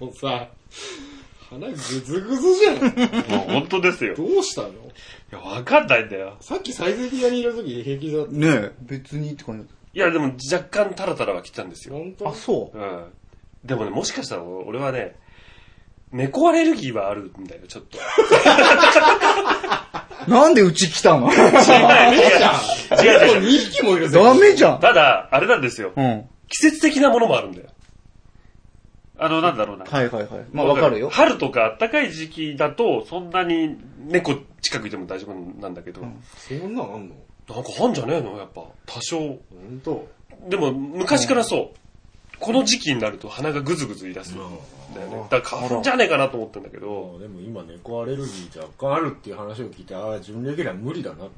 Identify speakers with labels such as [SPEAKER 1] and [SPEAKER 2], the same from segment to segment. [SPEAKER 1] もうさ、鼻ぐずぐずじゃん。
[SPEAKER 2] もう本当です よ。い
[SPEAKER 1] どうしたの
[SPEAKER 2] や、わかんないんだよ。
[SPEAKER 1] さっき最適屋にいる時平気だった。
[SPEAKER 3] ねえ、別にって感じ
[SPEAKER 2] いや、でも若干タラタラは来たんですよ。
[SPEAKER 1] 本
[SPEAKER 3] だ
[SPEAKER 1] 当
[SPEAKER 3] あ、そ
[SPEAKER 2] うん。でもね、もしかしたら俺はね、猫アレルギーはあるんだよ、ちょっと。
[SPEAKER 3] う。なんでうち来たの
[SPEAKER 2] 違う違う違う違う
[SPEAKER 1] 2匹もいるぜ。
[SPEAKER 3] ダメじゃん。
[SPEAKER 2] ただ、あれなんですよ。
[SPEAKER 3] うん。
[SPEAKER 2] 季節的なものもあるんだよ。あの、なんだろうな。
[SPEAKER 3] はいはいはい。まあわかるよ。
[SPEAKER 2] 春とか暖かい時期だと、そんなに猫近くいても大丈夫なんだけど、
[SPEAKER 3] ん
[SPEAKER 1] そんなんあんの
[SPEAKER 2] なんかあんじゃねえのやっぱ、多少。
[SPEAKER 1] 本当
[SPEAKER 2] でも、昔からそう。この時期になると鼻がぐずぐず言い出すんだよね。だから花粉じゃねえかなと思ったんだけど、
[SPEAKER 1] でも今猫アレルギー若干あるっていう話を聞いて、ああ、準レギュラー無理だな って。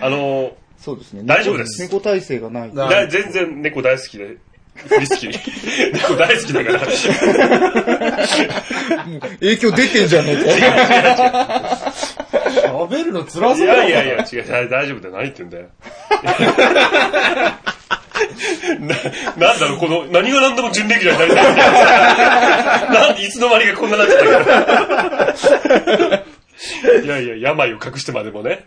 [SPEAKER 2] あの、
[SPEAKER 3] そうですね。
[SPEAKER 2] 大丈夫です
[SPEAKER 3] 猫体制がない。
[SPEAKER 1] な
[SPEAKER 2] だ全然猫大好きで、大好き。猫大好きだから。
[SPEAKER 3] 影響出てんじゃねえか。
[SPEAKER 1] 喋るの辛
[SPEAKER 2] い
[SPEAKER 1] そう
[SPEAKER 2] やいやい
[SPEAKER 1] だよ。
[SPEAKER 2] や、違う、大大丈夫だよ。何言ってんだよ。 な、なんだろう、この、何が何でも準レギュラーになりたい。なんでいつの間にかこんななっちゃったけど。いやいや、病を隠してまでもね、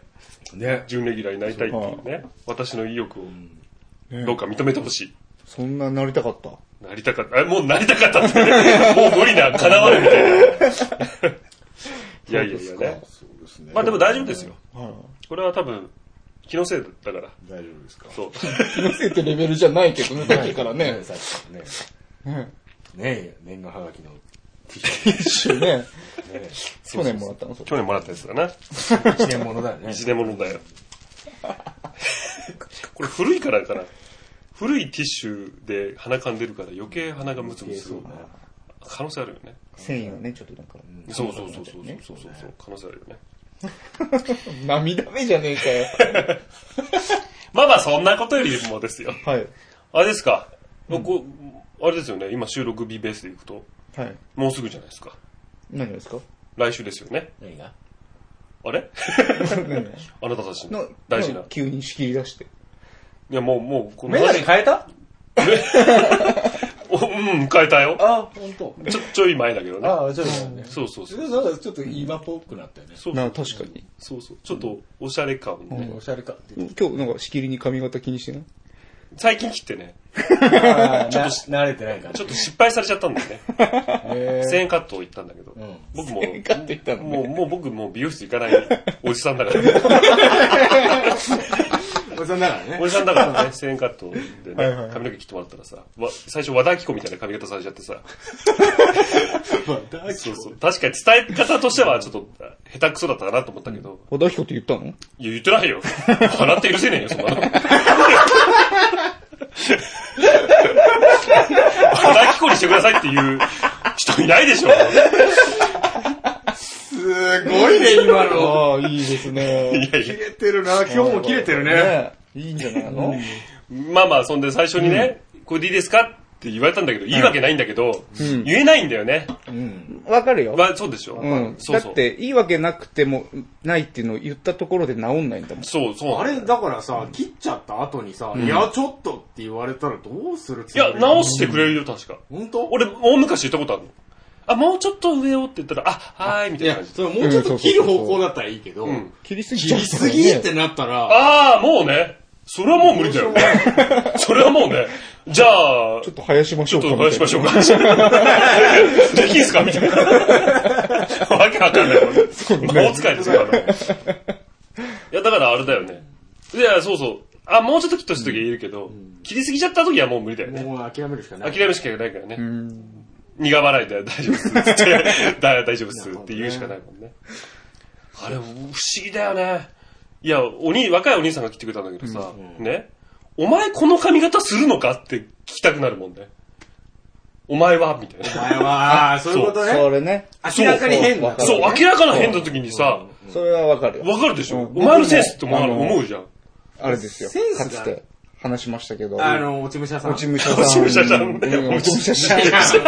[SPEAKER 1] ね。
[SPEAKER 2] 準レギュラーになりたいっていうね、私の意欲を、どうか認めてほしい。
[SPEAKER 3] そんななりたかった。
[SPEAKER 2] なりたかった、え、もうなりたかったって、もう無理な、叶わるみた いな。いやいやいやね。
[SPEAKER 1] そうですね
[SPEAKER 2] まあでも大丈夫ですよ。
[SPEAKER 3] はい。
[SPEAKER 2] これは多分、気のせいだから。
[SPEAKER 1] 大丈夫ですか
[SPEAKER 2] そう。
[SPEAKER 3] 気のせいってレベルじゃないけどね、さっきからね。
[SPEAKER 1] さっきからね。
[SPEAKER 3] ね
[SPEAKER 1] ねえ、年賀はがきの T シ
[SPEAKER 3] 一緒にね。
[SPEAKER 1] ャツ
[SPEAKER 3] 去
[SPEAKER 1] ね。
[SPEAKER 3] 年もらったの、それ
[SPEAKER 2] 去年もらったやつだな。
[SPEAKER 1] 一年物だよね。
[SPEAKER 2] 一年物だよ。 これ古いからかな。古いティッシュで鼻噛んでるから余計鼻がムツムツする。可能性あるよね。
[SPEAKER 3] 繊維がね、ちょっとなんか。
[SPEAKER 2] そうそうそうそうそうそうそう。可能性あるよね。
[SPEAKER 3] 涙目じゃねえかよ。
[SPEAKER 2] まあまあそんなことよりもですよ。
[SPEAKER 3] はい。
[SPEAKER 2] あれですか。こうあれですよね。今収録日ベースでいくと、
[SPEAKER 3] はい。
[SPEAKER 2] もうすぐじゃないですか。
[SPEAKER 3] 何がですか
[SPEAKER 2] 来週ですよね。
[SPEAKER 1] 何が
[SPEAKER 2] あれ あなたたちの大事な。い
[SPEAKER 3] 急に仕切り出して。
[SPEAKER 2] やもう、もう、この
[SPEAKER 1] メガネ変えた
[SPEAKER 2] おうん、変えたよ。
[SPEAKER 1] あ、本当。
[SPEAKER 2] ちょ、ちょい前だけどね。
[SPEAKER 1] ああ、ちょっとね。
[SPEAKER 2] そうそう
[SPEAKER 1] そ
[SPEAKER 2] そう。
[SPEAKER 1] れなんかちょっと今っぽくなったよね。
[SPEAKER 2] そう
[SPEAKER 3] な、確かに。
[SPEAKER 2] そうそう。ちょっと、おしゃれ感ね。
[SPEAKER 1] おしゃれかって。
[SPEAKER 3] 今日なんかしきりに髪型気にしてない
[SPEAKER 2] 最近切ってね、
[SPEAKER 1] ああ、な慣れてないから
[SPEAKER 2] ちょっと失敗されちゃったんだよ ね。
[SPEAKER 1] ね。
[SPEAKER 2] 1000円カット行ったんだけど
[SPEAKER 1] ん。
[SPEAKER 2] 僕も、
[SPEAKER 3] 円カット行ったのね
[SPEAKER 2] もう、もう僕もう美容室行かないおじさんだ から。
[SPEAKER 1] おじさんだからね。
[SPEAKER 2] おじさんだからね、1000円カットで
[SPEAKER 3] はいはいは
[SPEAKER 2] ね
[SPEAKER 3] い、
[SPEAKER 2] 髪の毛切ってもらったらさ、わ最初和田アキ子みたいな髪型されちゃってさ、そうそう。確かに伝え方としてはちょっと下手くそだったかなと思ったけど、
[SPEAKER 3] 小田彦って言ったの
[SPEAKER 2] いや、言ってないよ。払って許せねえよ、そんなの。腹きこにしてくださいっていう人いないでしょ。い
[SPEAKER 1] すごいね、今
[SPEAKER 3] あ
[SPEAKER 1] の。
[SPEAKER 3] あ、いいで すね。
[SPEAKER 2] やいや
[SPEAKER 1] 切れてるな。今日も切れてるね。
[SPEAKER 3] え。いいんじゃないの
[SPEAKER 2] まあまあ、そんで最初にね、これでいいですかって言われたんだけど、いいわけないんだけど、
[SPEAKER 3] ん
[SPEAKER 2] 言えないんだよね。
[SPEAKER 3] わかるよ。
[SPEAKER 2] まあ、そうでしょ。
[SPEAKER 3] うん。
[SPEAKER 2] そ
[SPEAKER 3] だ
[SPEAKER 2] うそう
[SPEAKER 3] っ。て、いいわけなくても、ないっていうのを言ったところで治んないんだもん。
[SPEAKER 2] そう、そう
[SPEAKER 1] あ
[SPEAKER 2] なの。
[SPEAKER 1] れ、だからさ、切っちゃった後にさ、いや、ちょっとって言われたらどうするつ
[SPEAKER 2] いや、直してくれるよ、確か。
[SPEAKER 1] 本当
[SPEAKER 2] 俺、大昔言ったことあるの。あ、もうちょっと上をって言ったら、あ、はーい、みた
[SPEAKER 1] い
[SPEAKER 2] いな
[SPEAKER 1] や
[SPEAKER 2] 感、じ。
[SPEAKER 1] それもうちょっと切る方向だったらいいけど、
[SPEAKER 2] ん
[SPEAKER 3] 切りすぎ
[SPEAKER 1] 切
[SPEAKER 3] ちゃう
[SPEAKER 1] りすぎってなったら、
[SPEAKER 2] ああ、もうね。それはもう無理だよね。それはもうね。じゃあ、
[SPEAKER 3] ちょっと生やしまし
[SPEAKER 2] ち
[SPEAKER 3] ょ
[SPEAKER 2] ょっ
[SPEAKER 3] うか
[SPEAKER 2] と
[SPEAKER 3] み
[SPEAKER 2] お
[SPEAKER 3] たいな。
[SPEAKER 2] 話しましょうか。できんすかみたいな。わけわかんないもんね。魔法使いですからね。いや、だからあれだよね。いや、そうそう。あ、もうちょっと切っとした時はいるけど、切りすぎちゃった時はもう無理だよね。
[SPEAKER 1] もう諦めるしかない。
[SPEAKER 2] 諦めるしかないからね。苦笑いで大丈夫っす って、だ大丈夫っすって言うしかないもんね。あれ、不思議だよね。いや、おに、若いお兄さんが来てくれたんだけどさ、ね、お前この髪型するのかって聞きたくなるもんね。お前はみたい
[SPEAKER 1] お
[SPEAKER 2] な。
[SPEAKER 1] 前は、そういうこと
[SPEAKER 3] そ
[SPEAKER 1] ね。
[SPEAKER 3] れね。
[SPEAKER 1] 明らかに変だ。
[SPEAKER 2] そう、明らかな変な時にさ、
[SPEAKER 3] それはわかるよ。
[SPEAKER 2] わかるでしょ、
[SPEAKER 3] うん
[SPEAKER 2] お前のセンスって思
[SPEAKER 3] 僕
[SPEAKER 2] う
[SPEAKER 3] もあの
[SPEAKER 2] 思うじゃん。
[SPEAKER 3] あれですよ。
[SPEAKER 1] センスが
[SPEAKER 3] かつて話しましたけど。
[SPEAKER 1] あの、落ち武者さん。
[SPEAKER 3] 落ち武者さん。
[SPEAKER 2] 落ち武者さんね
[SPEAKER 3] うん落ち武者さん。
[SPEAKER 2] 落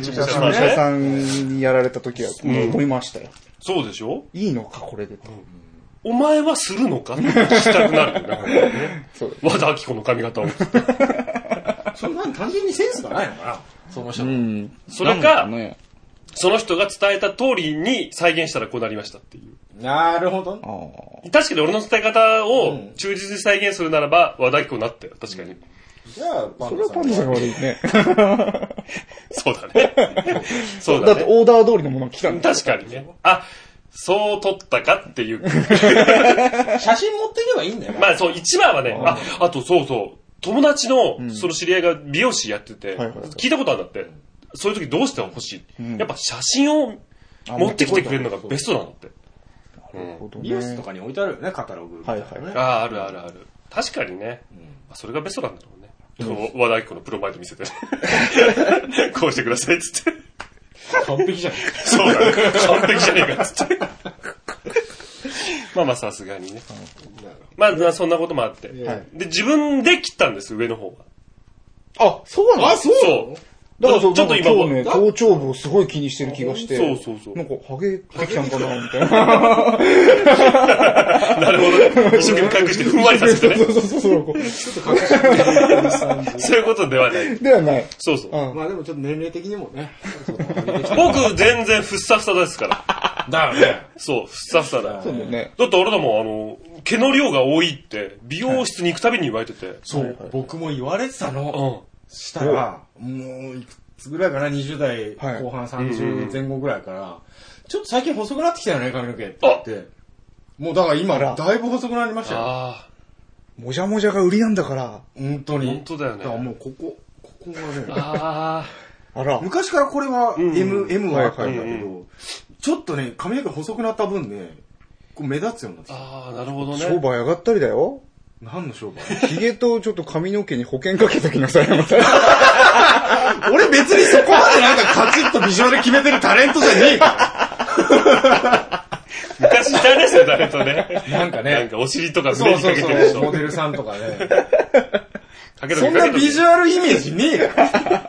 [SPEAKER 2] ち武者
[SPEAKER 3] 落ち
[SPEAKER 2] さん
[SPEAKER 3] 武者
[SPEAKER 2] ね。
[SPEAKER 3] さんにやられた時は、思いましたよ。
[SPEAKER 2] そうでしょ
[SPEAKER 3] いいのか、これでと。
[SPEAKER 2] お前はす るのかって聞きたくなるよね。
[SPEAKER 3] そう
[SPEAKER 2] 和田アキ子の髪型を。
[SPEAKER 1] そんなん単純にセンスがないのかなその人
[SPEAKER 3] う
[SPEAKER 1] の。
[SPEAKER 3] ん。
[SPEAKER 2] それ
[SPEAKER 3] な
[SPEAKER 2] か
[SPEAKER 3] んね、
[SPEAKER 2] その人が伝えた通りに再現したらこうなりましたっていう。
[SPEAKER 1] なるほど
[SPEAKER 3] あ。あ。
[SPEAKER 2] 確かに俺の伝え方
[SPEAKER 1] う
[SPEAKER 2] を
[SPEAKER 1] ん
[SPEAKER 2] 忠実に再現するならば、和田アキ子になったよ。確かに。
[SPEAKER 1] じゃあ、パ
[SPEAKER 3] そ
[SPEAKER 1] ン
[SPEAKER 3] れは
[SPEAKER 1] ダさ
[SPEAKER 3] パ
[SPEAKER 1] ん
[SPEAKER 3] ンダさん
[SPEAKER 1] は
[SPEAKER 3] が悪いね。
[SPEAKER 2] そうだ ね。そう
[SPEAKER 3] だ
[SPEAKER 2] だ
[SPEAKER 3] って
[SPEAKER 2] ね。
[SPEAKER 3] オーダー通りのもの来たんだ。
[SPEAKER 2] 確かにね。あ、そう撮ったかって いう。
[SPEAKER 1] 写真持っていけばいいんだよ。
[SPEAKER 2] まあそう、一番はね、あ、あとそうそう、友達の、その知り合いが美容師やってて、
[SPEAKER 3] はいはいはい
[SPEAKER 2] 聞いたことあるんだって。そういう時どうして欲しい、やっぱ写真を
[SPEAKER 3] あ
[SPEAKER 2] 持ってきてくれるのがベストなんだって。
[SPEAKER 3] なるほどね
[SPEAKER 1] ニュースとかに置いてあるよね、カタログみたいなね。
[SPEAKER 3] はいは
[SPEAKER 2] ああ、あるあるある。確かにね。まあそれがベストなんだろうね。この和田アキ子のプロマイド見せて。こうしてくださいっつって。
[SPEAKER 1] 完璧じゃん。
[SPEAKER 2] そうだね。完璧じゃねえかっつって。まあまあさすがにね。まあそんなこともあって。
[SPEAKER 1] はい
[SPEAKER 2] で、自分で切ったんです、上の方は。
[SPEAKER 3] あ、そうなの
[SPEAKER 1] あ、そうなの
[SPEAKER 3] だからそう、
[SPEAKER 2] ち
[SPEAKER 3] ち
[SPEAKER 2] ょ
[SPEAKER 3] ょ
[SPEAKER 2] っ
[SPEAKER 3] っ
[SPEAKER 2] と
[SPEAKER 3] と
[SPEAKER 2] 今
[SPEAKER 3] 今
[SPEAKER 2] も
[SPEAKER 3] 日ね、頭頂部をすごい気にしてる気がして。
[SPEAKER 2] そうそうそう
[SPEAKER 3] なんか、ハゲてきたんかなみたいな。
[SPEAKER 2] なるほどね。一生懸命隠してふんわりさせてね
[SPEAKER 3] そ。うそうそうそう。
[SPEAKER 2] そういうことではない。
[SPEAKER 3] ではない。
[SPEAKER 2] そうそう。
[SPEAKER 3] うん。
[SPEAKER 1] まあでもちょっと年齢的にもね。
[SPEAKER 2] 僕、全然ふっさふさですから。
[SPEAKER 1] だよね。
[SPEAKER 2] そう、ふっさふさだ。
[SPEAKER 1] そ
[SPEAKER 3] そうだよね。
[SPEAKER 2] だって俺らも、あの、毛の量が多いって、美容室に行くたびに言われてて。
[SPEAKER 1] そう、僕も言われてたの。
[SPEAKER 2] うん。
[SPEAKER 1] したら、もういくつぐらいかな、20代後半30前後ぐらいから、ちょっと最近細くなってきたよね、髪の毛って言って。もうだから今、
[SPEAKER 3] あら
[SPEAKER 1] だいぶ細くなりましたよ。
[SPEAKER 2] あ
[SPEAKER 3] もじゃもじゃが売りなんだから。
[SPEAKER 1] 本当に。
[SPEAKER 2] 本当だよね
[SPEAKER 1] からもうここ、ここ
[SPEAKER 2] あ。
[SPEAKER 1] がね、
[SPEAKER 2] あ
[SPEAKER 3] あら。
[SPEAKER 1] 昔からこれは
[SPEAKER 2] ん
[SPEAKER 1] M、M はあったんだ
[SPEAKER 2] は
[SPEAKER 1] け
[SPEAKER 2] いはい
[SPEAKER 1] ど、ちょっとね、髪の毛細くなった分ね、こう目立つようになって
[SPEAKER 2] あ。
[SPEAKER 1] きた。
[SPEAKER 2] ああ、なるほど
[SPEAKER 3] 商
[SPEAKER 2] ね。
[SPEAKER 3] 売上がったりだよ。
[SPEAKER 1] 何の商売
[SPEAKER 3] ヒゲとちょっと髪の毛に保険かけときなさい、あなた。
[SPEAKER 1] 俺別にそこまでなんかカチッとビジュアル決めてるタレントじゃねえか
[SPEAKER 2] 昔いたね、世代とね。
[SPEAKER 1] なんかね。
[SPEAKER 2] なんかお尻とから胸にかけてる人。
[SPEAKER 1] モデルさんとかね。
[SPEAKER 2] かけと
[SPEAKER 1] そ
[SPEAKER 2] け
[SPEAKER 1] んなビジュアルイメージねえから。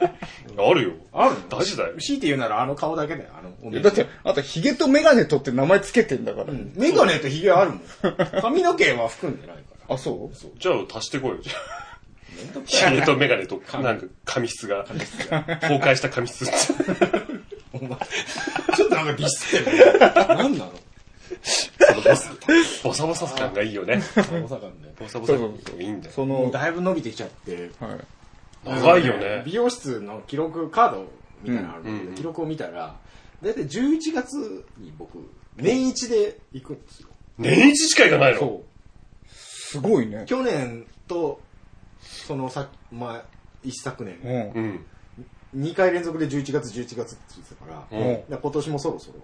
[SPEAKER 2] あるよ。
[SPEAKER 1] ある
[SPEAKER 2] 大事だよ。
[SPEAKER 1] 強いて言うならあの顔だけだよ、あのお姉ち
[SPEAKER 3] だ
[SPEAKER 1] ゃ
[SPEAKER 3] っ
[SPEAKER 1] ん。
[SPEAKER 3] て、あとヒゲとメガネとって名前つけてんだから。
[SPEAKER 1] うんメガネとヒゲあるもん。髪の毛は含んでないから。
[SPEAKER 3] あ、そう
[SPEAKER 2] じゃあ足してこいよ。ヒゲとメガネと、なんか、髪質が、崩壊した髪質って。
[SPEAKER 1] お前ちょっとなんかディスってるね。何なの
[SPEAKER 2] そのボスボサボサ感がいいよね。
[SPEAKER 1] 大阪のね。
[SPEAKER 2] ボサボサ感がいいんだよ。
[SPEAKER 3] そ
[SPEAKER 1] もう
[SPEAKER 3] の、
[SPEAKER 1] だいぶ伸びてきちゃって。
[SPEAKER 3] はい。
[SPEAKER 2] 長いよね。
[SPEAKER 1] 美容室の記録カードみたいなのあるんだけど
[SPEAKER 2] うん
[SPEAKER 1] 記録を見たら、だいたい11月に僕、年一で行くんですよ。
[SPEAKER 2] 年一しかいかないの
[SPEAKER 1] そう。
[SPEAKER 3] すごいね。
[SPEAKER 1] 去年と、そのさ、まあ、一昨
[SPEAKER 3] う
[SPEAKER 1] 年、
[SPEAKER 3] ん。
[SPEAKER 2] うん。
[SPEAKER 1] 2回連続で11月、11月って言ってたから、
[SPEAKER 2] う
[SPEAKER 1] だか
[SPEAKER 2] ん。
[SPEAKER 1] ら今年もそろそろ。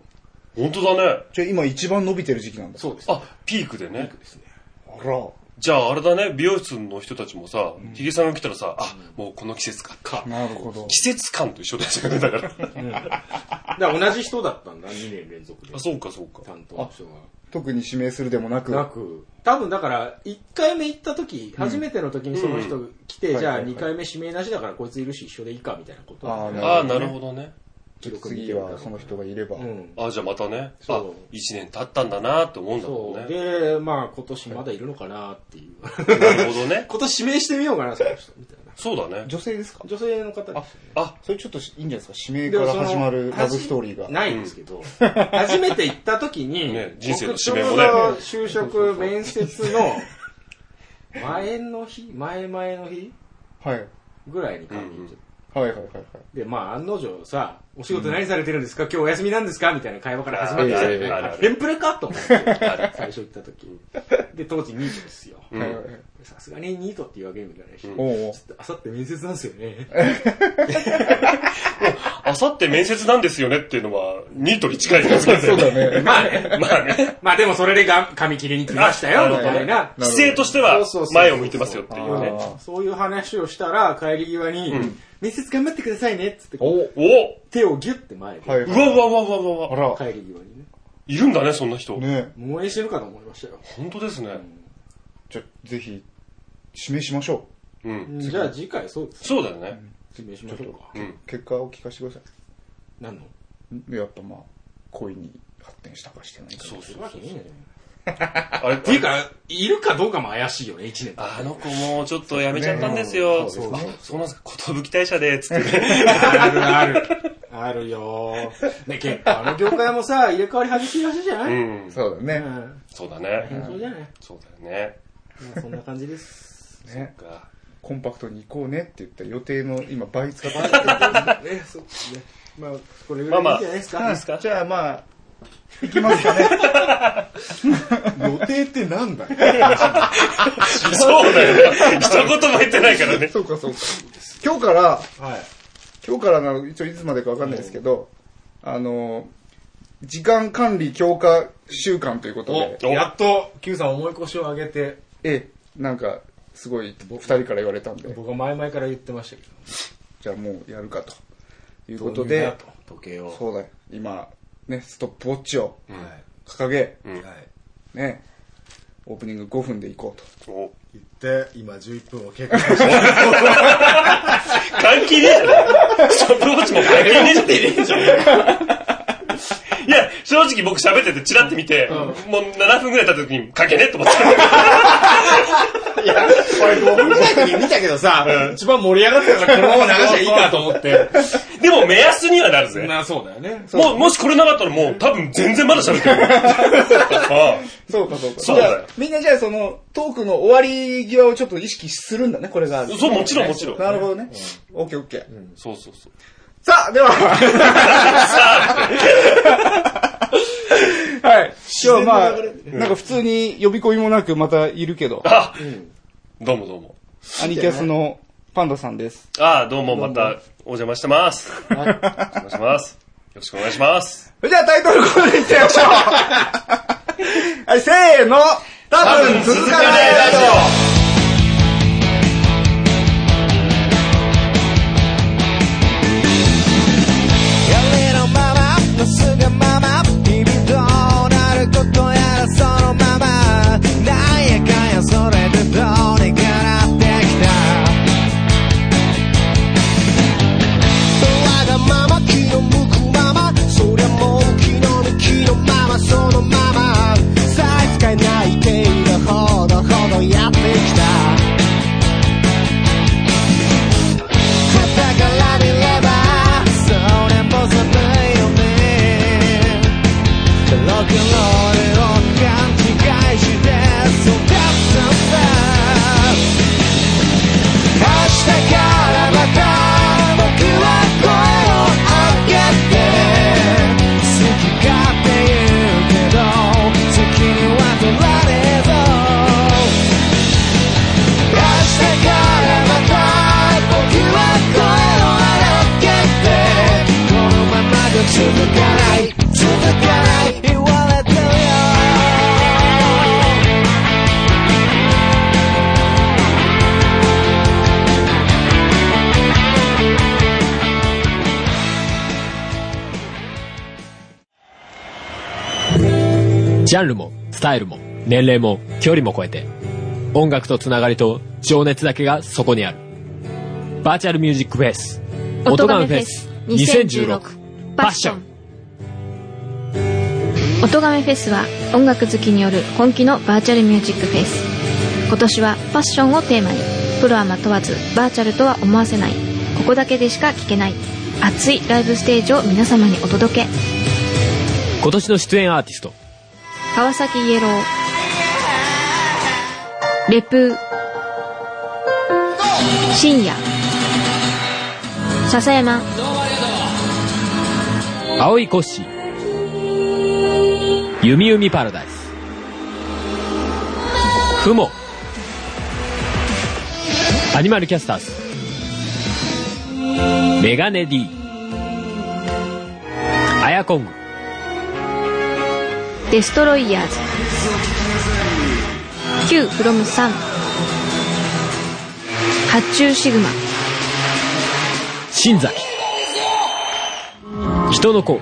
[SPEAKER 2] 本当だね。
[SPEAKER 3] じゃあ今一番伸びてる時期なんだ。
[SPEAKER 1] そうですね。
[SPEAKER 2] あ、ピークでね。
[SPEAKER 1] ですね。
[SPEAKER 3] あら。
[SPEAKER 2] じゃああれだね、美容室の人たちもさ、ヒゲさんが来たらさ、あ、もうこの季節か。か。
[SPEAKER 3] なるほど。
[SPEAKER 2] 季節感と一緒だよね、だから。
[SPEAKER 1] だから同じ人だったんだ、2年連続で
[SPEAKER 2] あ、。そうかそうか。
[SPEAKER 1] 担当の人が。
[SPEAKER 3] 特に指名するでもなく。
[SPEAKER 1] なく、多分だから、1回目行った時、初めての時にその人来て、
[SPEAKER 3] うん
[SPEAKER 1] じゃあ
[SPEAKER 3] はいはいはい
[SPEAKER 1] 2回目指名なしだからこいついるし一緒でいいかみたいなこと
[SPEAKER 3] あー
[SPEAKER 2] ああ、な
[SPEAKER 3] なる
[SPEAKER 2] る
[SPEAKER 3] ほ
[SPEAKER 2] ほどね。
[SPEAKER 1] 記録見
[SPEAKER 3] 次
[SPEAKER 1] てみたら
[SPEAKER 3] はその人がいれば。
[SPEAKER 1] うん。
[SPEAKER 2] あじゃあまたね。
[SPEAKER 1] そ
[SPEAKER 2] あ
[SPEAKER 1] う、
[SPEAKER 2] 一年経ったんだなって思うんだも
[SPEAKER 1] そ
[SPEAKER 2] ん
[SPEAKER 1] う。
[SPEAKER 2] ね。
[SPEAKER 1] で、まあ今年まだいるのかなっていう。
[SPEAKER 2] なるほどね。
[SPEAKER 1] 今年指名してみようかな、その人。みたいな。
[SPEAKER 2] そうだね。
[SPEAKER 3] 女性ですか
[SPEAKER 1] 女性の方ですよね。
[SPEAKER 2] あ、
[SPEAKER 3] それちょっといいんじゃないですか指名から始まるラブストーリーが。
[SPEAKER 1] ないんですけど、初めて行った時に、
[SPEAKER 2] ね人生の締めもね
[SPEAKER 1] 僕ちょうど就職面接の前の日、前々の日
[SPEAKER 3] はい。はい
[SPEAKER 1] ぐらいに感じちゃって
[SPEAKER 3] はいはいはい。
[SPEAKER 1] で、まあ案の定さ、お仕事何されてるんですか、今日お休みなんですかみたいな会話から始まってきたよね
[SPEAKER 2] あるあるある
[SPEAKER 1] テンプレかと思って、最初行った 時。で、当時ニートですよ。
[SPEAKER 2] うん
[SPEAKER 3] はいはいはい
[SPEAKER 1] さすがにニートっていうわけにもいかないし、
[SPEAKER 3] おうおう
[SPEAKER 1] あさって面接なんですよね。
[SPEAKER 2] あさって面接なんですよねっていうのは、ニートに近いですけ
[SPEAKER 3] そうだ
[SPEAKER 2] どね。
[SPEAKER 3] ね。
[SPEAKER 1] まあね、
[SPEAKER 2] まあね。
[SPEAKER 1] まあでもそれでが髪切りに来ましたよ、
[SPEAKER 2] あ
[SPEAKER 1] みたいな。
[SPEAKER 2] 規制としては、前を向いてますよっていう
[SPEAKER 3] そうそう
[SPEAKER 2] ね。
[SPEAKER 3] あー
[SPEAKER 1] そういう話をしたら、帰り際に、面接頑張ってくださいね、っつって、
[SPEAKER 3] おは
[SPEAKER 2] お
[SPEAKER 1] 手をギュッて前で、
[SPEAKER 3] い。
[SPEAKER 2] うわうわうわうわうわうわ。
[SPEAKER 3] わ
[SPEAKER 1] 帰り際にね、
[SPEAKER 2] いるんだね、そんな人
[SPEAKER 3] あら。。ね
[SPEAKER 1] 燃え死ぬかと思いましたよ。
[SPEAKER 2] 本当ですね。
[SPEAKER 3] じゃあぜひ、指名しましょ
[SPEAKER 2] うん。
[SPEAKER 1] じゃあ次回そうです。
[SPEAKER 2] そうだよね。
[SPEAKER 1] 説明しましょうか。
[SPEAKER 2] うん。
[SPEAKER 3] う。結果を聞かせてくださ
[SPEAKER 1] 何の
[SPEAKER 3] い。やっぱまあ、恋に発展したかしてないか。
[SPEAKER 2] そう
[SPEAKER 1] す
[SPEAKER 2] そう
[SPEAKER 1] るわけねえじゃん
[SPEAKER 2] あれ、
[SPEAKER 1] っていうか、いるかどうかも怪しいよね、一年。
[SPEAKER 2] あの子もうちょっとやめちゃったんですよ。
[SPEAKER 1] そうですねそうですね
[SPEAKER 2] そうなんですか、寿大社で、つってね。
[SPEAKER 1] あるある。あるよね、結構あの業界もさ、入れ替わり激しいらしいじゃな
[SPEAKER 2] う
[SPEAKER 1] い
[SPEAKER 2] ん。
[SPEAKER 3] そうだ
[SPEAKER 1] う
[SPEAKER 3] ね。
[SPEAKER 1] ん。
[SPEAKER 2] そうだ
[SPEAKER 1] 変
[SPEAKER 2] ね。
[SPEAKER 1] 装じゃない
[SPEAKER 2] そうだよね。
[SPEAKER 1] まあそんな感じ です。
[SPEAKER 3] ね
[SPEAKER 2] そっか
[SPEAKER 3] コンパクトに行こうねって言ったら予定の今倍使った。
[SPEAKER 1] ね、そうですね。まあ、これぐらいでいいんじゃないですか。
[SPEAKER 2] か
[SPEAKER 3] じゃあまあ、 行きますかね。
[SPEAKER 1] 予定ってなんだよ。
[SPEAKER 2] そうだよね。一言も言ってないからね。
[SPEAKER 3] そうかそうか。今日から、
[SPEAKER 1] はい。
[SPEAKER 3] 今日からなの、一応いつまでかわかんないですけど、あの、時間管理強化週間ということで、
[SPEAKER 1] お、やっと、Q さん重い腰を上げて、
[SPEAKER 3] ええ、なんか、すごい、二人から言われたんで、
[SPEAKER 1] 僕は前々から言ってましたけど。
[SPEAKER 3] じゃあもうやるかと。いう
[SPEAKER 1] とい
[SPEAKER 3] ことで、、
[SPEAKER 1] 時計を。は
[SPEAKER 3] そうだよ。今、ね、ストップウォッチを
[SPEAKER 1] い。
[SPEAKER 3] 掲げ、
[SPEAKER 2] うん
[SPEAKER 1] はい。
[SPEAKER 3] ね、オープニング5分で行こうと。
[SPEAKER 2] お
[SPEAKER 1] 言って、今11分を経過しました。
[SPEAKER 2] 関係ねえじゃないストップウォッチも関係ねえじゃねえじゃん。いや、正直僕喋っててチラって見て、もう7分ぐらい経った時に関係ねえと思って
[SPEAKER 1] いや、俺5分弱に見たけどさ、一番盛り上がってたからこのまま流しゃいいかと思 って。
[SPEAKER 2] た。でも目安にはなるぜ。
[SPEAKER 1] な、そうだよね。
[SPEAKER 2] もう、もしこれなかったらもう多分全然まだ喋 ってる。ああ
[SPEAKER 3] そうかそうか。
[SPEAKER 2] そうだよ
[SPEAKER 3] じゃあみんなじゃあその、トークの終わり際をちょっと意識するんだね、これがある。
[SPEAKER 2] そう、もちろんもちろん。
[SPEAKER 3] なるほどね。オッケーオッケー。
[SPEAKER 2] そうそうそう。
[SPEAKER 3] さあ、では。はい。今日まあ、なんか普通に呼び込みもなくまたいるけど、
[SPEAKER 2] あ、どうもどうも。
[SPEAKER 3] アニキャスのパンダさんです。
[SPEAKER 2] ああ、どうもまたお邪魔してます。お邪魔します。よろしくお願いします。
[SPEAKER 3] それではタイトルコールいっちゃいましょうはい、せーの多分続かないラジ
[SPEAKER 4] やれのまま、のすがまま、日々どうなることやらそのまま、なんやかんやそれでどうにかなってきた。わがまま、気の向くまま、そりゃもう気の向きのまま、そのまま、さえ使えない程度ほどほどやってきた。「はたから見ればそれも寒いよね」「ロックンロールを勘違いして育ったんだ」「明日からまた僕は声を上げて」「好き勝手言うけど責任は取られそう」明日からまた僕は声を荒げて好き勝手言うけど責任は取られそうこのままじゃ続かない続かない言われてるよ
[SPEAKER 5] ジャンルも、スタイルも、年齢も、距離も超えて、音楽とつながりと情熱だけがそこにある。バーチャルミュージックフェス、音
[SPEAKER 6] 音
[SPEAKER 5] と
[SPEAKER 6] ガメ
[SPEAKER 5] がめ
[SPEAKER 6] フェ
[SPEAKER 5] フェ
[SPEAKER 6] ス
[SPEAKER 5] ス
[SPEAKER 6] 2016
[SPEAKER 5] 2016
[SPEAKER 6] パッション音ガメフェスは音楽好きによる本気のバーチャルミュージックフェス今年はパッションをテーマにプロはま問わずバーチャルとは思わせないここだけでしか聞けない熱いライブステージを皆様にお届け
[SPEAKER 5] 今年の出演アーティスト、
[SPEAKER 6] 川崎イエローレプー深夜笹山
[SPEAKER 5] 青井コッシー、弓弓パラダイス、ふも、アニマルキャスターズ、メガネ D、アヤコング、
[SPEAKER 6] デストロイヤーズ Q フロム3発注シグマ
[SPEAKER 5] 新崎人の子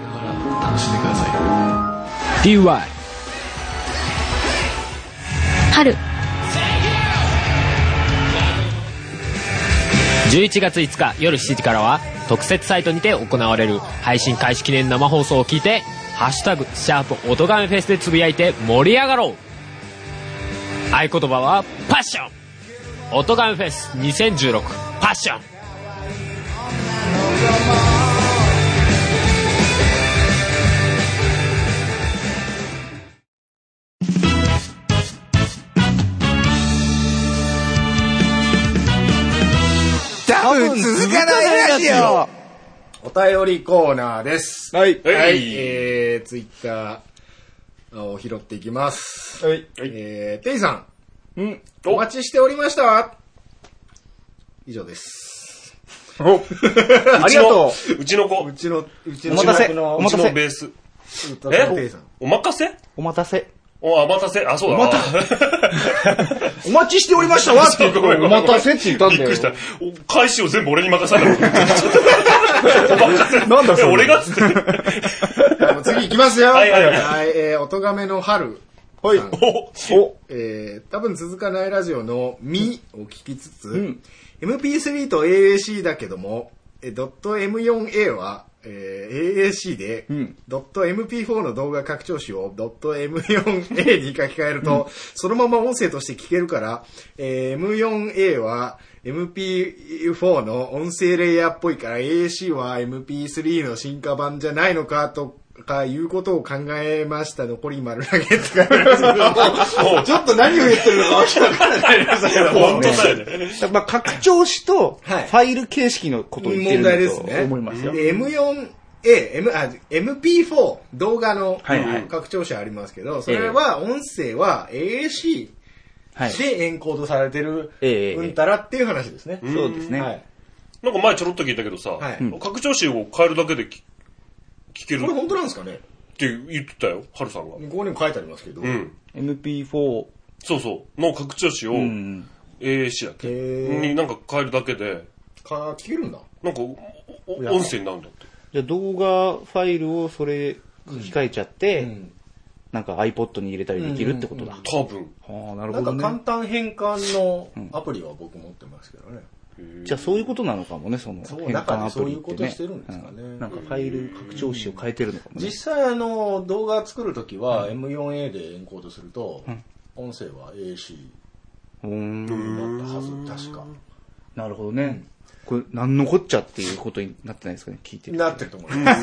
[SPEAKER 5] DY
[SPEAKER 6] 春
[SPEAKER 5] 11月5日夜7時からは特設サイトにて行われる配信開始記念生放送を聞いて「ハッシュタグシャープ音がめフェス」でつぶやいて盛り上がろう合言葉はパッション音ガンフェス2016パッション
[SPEAKER 3] 多分続かないラジオ
[SPEAKER 1] お便りコーナーです。
[SPEAKER 7] はい。
[SPEAKER 2] はい
[SPEAKER 1] えー、ツイッターを拾っていきます。
[SPEAKER 7] はい。
[SPEAKER 1] えー、ペイさ
[SPEAKER 7] うん。
[SPEAKER 1] ん、お待ちしておりました以上です。
[SPEAKER 2] あ
[SPEAKER 7] りがと
[SPEAKER 2] う。うちの子。
[SPEAKER 1] う
[SPEAKER 2] う
[SPEAKER 1] ちの、うち
[SPEAKER 3] お
[SPEAKER 1] の、
[SPEAKER 3] 待たせお
[SPEAKER 2] ち
[SPEAKER 3] 待た
[SPEAKER 2] の
[SPEAKER 3] せ
[SPEAKER 2] ベース。
[SPEAKER 1] 歌のペイ
[SPEAKER 2] え
[SPEAKER 1] さん。
[SPEAKER 2] お任せ
[SPEAKER 3] お待たせ
[SPEAKER 2] お、お待たせ。あ、そうだ。
[SPEAKER 7] お待お待ちしておりました わって言ったのお待たせって言ったん
[SPEAKER 2] びっ
[SPEAKER 7] だよ
[SPEAKER 2] くりし。た。お返しを全部俺に任さない。お任せ。
[SPEAKER 7] なんだそれ
[SPEAKER 2] え俺がっつって。
[SPEAKER 1] もう次行きますよ。
[SPEAKER 2] はいはいはい
[SPEAKER 1] えー、おとがめの春。
[SPEAKER 7] はい。
[SPEAKER 2] お
[SPEAKER 7] お、
[SPEAKER 1] えー、多分続かないラジオのみを聞きつつ、
[SPEAKER 7] ん
[SPEAKER 1] MP3 と AAC だけども、えー、.m4a は、えー AAC で、
[SPEAKER 7] ん
[SPEAKER 1] .mp4 の動画拡張子を .m4a に書き換えると、そのまま音声として聞けるから、えー m4a は mp4 の音声レイヤーっぽいから AAC は mp3 の進化版じゃないのかとかいうことを考えました。残り丸投げって書いてあるんですけど ちょっと何を言ってるのかわけわからないですけど
[SPEAKER 2] 本当だよね。
[SPEAKER 3] やっぱ拡張子とフ
[SPEAKER 1] はい
[SPEAKER 3] ァイル形式のことを言って
[SPEAKER 1] 問
[SPEAKER 3] るんだ
[SPEAKER 1] 題です
[SPEAKER 3] と
[SPEAKER 1] ね。
[SPEAKER 3] 思いますよ。
[SPEAKER 1] で M4A、M、あ、MP4、動画の
[SPEAKER 3] はいはい
[SPEAKER 1] 拡張子ありますけど、それは音声は AAC
[SPEAKER 3] はい。そ
[SPEAKER 1] でエンコードされてる、
[SPEAKER 3] ええ
[SPEAKER 1] うんたらっていう話ですね。
[SPEAKER 3] うですね。
[SPEAKER 1] はい。
[SPEAKER 2] なんか前ちょろっと聞いたけどさ
[SPEAKER 1] はい、
[SPEAKER 2] 拡張子を変えるだけでき聞ける
[SPEAKER 1] これ本当なんですかね
[SPEAKER 2] って言ってたよ、ハルさんが。
[SPEAKER 1] ここにも書いてありますけど。
[SPEAKER 2] うん。
[SPEAKER 3] MP4。
[SPEAKER 2] そうそう。の拡張子を AAC だっけ
[SPEAKER 1] へー
[SPEAKER 2] になんか変えるだけで、
[SPEAKER 1] か、聞けるんだ。
[SPEAKER 2] なんかおお音声になるんだって。
[SPEAKER 3] じゃあ動画ファイルをそれ書き換えちゃって、
[SPEAKER 1] ん
[SPEAKER 3] なんか iPod に入れたりできるってことだ。
[SPEAKER 2] 多分。
[SPEAKER 3] ああ、なる
[SPEAKER 1] な
[SPEAKER 3] ほど
[SPEAKER 1] んか簡
[SPEAKER 3] ね。
[SPEAKER 1] 単変換のアプリは僕持ってますけどね。
[SPEAKER 3] じゃあそういうことなのかもね、その
[SPEAKER 1] そう
[SPEAKER 3] 変換アプリって
[SPEAKER 1] 中でそういうこと
[SPEAKER 3] ね
[SPEAKER 1] してるんですかね
[SPEAKER 3] うんなんかファイル拡張子を変えてるのかもね。
[SPEAKER 1] 実際あの動画作るときは M4A でエンコードすると、音声は AC
[SPEAKER 3] うーん。
[SPEAKER 1] だったはず確か
[SPEAKER 3] なるほどね。これ、なんのこっちゃっていうことになってないですかね、聞いてる。
[SPEAKER 1] なってると思います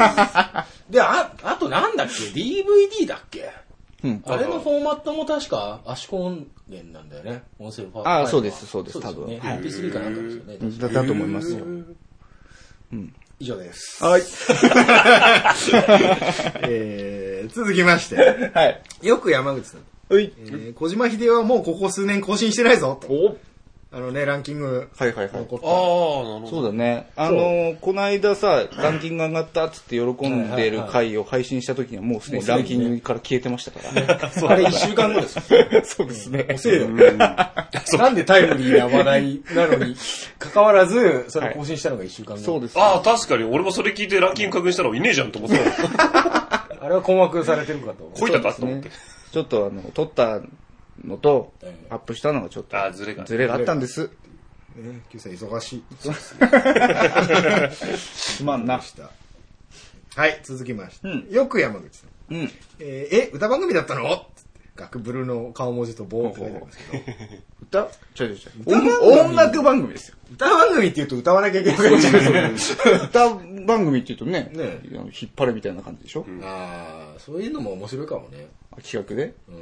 [SPEAKER 1] でああとなんだっけ DVD だっけ
[SPEAKER 3] うん。
[SPEAKER 1] あれのフォーマットも確か圧縮音源なんだよね音声ファイル
[SPEAKER 3] あ
[SPEAKER 1] は
[SPEAKER 3] あそうですそうです
[SPEAKER 1] よね
[SPEAKER 3] 多分はい
[SPEAKER 1] MP3 かなんかですよね確か
[SPEAKER 3] だだと思いますよ。
[SPEAKER 1] 以上です
[SPEAKER 3] はい。
[SPEAKER 1] えー続きまして
[SPEAKER 3] はい。
[SPEAKER 1] よく山口さん
[SPEAKER 3] はい。
[SPEAKER 1] えー小島秀夫はもうここ数年更新してないぞと
[SPEAKER 3] お
[SPEAKER 1] あのねランキング
[SPEAKER 3] はいはいはい
[SPEAKER 1] 残っ
[SPEAKER 2] あ
[SPEAKER 1] た
[SPEAKER 2] あ、なるほど。
[SPEAKER 3] そうだね。あのー、この間さ、ランキング上がったっつって喜んでる回を配信した時にはもうすでにランキングから消えてました から。
[SPEAKER 1] あれ1週間後です
[SPEAKER 3] そうですね。
[SPEAKER 1] 遅えよ。なんでタイムリーな話題なのに、関わらず、それを更新したのが一週間後。
[SPEAKER 3] そうです。
[SPEAKER 2] ああ、確かに。俺もそれ聞いてランキング確認したらいねえじゃんと思 ってた。
[SPEAKER 1] あれは困惑されてるかと。
[SPEAKER 2] こいたかと思って。
[SPEAKER 3] ちょっとあの、撮ったのと
[SPEAKER 1] ええ、
[SPEAKER 3] アップしたのがちょっと
[SPEAKER 2] あ、ずれが。
[SPEAKER 3] ズレがあったんです。
[SPEAKER 1] ね、Q さん忙しい。
[SPEAKER 3] すまんな
[SPEAKER 1] で。した。はい、続きまして。
[SPEAKER 3] うん
[SPEAKER 1] よく山口さん。
[SPEAKER 3] うん。
[SPEAKER 1] えーえ、歌番組だったのつって学ブルの顔文字と棒って書いてありますけど。
[SPEAKER 3] 歌ちょいちょいちょい
[SPEAKER 1] 歌番組
[SPEAKER 3] 音音楽番組ですよ。
[SPEAKER 1] 歌番組って言うと歌わなきゃいけなくなっちゃう。
[SPEAKER 3] 歌番組って言うとね、
[SPEAKER 1] ねえ
[SPEAKER 3] 引っ張るみたいな感じでしょ
[SPEAKER 1] ああ、そういうのも面白いかもね。
[SPEAKER 3] 企画で。
[SPEAKER 1] うん。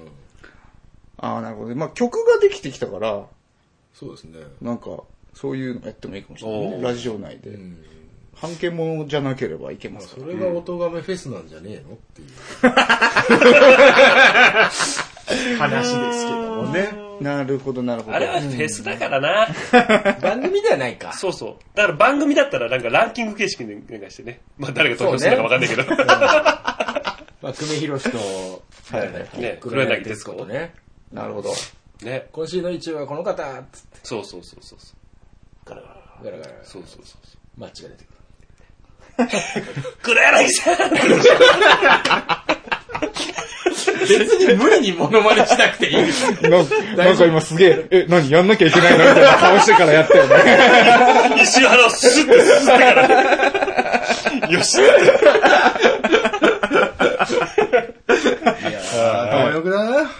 [SPEAKER 3] ああ、なるほどね。まあ曲ができてきたから、
[SPEAKER 1] そうですね。
[SPEAKER 3] なんか、そういうのやってもいいかもしれない
[SPEAKER 2] お
[SPEAKER 3] ね。
[SPEAKER 2] ー
[SPEAKER 3] ラジオ内で。
[SPEAKER 1] ん
[SPEAKER 3] 半径ものじゃなければいけますか
[SPEAKER 1] そ
[SPEAKER 3] ら。
[SPEAKER 1] れが音亀フェスなんじゃねえのっていう話ですけどもね。
[SPEAKER 3] なるほど、なるほど
[SPEAKER 2] あ。れはフェスだからな。
[SPEAKER 1] 番組ではないか。
[SPEAKER 2] そうそう。だから番組だったらなんかランキング形式でお願いしてね。まあ誰が投票するのかわかんないけど。
[SPEAKER 1] まあ、久米宏と、
[SPEAKER 3] はいはいはい
[SPEAKER 2] ね
[SPEAKER 1] 黒柳徹子とね。
[SPEAKER 3] なるほ ど。
[SPEAKER 2] ね。
[SPEAKER 1] 今週の一応はこの方っつって。
[SPEAKER 2] そうそうそうそうそう。ガラガラ
[SPEAKER 1] ガラガラ。
[SPEAKER 2] そうそうそうそう。
[SPEAKER 1] マッチが出てくる。
[SPEAKER 2] 黒柳さん
[SPEAKER 1] 別に無理にモノマネしなくていい。
[SPEAKER 3] ななんか今すげえ、え、何やんなきゃいけないのみたいな顔してからやったよね。
[SPEAKER 2] 一瞬鼻をスッてすすった から。よし。
[SPEAKER 1] 頭よくだな。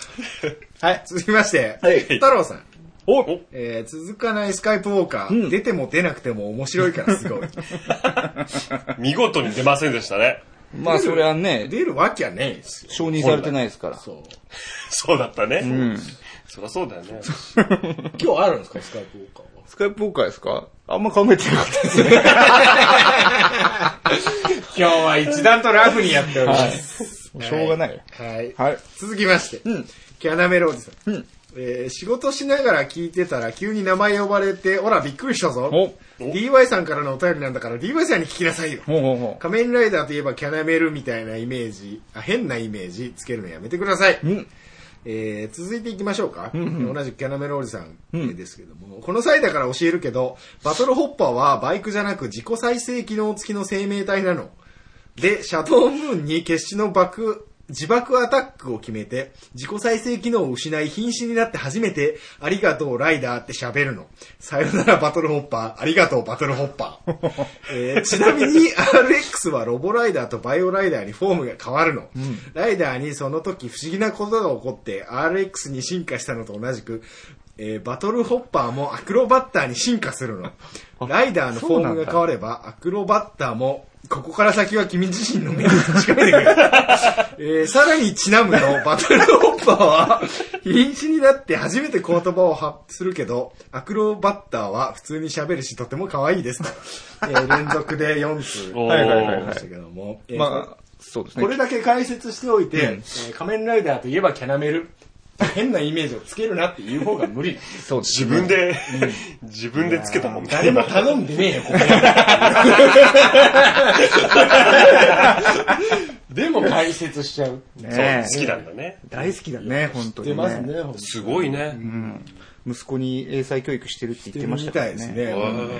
[SPEAKER 1] はい、続きまして、
[SPEAKER 3] はい
[SPEAKER 1] 太郎さん。
[SPEAKER 2] お
[SPEAKER 1] えー続かないスカイプウォーカー、
[SPEAKER 3] うん
[SPEAKER 1] 出ても出なくても面白いか らすごい。
[SPEAKER 2] 見事に出ませんでしたね。
[SPEAKER 3] まあ、それはね、
[SPEAKER 1] 出るわけはねえですよ。
[SPEAKER 3] 承認されてないですから。
[SPEAKER 1] そう。
[SPEAKER 2] そうだったね。
[SPEAKER 3] うん。
[SPEAKER 2] そりゃそうだよね。
[SPEAKER 1] 今日あるんですか、スカイプウォーカーは。
[SPEAKER 3] スカイプウォーカーですかあんま考えてなかったです ね。
[SPEAKER 1] 今日は一段とラフにやっております。
[SPEAKER 3] もうしょうがない。
[SPEAKER 1] はい。
[SPEAKER 3] はい。
[SPEAKER 1] 続きまして、
[SPEAKER 3] うん
[SPEAKER 1] キャナメロおじさん。
[SPEAKER 3] うん
[SPEAKER 1] えー仕事しながら聞いてたら急に名前呼ばれて、おらびっくりしたぞ
[SPEAKER 3] お。
[SPEAKER 1] DY さんからのお便りなんだから DY さんに聞きなさいよ。
[SPEAKER 3] ほうほうほ
[SPEAKER 1] 仮面ライダーといえばキャナメルみたいなイメージ、あ変なイメージつけるのやめてください。
[SPEAKER 3] う。うん。
[SPEAKER 1] えー続いていきましょうか。同じくキャナメロおじさん
[SPEAKER 3] ん
[SPEAKER 1] ですけども、この際だから教えるけど、バトルホッパーはバイクじゃなく自己再生機能付きの生命体なの。で、シャドームーンに決死の爆、自爆アタックを決めて、自己再生機能を失い瀕死になって初めて、ありがとうライダーって喋るの。さよならバトルホッパー、ありがとうバトルホッパー。えーちなみに RX はロボライダーとバイオライダーにフォームが変わるの。ライダーにその時不思議なことが起こって RX に進化したのと同じく、えーバトルホッパーもアクロバッターに進化するの。ライダーのフォームが変われば、アクロバッターも、ここから先は君自身の目に確 かめてくれ。えーさらにちなむの、バトルホッパーは、瀕死になって初めて言葉を発するけど、アクロバッターは普通に喋るし、とても可愛いですと。えー連続で4通。
[SPEAKER 2] おー
[SPEAKER 3] はいはいはい
[SPEAKER 1] あり
[SPEAKER 3] は
[SPEAKER 1] まし
[SPEAKER 3] い
[SPEAKER 1] た。けども。えー
[SPEAKER 3] まあ、そうですね。
[SPEAKER 1] これだけ解説しておいて、えー仮面ライダーといえばキャナメル。変なイメージをつけるなっていう方が無理。
[SPEAKER 3] そうです
[SPEAKER 2] 自分で、自分でつけたもんね。
[SPEAKER 1] 誰も頼んでねえよ、ここでも解説しちゃう。
[SPEAKER 3] ね
[SPEAKER 2] そう、好きなんだね。
[SPEAKER 3] 大好きだね、本当に。
[SPEAKER 1] 出ますね、。ほんと
[SPEAKER 2] すごいね。
[SPEAKER 3] 息子に英才教育してるって言ってましたからね。
[SPEAKER 1] みたいですね。
[SPEAKER 2] わー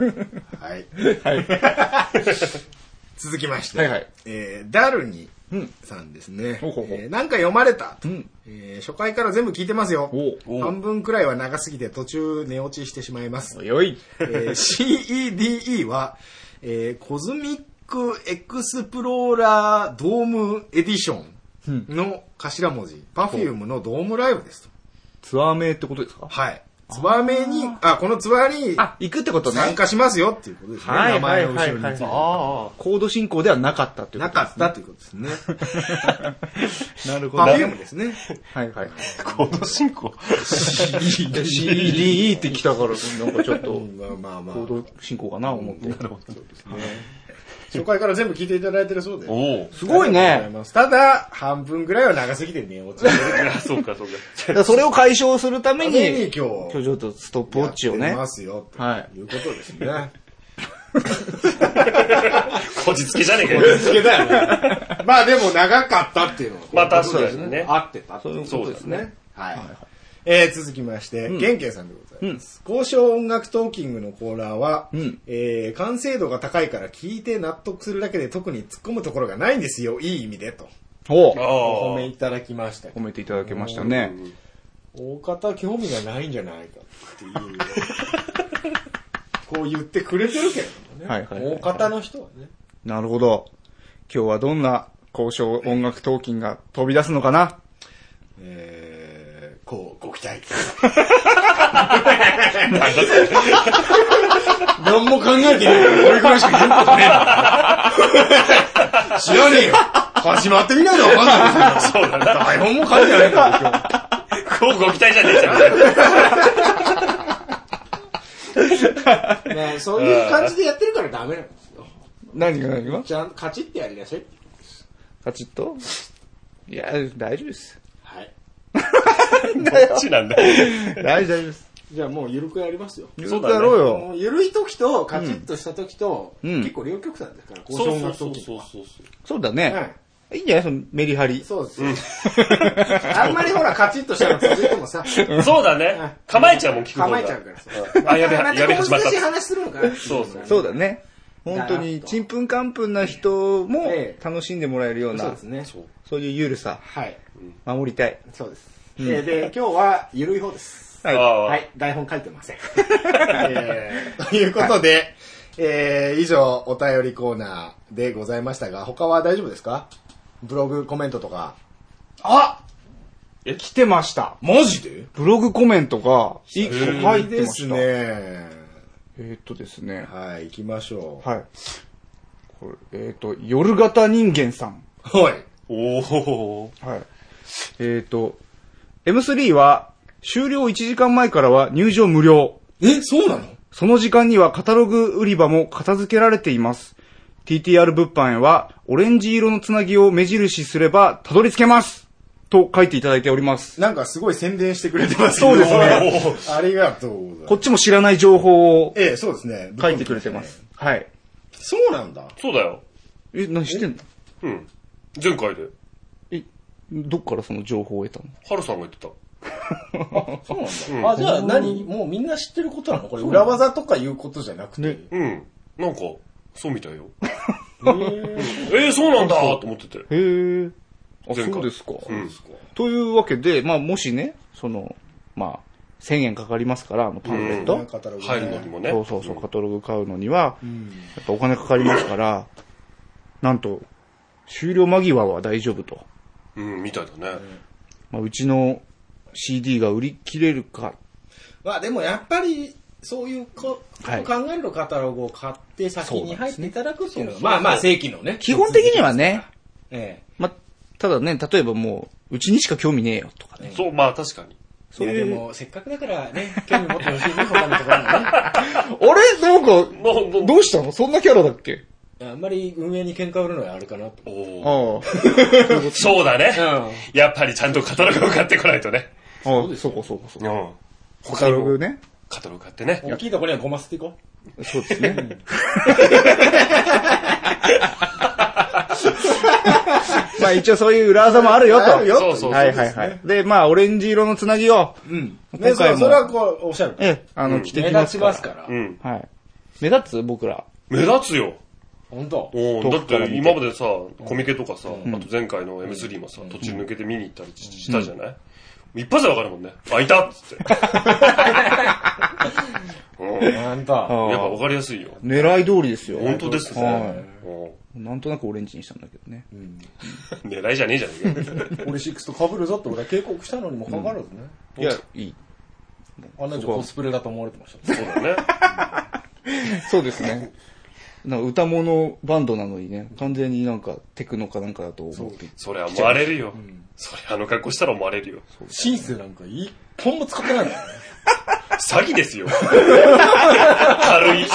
[SPEAKER 1] うんはい。
[SPEAKER 3] はい。
[SPEAKER 1] 続きまして。
[SPEAKER 3] はいはい
[SPEAKER 1] えーダルニ
[SPEAKER 3] うん。
[SPEAKER 1] さんですね。
[SPEAKER 3] ほうほうほう
[SPEAKER 1] えーなんか読まれたと、
[SPEAKER 3] うん
[SPEAKER 1] えー初回から全部聞いてますよ
[SPEAKER 3] おう。
[SPEAKER 2] おう
[SPEAKER 1] 半分くらいは長すぎて途中寝落ちしてしまいます。
[SPEAKER 3] よい。
[SPEAKER 1] えー CEDE は、えーコズミックエクスプローラードームエディションの頭文字、パフュームのドームライブですと。
[SPEAKER 3] ツアー名ってことですか
[SPEAKER 1] はい。ツバメに、あ、このツアーに
[SPEAKER 3] あ、行くってことね。
[SPEAKER 1] 参加しますよっていうことですね。
[SPEAKER 3] はい
[SPEAKER 1] 名前の後ろについて
[SPEAKER 3] はいはいはい
[SPEAKER 2] あ
[SPEAKER 3] コード進行ではなかったっていうこ
[SPEAKER 1] な
[SPEAKER 3] とで
[SPEAKER 1] かったということですね。
[SPEAKER 3] す ね。なるほど。
[SPEAKER 1] パフュー
[SPEAKER 3] は
[SPEAKER 1] ムですね。
[SPEAKER 3] いはい。
[SPEAKER 2] あ、コード進行。
[SPEAKER 3] CD って来たから、なんかちょっと、
[SPEAKER 1] まあまあまあ
[SPEAKER 3] コー。ド進行かな、思って。
[SPEAKER 1] 初回から全部聞いていただいてるそうで。
[SPEAKER 2] お
[SPEAKER 1] あ
[SPEAKER 2] お。
[SPEAKER 3] すごい
[SPEAKER 1] りがと
[SPEAKER 3] ね
[SPEAKER 1] う ござ。ます。ただ、半分ぐらいは長すぎてね、落ちてる。
[SPEAKER 2] あ、 そうか、そうか。
[SPEAKER 3] だからそれを解消するため
[SPEAKER 1] 目に
[SPEAKER 3] に、
[SPEAKER 1] 今日、
[SPEAKER 3] 今日ちょっとストップウォッチを
[SPEAKER 1] やっ
[SPEAKER 3] ね
[SPEAKER 1] て。ますよ、と
[SPEAKER 3] はい
[SPEAKER 1] いうことです ね。
[SPEAKER 2] こじつけじゃねえかよ。
[SPEAKER 1] つけだよね。まあでも長かったっていうのは。
[SPEAKER 2] まあ確かにね。
[SPEAKER 1] 合ってたっていう
[SPEAKER 2] そうですね。
[SPEAKER 1] はい。えー続きまして、玄慶さんでございます。交渉音楽トーキングのコーナーは、
[SPEAKER 3] うん
[SPEAKER 1] えー完成度が高いから聞いて納得するだけで特に突っ込むところがないんですよ、いい意味でと。
[SPEAKER 3] お
[SPEAKER 2] あ
[SPEAKER 3] 褒
[SPEAKER 1] お褒め
[SPEAKER 2] あ。
[SPEAKER 1] いただきました。
[SPEAKER 3] めていただけましたね。
[SPEAKER 1] 大方興味がないんじゃないかっていう。こう言ってくれてるけれどもね。
[SPEAKER 3] はいはいはい
[SPEAKER 1] 大方の人はね。
[SPEAKER 3] なるほど。今日はどんな交渉音楽トーキンが飛び出すのか な
[SPEAKER 1] えー、こう、ご期待。何も考えてない。俺ぐらいしか言うことねえ知らねえよ。始まってみないとわかんないですよ。そうだね。台本も書いてないから、
[SPEAKER 2] こうご期待じゃねえじゃん。
[SPEAKER 1] 今日。ねそういう感じでやってるからダメなんですよ。
[SPEAKER 3] 何が何が
[SPEAKER 1] じゃん、カチってやりなさい。
[SPEAKER 3] カチッといや、大丈夫です。
[SPEAKER 1] はい。
[SPEAKER 2] どっちなんだよ。
[SPEAKER 3] 大丈夫です。
[SPEAKER 1] じゃあもうゆるくやりますよ。
[SPEAKER 3] そうだろうよ。
[SPEAKER 1] もう緩い時とカチッとした時と、
[SPEAKER 3] うん
[SPEAKER 1] 結構両極端ですから、
[SPEAKER 2] そう
[SPEAKER 1] 交渉が
[SPEAKER 2] そう
[SPEAKER 1] 時
[SPEAKER 2] そう
[SPEAKER 1] とか。
[SPEAKER 2] そう。
[SPEAKER 3] そうだ
[SPEAKER 1] は
[SPEAKER 3] ね
[SPEAKER 1] い。
[SPEAKER 3] いいんじゃないそのメリハリ。
[SPEAKER 1] そうですよ。あんま りほら、カチッとしたの続いてもさ、
[SPEAKER 2] そうだね。構えちゃうもん、聞く方が
[SPEAKER 1] 構えちゃうからさ。
[SPEAKER 2] あ、やべ、やべ、
[SPEAKER 1] なん
[SPEAKER 2] 始ま
[SPEAKER 1] か
[SPEAKER 2] っ
[SPEAKER 1] 難し
[SPEAKER 2] た。
[SPEAKER 1] い話するのかな
[SPEAKER 2] そうそう
[SPEAKER 3] そうだね。本当に、ちんぷんかんぷんな人も
[SPEAKER 1] ええ
[SPEAKER 3] 楽しんでもらえるよう
[SPEAKER 1] そう
[SPEAKER 3] な
[SPEAKER 1] で、すね。
[SPEAKER 3] そういうゆるさ、
[SPEAKER 1] はい。
[SPEAKER 3] 守りたい。
[SPEAKER 1] そうです。えーで、今日は緩い方です。
[SPEAKER 2] あ
[SPEAKER 3] は
[SPEAKER 2] あ
[SPEAKER 1] は
[SPEAKER 2] ー。
[SPEAKER 1] い。台本書いてません。え ーということで、えー以上、お便りコーナーでございましたが、他は大丈夫ですかブログ、コメントとか。あ
[SPEAKER 2] え
[SPEAKER 3] 来てました。
[SPEAKER 8] マジで
[SPEAKER 3] ブログコメントが一個入って
[SPEAKER 8] で
[SPEAKER 3] ますした。
[SPEAKER 8] ね。
[SPEAKER 3] えーっとですね。
[SPEAKER 8] はい、行きましょう。
[SPEAKER 3] はい。これえーっと、夜型人間さん。
[SPEAKER 8] はい。
[SPEAKER 2] おお。
[SPEAKER 3] はい。えーっと、M3 は終了1時間前からは入場無料。
[SPEAKER 8] え、そうなの
[SPEAKER 3] その時間にはカタログ売り場も片付けられています。TTR 物販へは、オレンジ色のつなぎを目印すれば、たどり着けますと書いていただいております。
[SPEAKER 8] なんかすごい宣伝してくれてますけ
[SPEAKER 3] そう
[SPEAKER 8] ど
[SPEAKER 3] ですね。
[SPEAKER 8] ありがとうございます
[SPEAKER 3] こ。っちも知らない情報を
[SPEAKER 8] ええ、そうですね。
[SPEAKER 3] 書いてくれてます。。はい。
[SPEAKER 8] そうなんだ。
[SPEAKER 2] そうだよ。
[SPEAKER 3] え、何してんの
[SPEAKER 2] うん。前回で、
[SPEAKER 3] え、どっからその情報を得たの
[SPEAKER 2] ハルさんが言ってた。
[SPEAKER 8] あ、じゃあ何もうみんな知ってることなのこれ裏技とかいうことじゃなくて。
[SPEAKER 2] うん。なんか、そうみたい よ。えー、そうなんだと思ってて。
[SPEAKER 3] へえ。あ、
[SPEAKER 2] 前回
[SPEAKER 3] そうですか。
[SPEAKER 2] うん。
[SPEAKER 3] というわけで、まあ、もしね、その、まあ、1000円かかりますから、あのパンフレット。
[SPEAKER 8] なんかあったらごめん
[SPEAKER 2] 入るのにもね。
[SPEAKER 3] そうそうそう、カタログ買うのには、やっぱお金かかりますから、なんと、終了間際は大丈夫と。
[SPEAKER 2] うん、みたいだね。
[SPEAKER 3] まあ、うちの CD が売り切れるか、
[SPEAKER 8] まあでもやっぱり、そういうこ
[SPEAKER 3] は
[SPEAKER 8] と
[SPEAKER 3] い
[SPEAKER 8] 考えるとカタログを買って先に入っていただくっていうのが、
[SPEAKER 2] そう
[SPEAKER 8] まあまあ正規のね。
[SPEAKER 3] 基本的にはね、
[SPEAKER 8] え
[SPEAKER 3] まあ、ただね、例えばもう、うちにしか興味ねえよとかね。
[SPEAKER 2] そう、まあ確かに。
[SPEAKER 8] え。いやでも、せっかくだからね、興味持ってほしいね、他のところ にね。
[SPEAKER 3] あれなんか、
[SPEAKER 2] なな
[SPEAKER 3] どうしたのそんなキャラだっけ
[SPEAKER 8] あんまり運営に喧嘩売るのはあれかなと。
[SPEAKER 2] おー
[SPEAKER 3] ああ。
[SPEAKER 2] そうだね。
[SPEAKER 8] うん
[SPEAKER 2] やっぱりちゃんとカタログを買ってこないとね。
[SPEAKER 3] ああ、そうかそうかそう
[SPEAKER 2] う
[SPEAKER 3] か。
[SPEAKER 2] ん。
[SPEAKER 3] カタログね。
[SPEAKER 2] カタログ買ってね。
[SPEAKER 8] 大きいところにはごま捨ていこ
[SPEAKER 3] そうですね。 まあ一応そういう裏技もあるよと。
[SPEAKER 8] あるよ
[SPEAKER 2] そうそうそう。
[SPEAKER 3] はいはいはい。で、まあ、オレンジ色のつなぎを、
[SPEAKER 8] う。うん。
[SPEAKER 3] 今
[SPEAKER 8] ね、そ
[SPEAKER 3] 回も
[SPEAKER 8] うそれはこう、おっしゃる。
[SPEAKER 3] ええ、あの、着て
[SPEAKER 8] 目
[SPEAKER 3] きま
[SPEAKER 8] 立ち
[SPEAKER 3] すから。
[SPEAKER 8] ますから
[SPEAKER 2] う。ん。
[SPEAKER 3] はい。目立つ僕ら。
[SPEAKER 2] 目立つよ。
[SPEAKER 8] 本当。
[SPEAKER 2] おーだ
[SPEAKER 3] 遠
[SPEAKER 2] っ
[SPEAKER 3] くから見
[SPEAKER 2] て
[SPEAKER 3] て
[SPEAKER 2] 今までさ、コミケとかさ、あと前回の M3 もさ、途中抜けて見に行ったりしたじゃない一発でわかるもんね。あ、いたっ つって。うんやっ
[SPEAKER 8] なんだ。
[SPEAKER 2] ぱわかりやすいよ。
[SPEAKER 3] 狙い通りですよ。
[SPEAKER 2] 本当です
[SPEAKER 3] は
[SPEAKER 2] ね。うん
[SPEAKER 3] い。なんとなくオレンジにしたんだけどね。
[SPEAKER 2] 狙いじゃねえじゃねえかよ。
[SPEAKER 8] 俺シックスと被るぞって俺は警告したのにもかかわらずね。
[SPEAKER 3] いや、いい。
[SPEAKER 8] あんなじゃコスプレだと思われてました。
[SPEAKER 2] そうだね。
[SPEAKER 3] そうです ね。なんか歌物バンドなのにね、完全になんかテクノかなんかだと思って。
[SPEAKER 2] そりゃ思われるよ。そりゃあの格好したら思われるよ。
[SPEAKER 8] シンセなんか一本も使ってないんだよね。
[SPEAKER 2] 詐欺ですよ。軽い。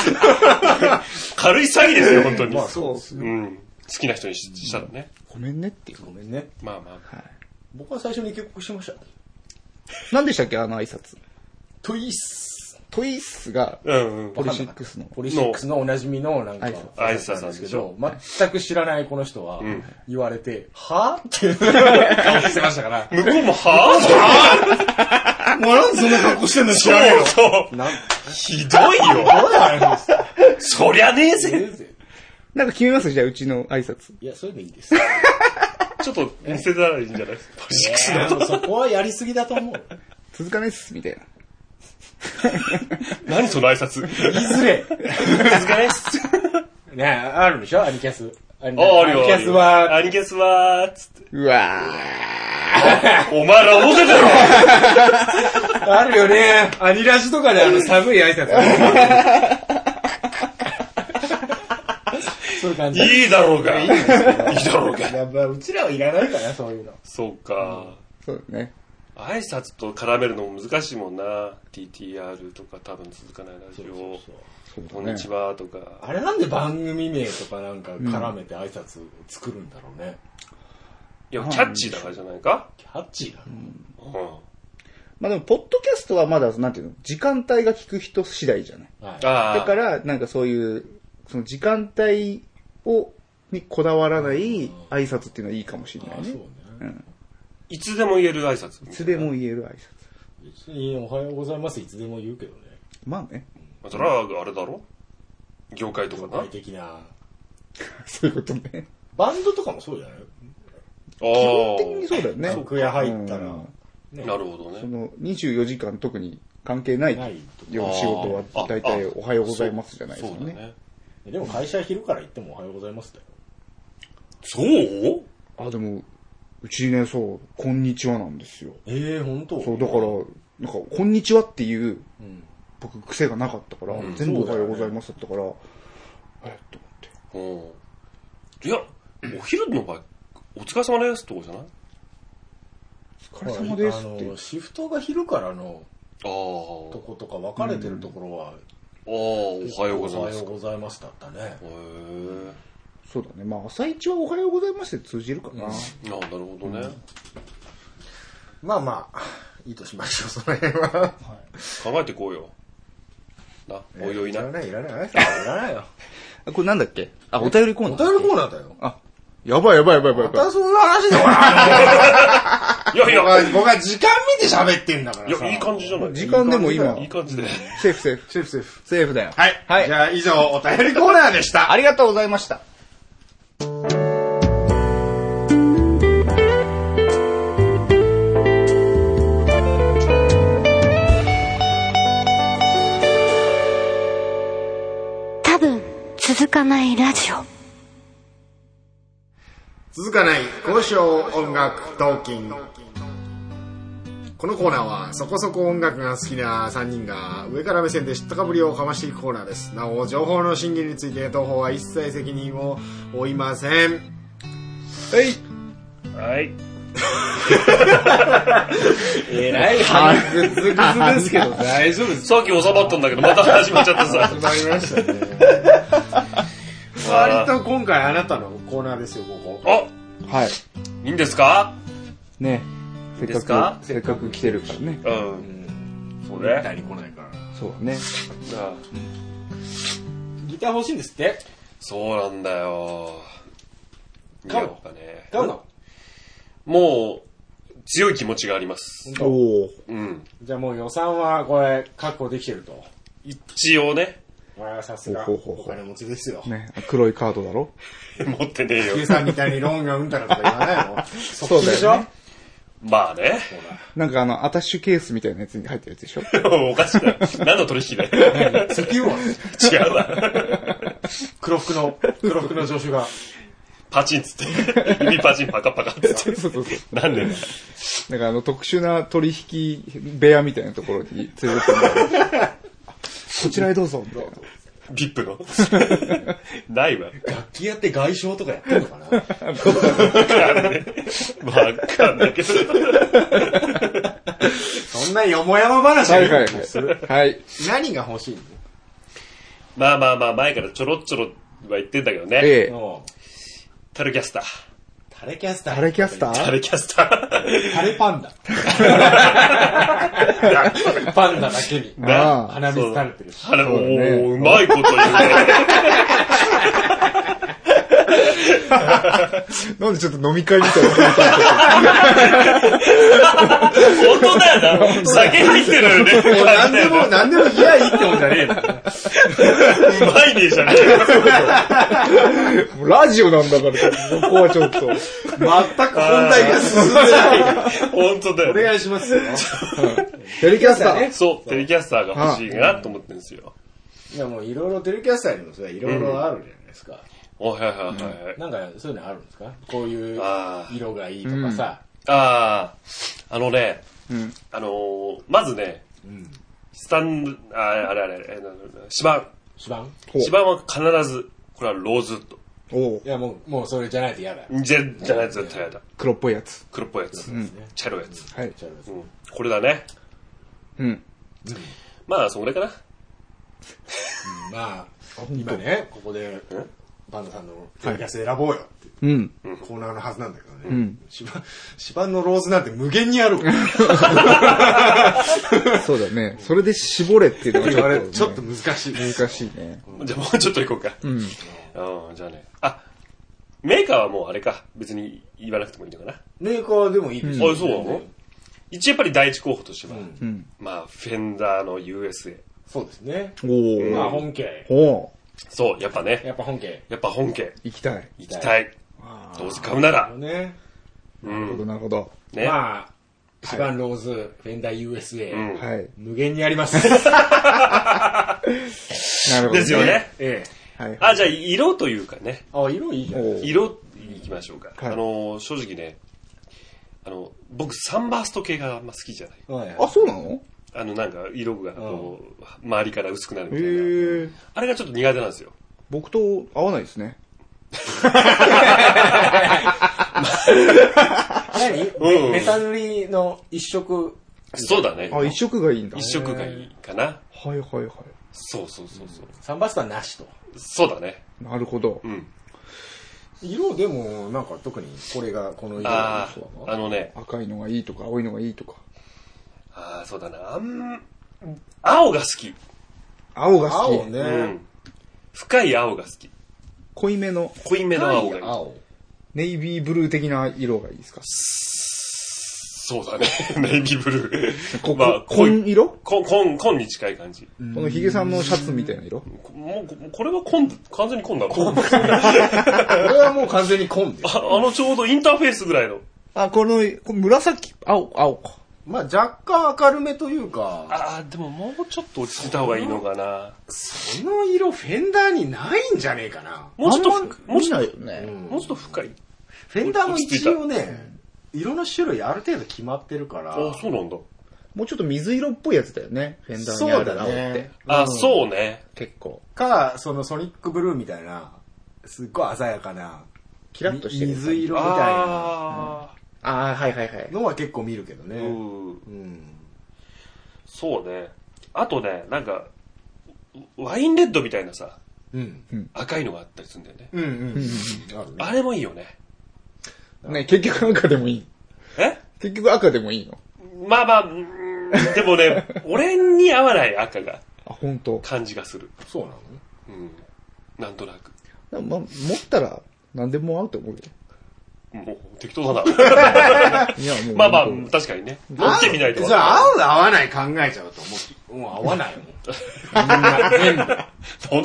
[SPEAKER 2] 軽い詐欺ですよ、本当に。
[SPEAKER 8] そうですね。
[SPEAKER 2] うん。好きな人にししたらね。
[SPEAKER 3] ごめんねっていう。
[SPEAKER 8] ごめんね。
[SPEAKER 2] まあまあ。
[SPEAKER 8] 僕は最初に警告しました。
[SPEAKER 3] 何でしたっけあの挨拶。
[SPEAKER 8] トイス。
[SPEAKER 3] トイスが、
[SPEAKER 2] うんうん
[SPEAKER 3] ポ。リシックスの。
[SPEAKER 8] ポリシックスのおなじみのなんか
[SPEAKER 3] 挨拶、
[SPEAKER 2] 挨拶なんですけ
[SPEAKER 8] け
[SPEAKER 2] ど
[SPEAKER 8] ど、全く知らないこの人は
[SPEAKER 2] ん、
[SPEAKER 8] 言われて、はぁっていう顔してました から。
[SPEAKER 2] 向こうも、は
[SPEAKER 8] もうなんでそんな格好してんの
[SPEAKER 2] ぁそうそう。
[SPEAKER 8] なん
[SPEAKER 2] ひどい
[SPEAKER 8] だ
[SPEAKER 2] よ。
[SPEAKER 8] よ、あれ。
[SPEAKER 2] そりゃねえぜ。
[SPEAKER 3] なんか決めますじゃあ、うちの挨拶。
[SPEAKER 8] いや、そういうのいいです。
[SPEAKER 2] ちょっと見せたらいいんじゃないポリシックスの。
[SPEAKER 8] そこはやりすぎだと思う。
[SPEAKER 3] 続かないっす、みたいな。
[SPEAKER 2] 何その挨拶。
[SPEAKER 8] 言いづれ。
[SPEAKER 2] 続かないっす。
[SPEAKER 8] ねあるでしょアニキャス。アニ
[SPEAKER 2] ああ、あるよ。
[SPEAKER 8] キャスは、
[SPEAKER 2] アニキャスは、つって。
[SPEAKER 3] うわ
[SPEAKER 2] お前ら思ってたろ
[SPEAKER 8] あるよね。アニラジとかであ の寒い挨拶。そういう感じ。
[SPEAKER 2] いいだろうが。いいだろうが。
[SPEAKER 8] やっぱうちらはいらないかな、そういうの。
[SPEAKER 2] そうか。
[SPEAKER 3] ーそうだね。
[SPEAKER 2] 挨拶と絡めるのも難しいもんな。TTR とか多分続かないラジオ。
[SPEAKER 3] そうだ
[SPEAKER 2] こん
[SPEAKER 3] ね
[SPEAKER 2] にちはとか。
[SPEAKER 8] あれなんで番組名とかなんか絡めて挨拶を作るんだろうね。
[SPEAKER 2] いや、キャッチーだからじゃないか
[SPEAKER 8] キャッチーだね。
[SPEAKER 2] うん。
[SPEAKER 3] まあでも、ポッドキャストはまだ、なんていうの、時間帯が聞く人次第じゃない。
[SPEAKER 8] はい。
[SPEAKER 2] あ
[SPEAKER 3] だか
[SPEAKER 2] あ。
[SPEAKER 3] ら、なんかそういう、その時間帯を、にこだわらない挨拶っていうのはいいかもしれな
[SPEAKER 8] あ
[SPEAKER 3] い
[SPEAKER 8] そう
[SPEAKER 3] ね
[SPEAKER 8] ね。。
[SPEAKER 2] いつでも言える挨拶。
[SPEAKER 3] いつでも言える挨拶。
[SPEAKER 8] 別におはようございます、いつでも言うけどね。
[SPEAKER 3] まあね。
[SPEAKER 2] まあそれはあれだろ業界とかな。あ
[SPEAKER 8] 具体的な。
[SPEAKER 3] そういうことね。
[SPEAKER 8] バンドとかもそうじゃない
[SPEAKER 3] 基本的に
[SPEAKER 2] あ。
[SPEAKER 3] そうだよね。
[SPEAKER 8] 楽屋入ったら
[SPEAKER 3] うん
[SPEAKER 2] なるほど
[SPEAKER 3] そ
[SPEAKER 2] ね。
[SPEAKER 3] の、24時間特に関係ない
[SPEAKER 8] ない
[SPEAKER 3] ような仕事は
[SPEAKER 2] あ、ー
[SPEAKER 3] だいたい
[SPEAKER 2] あ
[SPEAKER 3] おはようございますじゃないです
[SPEAKER 2] そう
[SPEAKER 3] か
[SPEAKER 2] だ
[SPEAKER 3] ね。
[SPEAKER 2] ね。
[SPEAKER 8] でも会社は昼から行ってもおはようございますだよ。
[SPEAKER 2] そう
[SPEAKER 3] あ、でも、ううちね、そう、こんにちはなんですよ。
[SPEAKER 1] ええ本当
[SPEAKER 3] そう、だから、なんか、こんにちはっていう、僕、癖がなかったから、全部おはようございますだったから、えっと思って。
[SPEAKER 2] うん。いや、お昼の場合、お疲れ様ですってことじゃない
[SPEAKER 3] お疲れ様です
[SPEAKER 1] あ
[SPEAKER 3] って。
[SPEAKER 1] の、シフトが昼からの
[SPEAKER 2] ああ。
[SPEAKER 1] とことか分かれてるところは、
[SPEAKER 2] ああ、おはようございま
[SPEAKER 1] おはよ
[SPEAKER 2] す
[SPEAKER 1] う。ございますだったね。
[SPEAKER 2] へえ。
[SPEAKER 3] そうだね。まあ、朝一はおはようございますって通じるかな。
[SPEAKER 2] ああ、なるほどね。
[SPEAKER 1] まあまあ、いいとしましょう、その辺は。
[SPEAKER 2] 考えてこうよ。な、おいおいな。
[SPEAKER 1] らない、いらない、いらないよ。
[SPEAKER 3] あこれなんだっけあ、お便りコー
[SPEAKER 1] お
[SPEAKER 3] ナー。
[SPEAKER 1] 便りコーナーだよ。
[SPEAKER 3] あ、やばいやばいやばいやばいや
[SPEAKER 1] ま
[SPEAKER 3] ば
[SPEAKER 1] たそんな話だから。
[SPEAKER 2] いや い
[SPEAKER 1] 僕は
[SPEAKER 2] や、
[SPEAKER 1] 僕は時間見て喋ってんだから
[SPEAKER 2] い
[SPEAKER 1] さ。
[SPEAKER 2] や、いい感じじゃない
[SPEAKER 3] い。時間でも今
[SPEAKER 2] いい、感じで。
[SPEAKER 3] セーフセーフ。
[SPEAKER 1] セーフセーフ。
[SPEAKER 3] セーフだよ。
[SPEAKER 1] はい。
[SPEAKER 3] はい
[SPEAKER 1] じ。ゃあ以上、お便りコーナーでした。
[SPEAKER 3] ありがとうございました。
[SPEAKER 9] 多分続かないラジオ
[SPEAKER 1] 続かない交渉音楽トーキンこのコーナーはそこそこ音楽が好きな3人が上から目線で知ったかぶりをかましていくコーナーですなお情報の審議について東方は一切責任を負いませんはい
[SPEAKER 2] はい。
[SPEAKER 1] えら い話グズグズですけど大丈夫です
[SPEAKER 2] さっき収まったんだけど、また始まっちゃってさ。
[SPEAKER 1] 始まりましたね割と今回あなたのコーナーですよここ
[SPEAKER 2] あ、
[SPEAKER 3] はい。
[SPEAKER 2] いいんですか
[SPEAKER 3] ね。せ
[SPEAKER 2] いですか
[SPEAKER 3] せっかく来てるからね。
[SPEAKER 2] うん。そうね。
[SPEAKER 1] に来ないから
[SPEAKER 3] そうだね。
[SPEAKER 2] なあ
[SPEAKER 1] ギター欲しいんですって
[SPEAKER 2] そうなんだよ。
[SPEAKER 1] 買うの
[SPEAKER 2] いいかね。
[SPEAKER 1] 買うの
[SPEAKER 2] もう、強い気持ちがあります。
[SPEAKER 3] おお。
[SPEAKER 2] うん。
[SPEAKER 1] じゃあもう予算はこれ確保できてると
[SPEAKER 2] 一応ね、
[SPEAKER 1] まあさすが
[SPEAKER 3] ほうほうほう
[SPEAKER 1] お金持ちですよ。
[SPEAKER 3] ね。黒いカードだろ
[SPEAKER 2] 持ってねえ よ
[SPEAKER 1] ゆう。さんみたいにローンがうんたらとか言わないの
[SPEAKER 3] そうだよね
[SPEAKER 1] でしょ
[SPEAKER 2] まあね。
[SPEAKER 3] なんかあの、アタッシュケースみたいなやつに入ってるやつでしょ
[SPEAKER 2] おかしいな。何の取引だよ。
[SPEAKER 1] 石油王
[SPEAKER 2] 違うわ。
[SPEAKER 1] 黒服の、黒服の助手が。
[SPEAKER 2] パチンっつって。指パチンパカパカっつって。
[SPEAKER 3] そうそうそう。
[SPEAKER 2] なんでだよ
[SPEAKER 3] なんかあの、特殊な取引部屋みたいなところに連れてってもらうこちらへどうぞ、みたいな。
[SPEAKER 2] ビップ の。ないわ。
[SPEAKER 1] 楽器やって外傷とかやってんのかな
[SPEAKER 2] わかんないけど。
[SPEAKER 1] そんなよもやま話
[SPEAKER 3] はいい
[SPEAKER 1] いの
[SPEAKER 3] はいはい。はい。
[SPEAKER 1] 何が欲しい
[SPEAKER 2] まあまあまあ、前からちょろちょろは言ってんだけどね。
[SPEAKER 3] ええ。
[SPEAKER 1] の
[SPEAKER 2] タルキャスター。
[SPEAKER 1] タレキャスター。
[SPEAKER 3] タレキャス
[SPEAKER 2] タ
[SPEAKER 3] ター
[SPEAKER 2] ルキャスター。
[SPEAKER 1] タレパ ンダ。パンダだけに。
[SPEAKER 3] ああ。
[SPEAKER 1] 鼻水垂れてるし。
[SPEAKER 2] あれ、お
[SPEAKER 3] だね
[SPEAKER 2] ーうまいこと言うね。
[SPEAKER 3] なんでちょっと飲み会みたいな。
[SPEAKER 2] 本当だよな。酒入ってるよね。
[SPEAKER 1] もう 何でも、何でも嫌いいってもんじゃねえの。
[SPEAKER 2] うまいねえじゃね
[SPEAKER 3] もうラジオなんだから、ここはちょっと。
[SPEAKER 1] 全く本題が進んでない。
[SPEAKER 2] え本当だ
[SPEAKER 1] お
[SPEAKER 2] よね。
[SPEAKER 1] 願いしますよ。
[SPEAKER 3] テレキャスター。
[SPEAKER 2] そう、テレキャスターが欲しいなと思ってるんですよ。
[SPEAKER 1] いやもういろいろテレキャスターにもそれいろいろあるじゃないですか。
[SPEAKER 2] おはいはいはいはい。
[SPEAKER 1] なんかそういうのあるんですかこういう
[SPEAKER 2] あー
[SPEAKER 1] 色がいいとかさ。
[SPEAKER 2] ああ、あのね、
[SPEAKER 3] ん
[SPEAKER 2] あのー、まずね、スタンド、ああれあれあれ、えーなんだろうな芝
[SPEAKER 1] 芝番
[SPEAKER 3] ほ
[SPEAKER 2] 板、
[SPEAKER 3] う
[SPEAKER 2] 芝板は必ず、これはローズウッド。
[SPEAKER 3] おう
[SPEAKER 1] いやもう、もうそれじゃないと嫌だよ。
[SPEAKER 2] じゃ、じゃないやつ絶対やだ。
[SPEAKER 3] 黒っぽいやつ。
[SPEAKER 2] 黒っぽいやつ。茶色いやつ。
[SPEAKER 3] はい。
[SPEAKER 1] ちょっと
[SPEAKER 2] うんこれだね。
[SPEAKER 3] うん。
[SPEAKER 2] まあ、それかな。
[SPEAKER 1] まあ、今ね、ここで、バンダさんのテレキャス選ぼうよっていう
[SPEAKER 3] うん。
[SPEAKER 1] コーナーのはずなんだけどね。芝、芝のローズなんて無限にあるわ
[SPEAKER 3] そうだね。それで絞れっていうのがち
[SPEAKER 1] あ
[SPEAKER 3] ょっ
[SPEAKER 1] れ
[SPEAKER 3] とね、
[SPEAKER 1] ちょっと難しい。
[SPEAKER 3] 難しいね。
[SPEAKER 2] じゃあもうちょっと行こうか。うん。じゃあね。あ、メーカーはもうあれか。別に言わなくてもいいのかな。
[SPEAKER 1] メーカーでもいいでしょ
[SPEAKER 2] あ、そうなの一応やっぱり第一候補としては、
[SPEAKER 3] ん
[SPEAKER 2] まあ、フェンダーの USA。
[SPEAKER 1] そうですね。まあ
[SPEAKER 3] お
[SPEAKER 1] 本家。
[SPEAKER 3] お。おう
[SPEAKER 2] そう、やっぱね。
[SPEAKER 1] やっぱ本家。
[SPEAKER 2] やっぱ本家。
[SPEAKER 3] 行きたい。
[SPEAKER 2] 行きたい。どうせ買うな
[SPEAKER 1] あ
[SPEAKER 2] ら
[SPEAKER 1] の。ね。
[SPEAKER 3] なるほど、なるほど。
[SPEAKER 2] ね。
[SPEAKER 1] まあ、シバンローズ、フェンダー USA、
[SPEAKER 2] うん
[SPEAKER 3] はい。
[SPEAKER 1] 無限にあります。
[SPEAKER 3] なるほど。
[SPEAKER 2] ですよ。ね。
[SPEAKER 1] ええ。
[SPEAKER 3] はい。
[SPEAKER 2] あ、じゃあ、色というかね。
[SPEAKER 1] あ、色いいじゃん。
[SPEAKER 3] おう
[SPEAKER 2] 色、いきましょうか。
[SPEAKER 3] はい
[SPEAKER 2] あのー、正直ね、あの、僕、サンバースト系があんま好きじゃない。
[SPEAKER 1] はい
[SPEAKER 3] あ、そうなの
[SPEAKER 2] あの、なんか、色が、こう、周りから薄くなるみたいな。
[SPEAKER 3] へえ。
[SPEAKER 2] あれがちょっと苦手なんですよ。
[SPEAKER 3] 僕と合わないですね。
[SPEAKER 1] 何
[SPEAKER 2] うん
[SPEAKER 1] メタルリの一色。
[SPEAKER 2] そうだね。
[SPEAKER 3] あ、一色がいいんだ。
[SPEAKER 2] 一色がいいかな。
[SPEAKER 3] はいはいはい。
[SPEAKER 2] そうそうそうそう。
[SPEAKER 1] サンバスタなしと。
[SPEAKER 2] そうだね。
[SPEAKER 3] なるほど。
[SPEAKER 2] うん。
[SPEAKER 1] 色でも、なんか特にこれが、この色
[SPEAKER 2] あ
[SPEAKER 1] の人
[SPEAKER 2] あ、あのね、
[SPEAKER 3] 赤いのがいいとか、青いのがいいとか。
[SPEAKER 2] ああ、そうだな。あん、青が好き。
[SPEAKER 3] 青が好
[SPEAKER 1] 青
[SPEAKER 3] き。
[SPEAKER 1] ね。
[SPEAKER 2] うん。深い青が好き。
[SPEAKER 3] 濃いめの
[SPEAKER 2] 濃いめの青がいい。
[SPEAKER 1] 青。
[SPEAKER 3] ネイビーブルー的な色がいいですか
[SPEAKER 2] そうだね。 ネイビーブル
[SPEAKER 3] こ
[SPEAKER 2] ー。まあ、濃い。
[SPEAKER 3] 紺色
[SPEAKER 2] こん、こん、こんに近い感じ。
[SPEAKER 3] このヒゲさんのシャツみたいな色
[SPEAKER 2] こもう、ここれは紺、完全に紺だろ。
[SPEAKER 1] これはもう完全に紺です。
[SPEAKER 2] ああのちょうどインターフェースぐらいの。
[SPEAKER 3] あ、この、こ紫、青、青か。
[SPEAKER 1] まあ若干明るめというか、
[SPEAKER 2] ああ、でももうちょっと落ち着いた方がいいのかな。
[SPEAKER 1] その色フェンダーにないんじゃねえかな。
[SPEAKER 2] もうちょっと
[SPEAKER 3] あんま
[SPEAKER 2] ふ、もうちょっ
[SPEAKER 3] 見
[SPEAKER 2] と、
[SPEAKER 3] ないよね。
[SPEAKER 2] もうちょっと深い。
[SPEAKER 1] フェンダーも一応ね、色の種類ある程度決まってるから。
[SPEAKER 2] ああ、そうなんだ。
[SPEAKER 3] もうちょっと水色っぽいやつだよね。フェンダーにある青って。
[SPEAKER 2] ああ、そうね。
[SPEAKER 3] 結構。
[SPEAKER 1] か、そのソニックブルーみたいな、すっごい鮮やかな、
[SPEAKER 3] キラッとしてる。
[SPEAKER 1] 水色みたいな
[SPEAKER 2] あ
[SPEAKER 3] ああ、はいはいはい。
[SPEAKER 1] のは結構見るけど
[SPEAKER 2] あ、
[SPEAKER 1] ね。
[SPEAKER 2] うん。
[SPEAKER 1] うん。
[SPEAKER 2] そうね。あとね、なんか、ワインレッドみたいなさ、
[SPEAKER 1] うん。
[SPEAKER 2] 赤いのがあったりするんだよね。
[SPEAKER 1] うんうん。あるね。
[SPEAKER 2] あれもいいよね。
[SPEAKER 3] ね、結局赤でもいい。
[SPEAKER 2] え
[SPEAKER 3] 結局赤でもいいの
[SPEAKER 2] まあまあ、うーんでも ね、俺に合わない赤が、
[SPEAKER 3] あ、本当。
[SPEAKER 2] 感じがする。
[SPEAKER 1] そうなの
[SPEAKER 2] うん。なんとなく。
[SPEAKER 3] まあ、持ったら何でも合うと思 うよ。
[SPEAKER 2] もう、適当だな。
[SPEAKER 3] いや、もう。
[SPEAKER 2] まあまあ
[SPEAKER 3] 本、
[SPEAKER 2] 確かにね。持ってみないと
[SPEAKER 1] そ
[SPEAKER 2] わかん
[SPEAKER 1] れ
[SPEAKER 2] ない。
[SPEAKER 1] 合う合わない考えちゃうと思う。もう合わないもん。
[SPEAKER 2] なんだ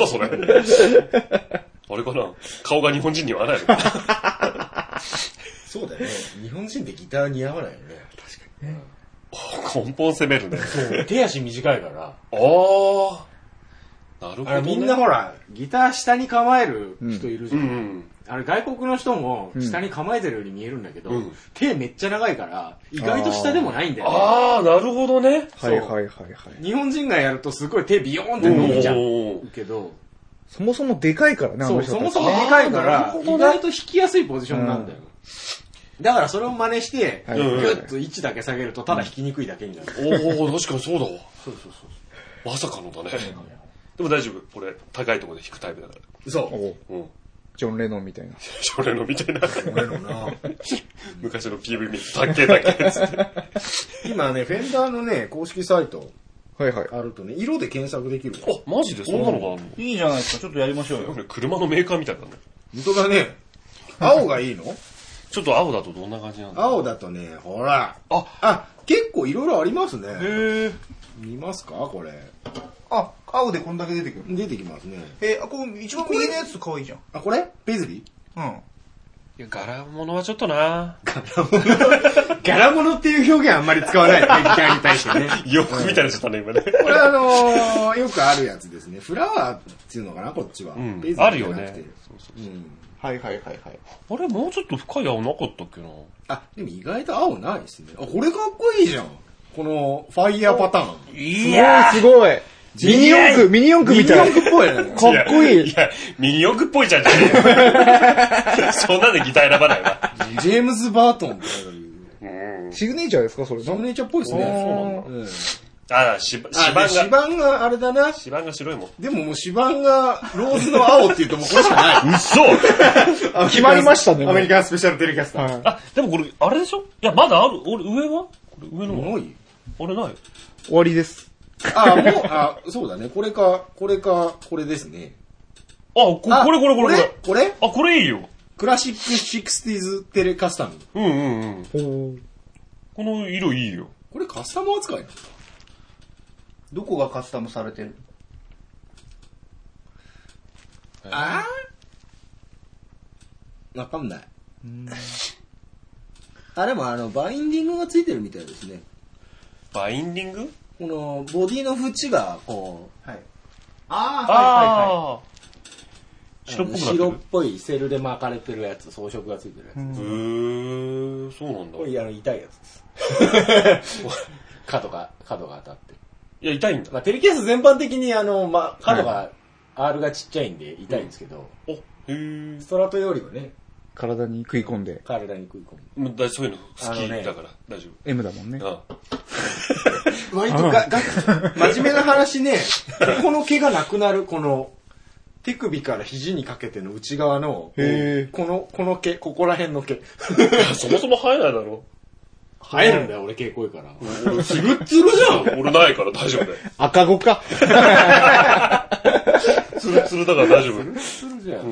[SPEAKER 2] そ れ。あれかな顔が日本人には合わないの
[SPEAKER 1] そうだよね。日本人ってギター似合わないよね。
[SPEAKER 2] 根本攻めるね。
[SPEAKER 1] 手足短いから。
[SPEAKER 2] ああ。なるほ
[SPEAKER 1] あ
[SPEAKER 2] ど、ね。
[SPEAKER 1] れみんなほら、ギター下に構える人いるじ
[SPEAKER 2] う
[SPEAKER 1] ゃん。
[SPEAKER 2] ん。
[SPEAKER 1] あれ外国の人も下に構えてるように見えるんだけど、
[SPEAKER 2] うん
[SPEAKER 1] 手めっちゃ長いから、意外と下でもないんだよね。
[SPEAKER 2] ああ、なるほどね。
[SPEAKER 3] 当はいはいはいはい。
[SPEAKER 1] 日本人がやるとすごい手ビヨーンって伸びちゃう
[SPEAKER 2] おー
[SPEAKER 1] けど、
[SPEAKER 3] そもそもでかいからね、あ
[SPEAKER 1] そ
[SPEAKER 3] の
[SPEAKER 1] う、
[SPEAKER 3] 人
[SPEAKER 1] そ
[SPEAKER 3] た
[SPEAKER 1] も
[SPEAKER 3] ち
[SPEAKER 1] そもでかいから、
[SPEAKER 2] あーなるほどね
[SPEAKER 1] 意外と引きやすいポジションなんだよ。だからそれを真似して、
[SPEAKER 3] はい
[SPEAKER 1] ぎ
[SPEAKER 2] うん
[SPEAKER 1] ゅっと位置だけ下げるとただ引きにくいだけになる。
[SPEAKER 2] おー確かにそうだわ。そうそうそう。まさかのだね。でも大丈夫。俺、高いところで弾くタイプだから。
[SPEAKER 1] そう。
[SPEAKER 3] お
[SPEAKER 2] うん。
[SPEAKER 3] ジョン・レノンみたいな。
[SPEAKER 2] それのみたいな。
[SPEAKER 1] 俺のな。
[SPEAKER 2] 昔の PV 見て、だっけだっけっ つって。
[SPEAKER 1] 今ね、フェンダーのね、公式サイト
[SPEAKER 3] はいはい。
[SPEAKER 1] あるとね、色で検索できるから。
[SPEAKER 2] あ、マジでそんなのがあるの
[SPEAKER 10] いいじゃないですか、ちょっとやりましょうよ。
[SPEAKER 2] 俺車のメーカーみたいだね。
[SPEAKER 1] 本当だね。青がいいの
[SPEAKER 2] ちょっと青だとどんな感じなんだ
[SPEAKER 1] 青だとね、ほら。
[SPEAKER 2] あ
[SPEAKER 1] あ、結構いろいろありますね。
[SPEAKER 10] へえ。
[SPEAKER 1] 見ますかこれ。
[SPEAKER 10] あ、青でこんだけ出てくる。
[SPEAKER 1] 出てきますね。
[SPEAKER 10] えー、あ、こう、一番右のやつ可愛いじゃん。
[SPEAKER 1] あ、これペズリ
[SPEAKER 10] うん。
[SPEAKER 2] いや、柄物はちょっと な
[SPEAKER 1] 柄物っていう表現あんまり使わ ないよね、ギターに対してね。
[SPEAKER 2] よく見たりしちゃったね、今ね。
[SPEAKER 1] これあのー、よくあるやつですね。フラワーっていうのかな、こっちは。
[SPEAKER 2] うん
[SPEAKER 1] ペズリじゃなくて
[SPEAKER 2] あるよね。そうそう
[SPEAKER 1] うん。
[SPEAKER 10] はいはいはいはい。
[SPEAKER 2] あれ、もうちょっと深い青なかったっけな
[SPEAKER 1] あ、でも意外と青ないですね。あ、これかっこいいじゃん。この、ファイヤーパターン。
[SPEAKER 2] いや
[SPEAKER 3] すごいすごいミニ四駆、ミニ四駆みたい
[SPEAKER 1] ミニ四
[SPEAKER 3] な。
[SPEAKER 1] 駆っぽいよね。
[SPEAKER 3] かっこい
[SPEAKER 2] い
[SPEAKER 3] い。
[SPEAKER 2] や、ミニ四駆っぽいじゃんじゃねえよ そんなんでギター選ばないわ。
[SPEAKER 1] ジェームズ・バートンっていう。
[SPEAKER 3] シグネチャーですかそれ。
[SPEAKER 1] ドミネーチャーっぽいですね。そうなんだ。
[SPEAKER 2] あ、し芝
[SPEAKER 1] あ、で
[SPEAKER 2] が、
[SPEAKER 1] 指板があれだな。
[SPEAKER 2] 芝が白いもん。
[SPEAKER 1] でももう指板がローズの青って言うともうこれしかない。
[SPEAKER 2] 嘘
[SPEAKER 3] 決まりましたね。
[SPEAKER 1] アメリカンスペシャルテレキャスター。
[SPEAKER 3] はい。
[SPEAKER 2] あ、でもこれ、あれでしょいや、まだある。俺、上はこれ上の
[SPEAKER 1] も
[SPEAKER 2] は
[SPEAKER 1] ういい
[SPEAKER 2] あれない。
[SPEAKER 3] 終わりです。
[SPEAKER 1] あ、もう、あ、そうだね。これか、これか、これですね。
[SPEAKER 2] あ、こ
[SPEAKER 1] あ
[SPEAKER 2] これこれこれこれ。
[SPEAKER 1] これ
[SPEAKER 2] あ、これいいよ。
[SPEAKER 1] クラシック 60s テレカスタム。
[SPEAKER 2] うんうんうん。
[SPEAKER 3] ほう。
[SPEAKER 2] この色いいよ。
[SPEAKER 1] これカスタム扱いなの
[SPEAKER 10] どこがカスタムされてる
[SPEAKER 1] あーわかんない。あ、でもあの、バインディングがついてるみたいですね。
[SPEAKER 2] バインディング
[SPEAKER 1] この、ボディの縁が、こう、
[SPEAKER 10] はい。ああ、はいはいはい。
[SPEAKER 2] あ白っぽくなってる。
[SPEAKER 8] 白っぽいセルで巻かれてるやつ、装飾がついてるやつ。
[SPEAKER 2] へー、そうなんだ。
[SPEAKER 8] こ
[SPEAKER 2] い
[SPEAKER 8] れ、あの、痛いやつです。 角が、角が当たって。
[SPEAKER 2] や、痛いんだ。
[SPEAKER 8] まあ、テレキャス全般的に、あの、まあ、角が、R がちっちゃいんで痛いんですけど、
[SPEAKER 2] お、へー
[SPEAKER 8] ス。トラトよりはね、
[SPEAKER 3] 体に食い込んで、
[SPEAKER 8] 体に食い込む。
[SPEAKER 2] もうだそういうの好
[SPEAKER 8] あ
[SPEAKER 2] き
[SPEAKER 8] のね
[SPEAKER 2] だから、大丈
[SPEAKER 3] M だもんね。
[SPEAKER 2] 夫。あ
[SPEAKER 8] 割とが、が、真面目な話ね、ここの毛がなくなる、この、手首から肘にかけての内側の、こ
[SPEAKER 3] へ
[SPEAKER 8] の、この毛、ここら辺の毛。
[SPEAKER 2] いやそもそも生えないだろ。
[SPEAKER 8] 生えるんだよ、俺毛濃いから。
[SPEAKER 2] 俺すぐっつるじゃん。俺ないから大丈夫だよ。
[SPEAKER 3] 赤子か。
[SPEAKER 2] つるつるだから大丈夫。
[SPEAKER 8] するじゃん。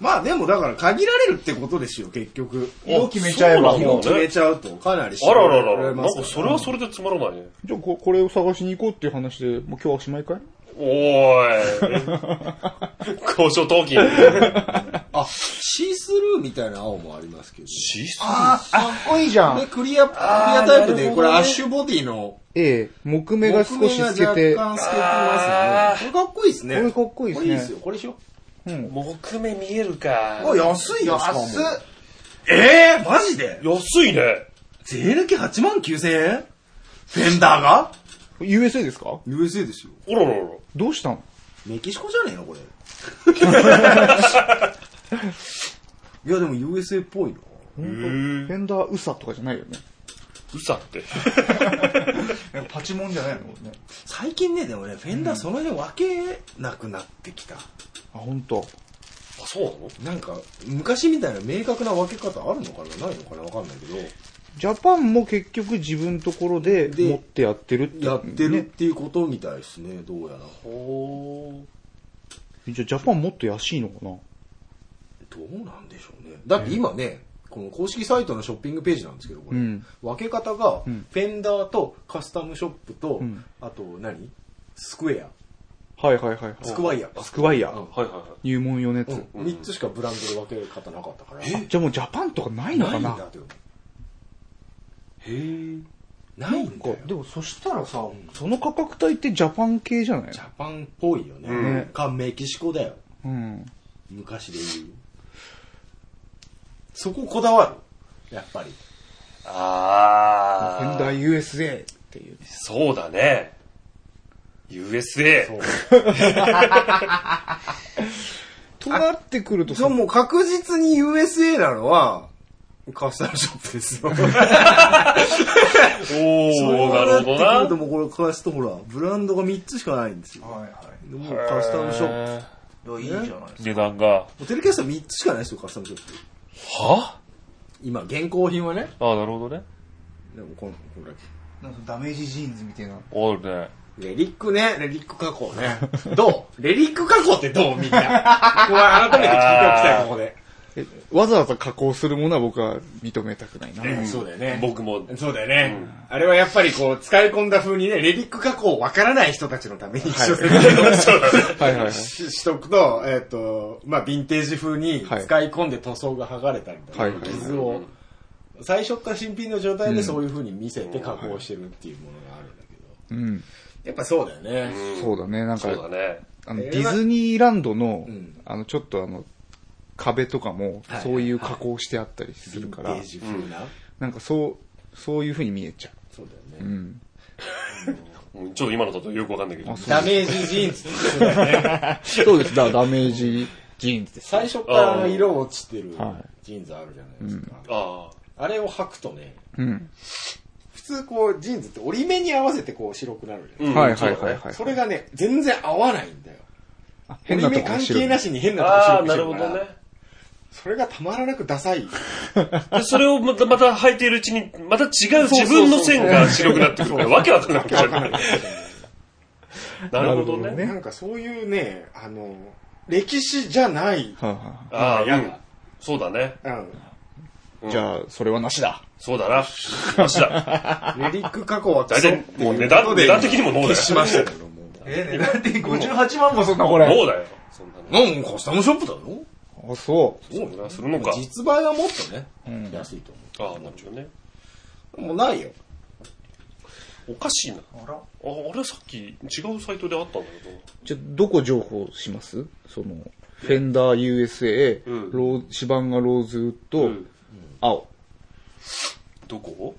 [SPEAKER 1] まあでもだから限られるってことですよ、結局。
[SPEAKER 3] 色決めちゃえば
[SPEAKER 2] そう
[SPEAKER 1] 日
[SPEAKER 2] なんだ
[SPEAKER 1] 本
[SPEAKER 2] ね
[SPEAKER 1] 決めちゃうとかなり
[SPEAKER 2] あらららら、
[SPEAKER 1] 絞
[SPEAKER 2] な
[SPEAKER 1] れ
[SPEAKER 2] ん
[SPEAKER 1] ま
[SPEAKER 2] か
[SPEAKER 1] すよ
[SPEAKER 2] それはそれでつまらないね。
[SPEAKER 3] じゃあこ、これを探しに行こうっていう話で、もう今日はおしまいかい
[SPEAKER 2] おーい。交渉闘金。
[SPEAKER 8] あ、シースルーみたいな青もありますけど。
[SPEAKER 2] シス
[SPEAKER 3] ああ、かっこいいじゃ
[SPEAKER 8] で、。クリア、クリアタイプで、これ
[SPEAKER 2] な
[SPEAKER 8] ア
[SPEAKER 2] るほどね
[SPEAKER 8] ッシュボディの、
[SPEAKER 3] ええ、木目が少し透
[SPEAKER 8] 木
[SPEAKER 3] けて、
[SPEAKER 8] 目が若干透
[SPEAKER 3] こ
[SPEAKER 8] けてますね。これかっこいいですね。
[SPEAKER 3] れかっこいい
[SPEAKER 8] これ
[SPEAKER 3] です
[SPEAKER 8] いい
[SPEAKER 3] ね。
[SPEAKER 8] ですよ。これしよ
[SPEAKER 2] 木目見えるか。
[SPEAKER 1] あ、安いよ、
[SPEAKER 10] 安
[SPEAKER 1] しか
[SPEAKER 10] っ
[SPEAKER 1] も。ええー、マジで
[SPEAKER 2] 安いね。
[SPEAKER 1] 税抜き8万9千円フェンダーが
[SPEAKER 3] USA ですか
[SPEAKER 1] ?USA ですよ。
[SPEAKER 2] おらららら。
[SPEAKER 3] どうしたの
[SPEAKER 1] メキシコじゃねえのこれ。 いや、でも USA っぽいな。
[SPEAKER 3] フェンダーウサとかじゃないよね。
[SPEAKER 2] うさって。
[SPEAKER 10] えパチモンじゃないのこれね。
[SPEAKER 1] 最近ね、でもね、フェンダーその辺分けなくなってきた。
[SPEAKER 3] あ、ほんと。
[SPEAKER 2] あ、そうなの
[SPEAKER 1] なんか、昔みたいな明確な分け方あるのかなないのかなわかんないけど、
[SPEAKER 3] ジャパンも結局自分のところで
[SPEAKER 1] で
[SPEAKER 3] 持ってやってるって、
[SPEAKER 1] やってるっ
[SPEAKER 3] ね。
[SPEAKER 1] ていうことみたいですね、どうやら。
[SPEAKER 2] お
[SPEAKER 3] じゃあジャパンもっと安いのかな
[SPEAKER 1] どうなんでしょうね。だって今ね、この公式サイトのショッピングページなんですけど、これ、
[SPEAKER 3] うん
[SPEAKER 1] 分け方が、フ
[SPEAKER 3] ん
[SPEAKER 1] ェンダーとカスタムショップと、
[SPEAKER 3] ん
[SPEAKER 1] あと何スクエア。
[SPEAKER 3] はいはいはいはい。
[SPEAKER 1] スクワイヤ
[SPEAKER 3] スクワイヤ
[SPEAKER 1] う
[SPEAKER 3] ー
[SPEAKER 1] ん。
[SPEAKER 2] はいはいはい。
[SPEAKER 3] 入門用のやつ。
[SPEAKER 1] うん、3つしかブランドで分け方なかったから。
[SPEAKER 3] あじゃあもうジャパンとかないのか
[SPEAKER 1] ない
[SPEAKER 3] なん
[SPEAKER 1] だって思う
[SPEAKER 2] へー。
[SPEAKER 1] ないんだよ
[SPEAKER 3] か。でもそしたらさ、その価格帯ってジャパン系じゃない
[SPEAKER 1] ジャパンっぽいよね。
[SPEAKER 2] うん
[SPEAKER 1] か、メキシコだよ。
[SPEAKER 3] うん。
[SPEAKER 1] 昔で言う。そここだわる。やっぱり。
[SPEAKER 3] フ
[SPEAKER 2] あ
[SPEAKER 3] ェンダー USA っていう。
[SPEAKER 2] そうだね。USA。
[SPEAKER 3] となってくると
[SPEAKER 1] そう、
[SPEAKER 3] さ、
[SPEAKER 1] もう確実に USA なのは、カスタムショップですよ。
[SPEAKER 2] おおなるほど
[SPEAKER 1] そうってく
[SPEAKER 2] な。
[SPEAKER 1] るともうこれカスタほら、ブランドが3つしかないんですよ。
[SPEAKER 10] はいは
[SPEAKER 1] でもうカスタムショップ。も
[SPEAKER 10] い。いや、いいじゃないですか。
[SPEAKER 2] 値段が。
[SPEAKER 1] うテレキャスト3つしかないですよ、カスタムショップ。
[SPEAKER 2] は
[SPEAKER 1] 今、現行品はね。
[SPEAKER 2] ああ、なるほどね。
[SPEAKER 1] でもこの、これ。
[SPEAKER 10] なんかダメージジーンズみたいな。
[SPEAKER 2] あるね。
[SPEAKER 1] レリックね、レリック加工ね。 どうレリック加工ってどうみんな。 これ改めて聞いておきたい、ここで。
[SPEAKER 3] えわざわざ加工するものは僕は認めたくないな。
[SPEAKER 1] そうだよね。
[SPEAKER 2] 僕も。
[SPEAKER 1] そうだよね。あれはやっぱりこう、使い込んだ風にね、レリック加工をわからない人たちのために一応説明
[SPEAKER 3] はいはいは
[SPEAKER 1] を
[SPEAKER 3] い
[SPEAKER 1] ししとくと、えっ、と、まあ、ヴィンテージ風に
[SPEAKER 3] はい
[SPEAKER 1] 使い込んで塗装が剥がれたりとか、
[SPEAKER 3] はいはいはい
[SPEAKER 1] 傷を、最初から新品の状態でそういう風に見せて加工してるっていうものがあるんだけど、
[SPEAKER 3] うん。
[SPEAKER 1] やっぱそうだよね。
[SPEAKER 3] そうだね。なんか
[SPEAKER 2] そ、うだね。
[SPEAKER 3] あの
[SPEAKER 1] えー
[SPEAKER 3] ディズニーランドの、
[SPEAKER 1] うん
[SPEAKER 3] あの、ちょっとあの、壁とかも、そういう加工してあったりす
[SPEAKER 1] ヴィ
[SPEAKER 3] る
[SPEAKER 1] ンテ
[SPEAKER 3] から、
[SPEAKER 1] ージ風な。
[SPEAKER 3] なんかそう、そういう風に見えちゃ
[SPEAKER 1] そうだよね。
[SPEAKER 3] う。うん。
[SPEAKER 2] うんちょっと今のだとよくわかんないけど。
[SPEAKER 3] そう
[SPEAKER 1] ダメージジーン ズってことだよね。
[SPEAKER 3] そうです。だダメージジーンズです。
[SPEAKER 1] 最初からあの色落ちてる
[SPEAKER 3] は
[SPEAKER 1] ジーンズあるじゃないですか。
[SPEAKER 2] あ
[SPEAKER 1] あれを履くとね、
[SPEAKER 3] うん。
[SPEAKER 1] 普通こうジーンズって折り目に合わせてこう白くなるじゃない
[SPEAKER 2] あ。うん
[SPEAKER 3] はいはいはいはい。
[SPEAKER 1] それがね、全然合わないんだよ。
[SPEAKER 3] あ変
[SPEAKER 1] 折
[SPEAKER 3] な
[SPEAKER 1] り
[SPEAKER 3] と
[SPEAKER 1] 目
[SPEAKER 3] こが
[SPEAKER 1] 関
[SPEAKER 3] 白
[SPEAKER 1] 係
[SPEAKER 3] い
[SPEAKER 1] な。しに変なとこ
[SPEAKER 2] ああ、
[SPEAKER 1] 白く
[SPEAKER 2] な
[SPEAKER 1] して
[SPEAKER 2] るほ
[SPEAKER 1] るか
[SPEAKER 2] ど
[SPEAKER 1] ら、
[SPEAKER 2] ね。
[SPEAKER 1] それがたまらなくダサい。
[SPEAKER 2] でそれをまた、また履いているうちに、また違う自分の線が白くなってくるから、わけわかんなくなっちゃう。なるほどね。
[SPEAKER 1] なんかそういうね、あの、歴史じゃない。
[SPEAKER 3] はいは
[SPEAKER 2] ああ、う
[SPEAKER 1] 嫌だ
[SPEAKER 2] ん。そうだね。
[SPEAKER 1] うん。
[SPEAKER 3] い。じゃあ、それはなしだ。
[SPEAKER 2] そうだな。マジだ。
[SPEAKER 1] レリック加工は
[SPEAKER 2] 大体、もう値段、値段的にもノーだよ。
[SPEAKER 1] しましたけども。
[SPEAKER 10] え、値段的58万もそんなこれ。
[SPEAKER 2] ノーだよ。そんなの。
[SPEAKER 1] なんカスタムショップだろ
[SPEAKER 3] あ、そ
[SPEAKER 2] そんなするのか。
[SPEAKER 1] 実売はもっとね、
[SPEAKER 3] ん
[SPEAKER 1] 安いと思
[SPEAKER 2] ああ、なるほどね。
[SPEAKER 1] う。もうないよ。
[SPEAKER 2] おかしいな。
[SPEAKER 10] あら
[SPEAKER 2] あ、あれさっき違うサイトであったんだけど。
[SPEAKER 3] う。じゃあ、どこ情報しますその、フェンダー USA、
[SPEAKER 2] うん
[SPEAKER 3] ローシバンガローズウッド、
[SPEAKER 2] うん
[SPEAKER 3] 青。
[SPEAKER 2] どこ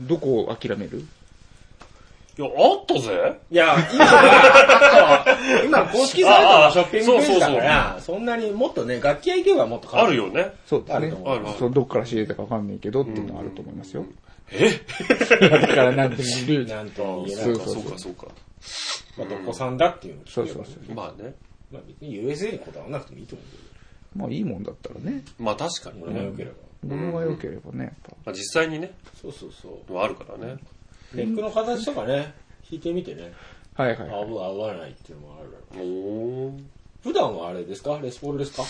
[SPEAKER 3] どこを諦める
[SPEAKER 2] いや、あったぜ。
[SPEAKER 8] いや、 今は、今公式サイトのショッピングページだから、そんなにもっとね、楽器屋行けばもっと
[SPEAKER 2] ある
[SPEAKER 8] よ。
[SPEAKER 2] よね。
[SPEAKER 3] そうです
[SPEAKER 8] ある
[SPEAKER 3] ね
[SPEAKER 8] と思。
[SPEAKER 2] あるある
[SPEAKER 3] そうどっから仕入れたかわかんないけどっていうのはあると思いますよ。
[SPEAKER 2] え
[SPEAKER 3] だからなんても ルー
[SPEAKER 8] なんと言えな
[SPEAKER 3] そ
[SPEAKER 8] い。
[SPEAKER 3] う
[SPEAKER 2] そうか、そうか。
[SPEAKER 8] まあ、どこさんだっていうのを
[SPEAKER 3] そ
[SPEAKER 8] 聞
[SPEAKER 3] う
[SPEAKER 8] け
[SPEAKER 3] そう
[SPEAKER 8] ば
[SPEAKER 3] そ
[SPEAKER 2] ま
[SPEAKER 3] う。
[SPEAKER 2] あね。
[SPEAKER 8] まあ、別に USA にこだわらなくてもいいと思う
[SPEAKER 3] まあいいもんだったらね。
[SPEAKER 2] まあ確かに
[SPEAKER 8] けど、俺が
[SPEAKER 2] ね。
[SPEAKER 8] 良ければ。
[SPEAKER 3] 物が良ければね、やっぱ。
[SPEAKER 2] まあ実際にね、
[SPEAKER 8] そうそうそ
[SPEAKER 2] あるからね。
[SPEAKER 8] う。ネックの形とかね、弾いてみてね、
[SPEAKER 3] はいはい、
[SPEAKER 8] 合
[SPEAKER 3] は
[SPEAKER 8] う合わないっていうのもあるだろう。
[SPEAKER 2] おお。
[SPEAKER 8] 普段はあれですかレスポールですか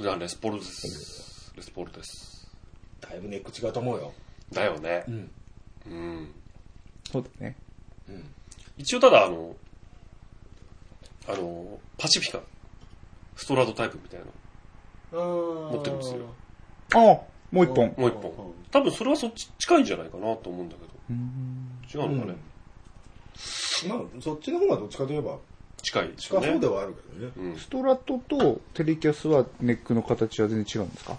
[SPEAKER 2] じゃあレスポールです。レスポールです。
[SPEAKER 8] だいぶネック違うと思うよ。
[SPEAKER 2] だよね。
[SPEAKER 8] ん
[SPEAKER 2] うん。
[SPEAKER 3] い。そうだね。
[SPEAKER 2] 一応ただあの、あの、パシフィカ、ストラドタイプみたいな持
[SPEAKER 8] 持
[SPEAKER 2] ってるんですよ。
[SPEAKER 3] ああ、もう一本。
[SPEAKER 2] もう一本。多分それはそっち近いんじゃないかなと思うんだけど。違うのかね。
[SPEAKER 8] まあ、そっちの方がどっちかといえば、
[SPEAKER 2] 近いでし
[SPEAKER 8] 近
[SPEAKER 2] ょうね。
[SPEAKER 8] そうではあるけどね。
[SPEAKER 2] うん
[SPEAKER 3] ストラトとテレキャスはネックの形は全然違うんですか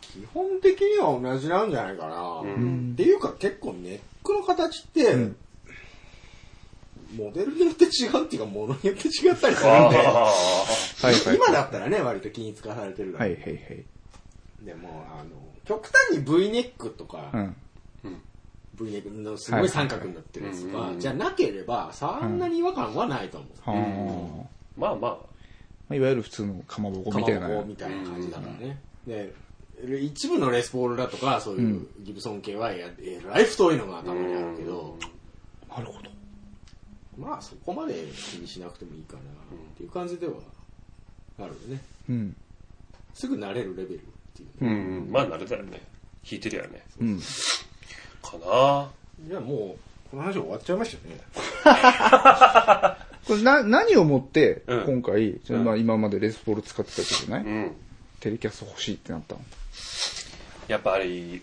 [SPEAKER 8] 基本的には同じなんじゃないかな。っていうか結構ネックの形って、
[SPEAKER 3] ん
[SPEAKER 8] モデルによって違うっていうか、ものによって違ったりするんで、
[SPEAKER 2] あ
[SPEAKER 3] はいはい。
[SPEAKER 8] 今だったらね、割と気に使われてるから
[SPEAKER 3] はいはいはい。
[SPEAKER 8] でも、あの、極端に V ネックとか、
[SPEAKER 3] うん。
[SPEAKER 8] V ネックのすごい三角になってるやつと
[SPEAKER 2] はい
[SPEAKER 8] か
[SPEAKER 2] は、い
[SPEAKER 8] じゃなければ、そんなに違和感はないと思う。
[SPEAKER 3] はあ、ま
[SPEAKER 2] あ。まあま
[SPEAKER 3] あ。いわゆる普通のかまぼこ
[SPEAKER 8] か
[SPEAKER 3] み
[SPEAKER 8] ま
[SPEAKER 3] たいな。
[SPEAKER 8] ぼこみたいな感じだからね。で、一部のレスポールだとか、そういうギブソン系はや、えらい太いのがたまにあるけど、
[SPEAKER 3] なるほど。
[SPEAKER 8] まあそこまで気にしなくてもいいかなっていう感じではあるよね。
[SPEAKER 3] うん。
[SPEAKER 8] すぐ慣れるレベルっていう
[SPEAKER 2] あ。
[SPEAKER 8] ね。
[SPEAKER 2] うん。まあ慣れたよね。弾いてるよね。
[SPEAKER 3] うん。
[SPEAKER 2] かな
[SPEAKER 8] じゃあもう、この話終わっちゃいましたね。
[SPEAKER 3] これな、何をもって、
[SPEAKER 2] うん
[SPEAKER 3] 今回、ちょまあ今までレスポール使ってたけどね、
[SPEAKER 2] うん。
[SPEAKER 3] テレキャス欲しいってなったの
[SPEAKER 2] やっぱり、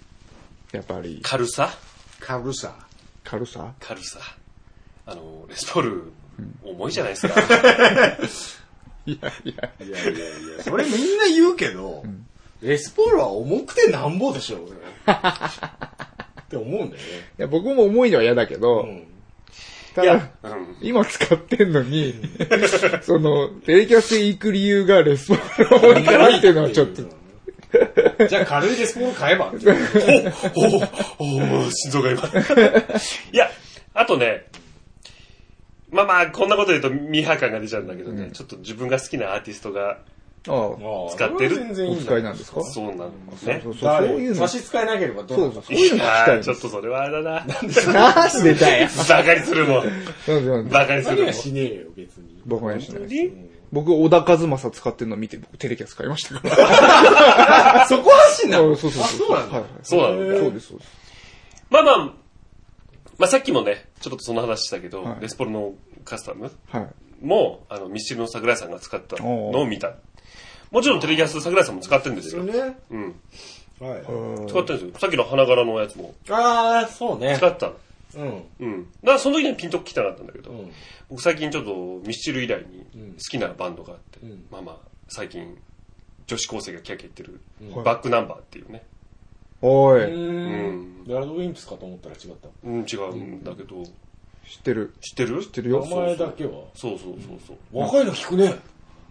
[SPEAKER 3] やっぱり、
[SPEAKER 2] 軽さ
[SPEAKER 8] 軽さ。
[SPEAKER 3] 軽さ
[SPEAKER 2] 軽さ。あの、レスポール、重いじゃないです か。
[SPEAKER 8] いや
[SPEAKER 3] いやいや、
[SPEAKER 8] いやいや、それみんな言うけど、レスポールは重くてなんぼでしょ、俺って思うんだよね。
[SPEAKER 3] いや僕も重いのは嫌だけど、
[SPEAKER 8] うん
[SPEAKER 3] た
[SPEAKER 2] い
[SPEAKER 3] だ
[SPEAKER 2] や、、うん。
[SPEAKER 3] 今使ってんのに、 その、テレキャスで行く理由がレスポール重いからっていうのはちょっと、
[SPEAKER 8] じゃあ軽いレスポール買えば。
[SPEAKER 2] おおお心臓が 今。いや、あとね、まあまあ、こんなこと言うとミーハー感が出ちゃうんだけどね、ちょっと自分が好きなアーティストが、
[SPEAKER 3] ああ、
[SPEAKER 2] 使ってる
[SPEAKER 8] それは全然い
[SPEAKER 3] お
[SPEAKER 8] いん
[SPEAKER 3] 使
[SPEAKER 8] だ
[SPEAKER 3] い
[SPEAKER 8] よ。
[SPEAKER 3] なんですか
[SPEAKER 2] そうなのね。
[SPEAKER 3] そうそうそう
[SPEAKER 8] 誰
[SPEAKER 3] いうの、
[SPEAKER 8] 差
[SPEAKER 3] そ
[SPEAKER 8] し支えなければどうな
[SPEAKER 3] う
[SPEAKER 8] の
[SPEAKER 3] そう、
[SPEAKER 8] か
[SPEAKER 3] そういうの聞きたい
[SPEAKER 2] や
[SPEAKER 3] ん
[SPEAKER 2] ーちょ
[SPEAKER 3] で
[SPEAKER 2] っ
[SPEAKER 3] す。
[SPEAKER 2] とそれはあれだな。
[SPEAKER 3] なんでだよ。
[SPEAKER 2] バカにするもん。
[SPEAKER 3] なんでなんで。
[SPEAKER 2] バカにす
[SPEAKER 8] 何
[SPEAKER 2] る
[SPEAKER 8] はしねえよ、別に。
[SPEAKER 3] 僕はやしないです。
[SPEAKER 2] もん。
[SPEAKER 3] 僕、小田和正使ってるの見て、僕、テレキャス買いましたから。
[SPEAKER 8] あ、そこはしな
[SPEAKER 3] そうそうそう。
[SPEAKER 8] あ、そうなんだ。
[SPEAKER 3] はいはい
[SPEAKER 2] そうなんだ
[SPEAKER 3] そうです、そうです。
[SPEAKER 2] まあまあ、まあさっきもね、ちょっとその話したけど、
[SPEAKER 3] はい
[SPEAKER 2] レスポールのカスタム
[SPEAKER 3] はい。
[SPEAKER 2] も、あの、ミスチルの桜井さんが使ったのを見た。もちろんテレキャス桜井さんも使ってるんですよ。
[SPEAKER 8] ね。
[SPEAKER 2] うん。
[SPEAKER 8] はい。
[SPEAKER 2] 使ってるんですよ。さっきの花柄のやつも
[SPEAKER 8] ああ、そうね。
[SPEAKER 2] 使ったの。
[SPEAKER 8] うん。
[SPEAKER 2] うん。だからその時にはピンときたかったんだけど、
[SPEAKER 8] うん
[SPEAKER 2] 僕最近ちょっとミスチル以来に好きなバンドがあって、
[SPEAKER 8] ん
[SPEAKER 2] まあまあ、最近女子高生がキャキャ言ってる、
[SPEAKER 3] ん
[SPEAKER 2] バックナンバーっていうね。
[SPEAKER 3] お
[SPEAKER 8] う
[SPEAKER 3] い、
[SPEAKER 8] ん。ラルドウィンプスかと思ったら違った。
[SPEAKER 2] うん、違うんだけど、
[SPEAKER 3] 知ってる。
[SPEAKER 2] 知ってる知って
[SPEAKER 3] るよ
[SPEAKER 8] 名前だけは。
[SPEAKER 2] そうそうそうそう。
[SPEAKER 8] 若いの聞くね。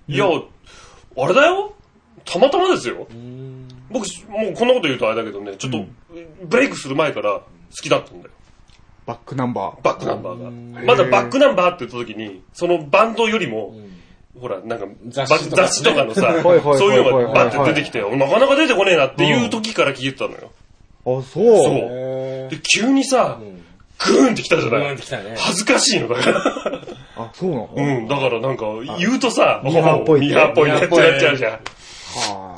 [SPEAKER 2] いや、あれだよたまたまですよ。僕、もうこんなこと言うとあれだけどね、ちょっと、ブレイクする前から好きだったんだよ。
[SPEAKER 3] バックナンバー。
[SPEAKER 2] バックナンバーが。まだバックナンバーって言った時に、そのバンドよりも、ほら、なんか、
[SPEAKER 8] 雑
[SPEAKER 2] ば
[SPEAKER 8] 誌とかね
[SPEAKER 2] 雑誌とかのさ、
[SPEAKER 3] いはいはい
[SPEAKER 2] そういうのがバッて出てきて、なかなか出てこねえなっていう時から聞いてたのよ。
[SPEAKER 3] あ、そう。
[SPEAKER 2] そう。で、急にさ、グーンってきたじゃ
[SPEAKER 8] う
[SPEAKER 2] ない
[SPEAKER 8] ん、来たね。
[SPEAKER 2] 恥ずかしいのだ から。
[SPEAKER 3] あ、そうなの、
[SPEAKER 2] うん、だからなんか、言うとさ、ミ
[SPEAKER 3] ーハーっぽいって
[SPEAKER 2] ミーハーっぽいねってなっちゃうじゃん。
[SPEAKER 3] は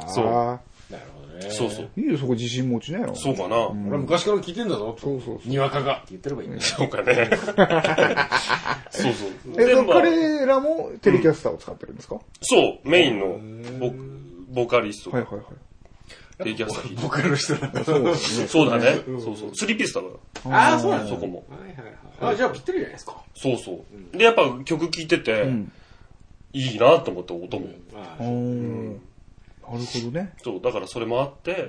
[SPEAKER 3] あ。
[SPEAKER 2] そ
[SPEAKER 8] なるほどね。
[SPEAKER 2] そうそう。
[SPEAKER 3] う。いいよ、そこ自信持ちなよ。
[SPEAKER 2] そうかな。
[SPEAKER 8] 俺昔から聞いてんだぞ。
[SPEAKER 3] そうそうそう。
[SPEAKER 8] にわかが。って言ってればいいんだよ。
[SPEAKER 2] そうか ね。そうそう。
[SPEAKER 3] え、
[SPEAKER 2] でまあ
[SPEAKER 3] 彼らもテレキャスターを使ってるんですか、
[SPEAKER 2] そう、メインのボボーカリスト
[SPEAKER 3] はい
[SPEAKER 2] が、
[SPEAKER 3] はいはい。
[SPEAKER 2] レイキャスター弾いて
[SPEAKER 8] 僕らの人なんだ。
[SPEAKER 2] る。そうだね。そうそう。スリーピースだから。
[SPEAKER 8] ああ、そうなんだ。
[SPEAKER 2] そこも。
[SPEAKER 8] はいはいはい。あ、じゃあぴったりじゃないですか。
[SPEAKER 2] そうそう。で、やっぱ曲聴いてて、いいなと思って音も。
[SPEAKER 3] おーなるほどね。
[SPEAKER 2] そう、だからそれもあって、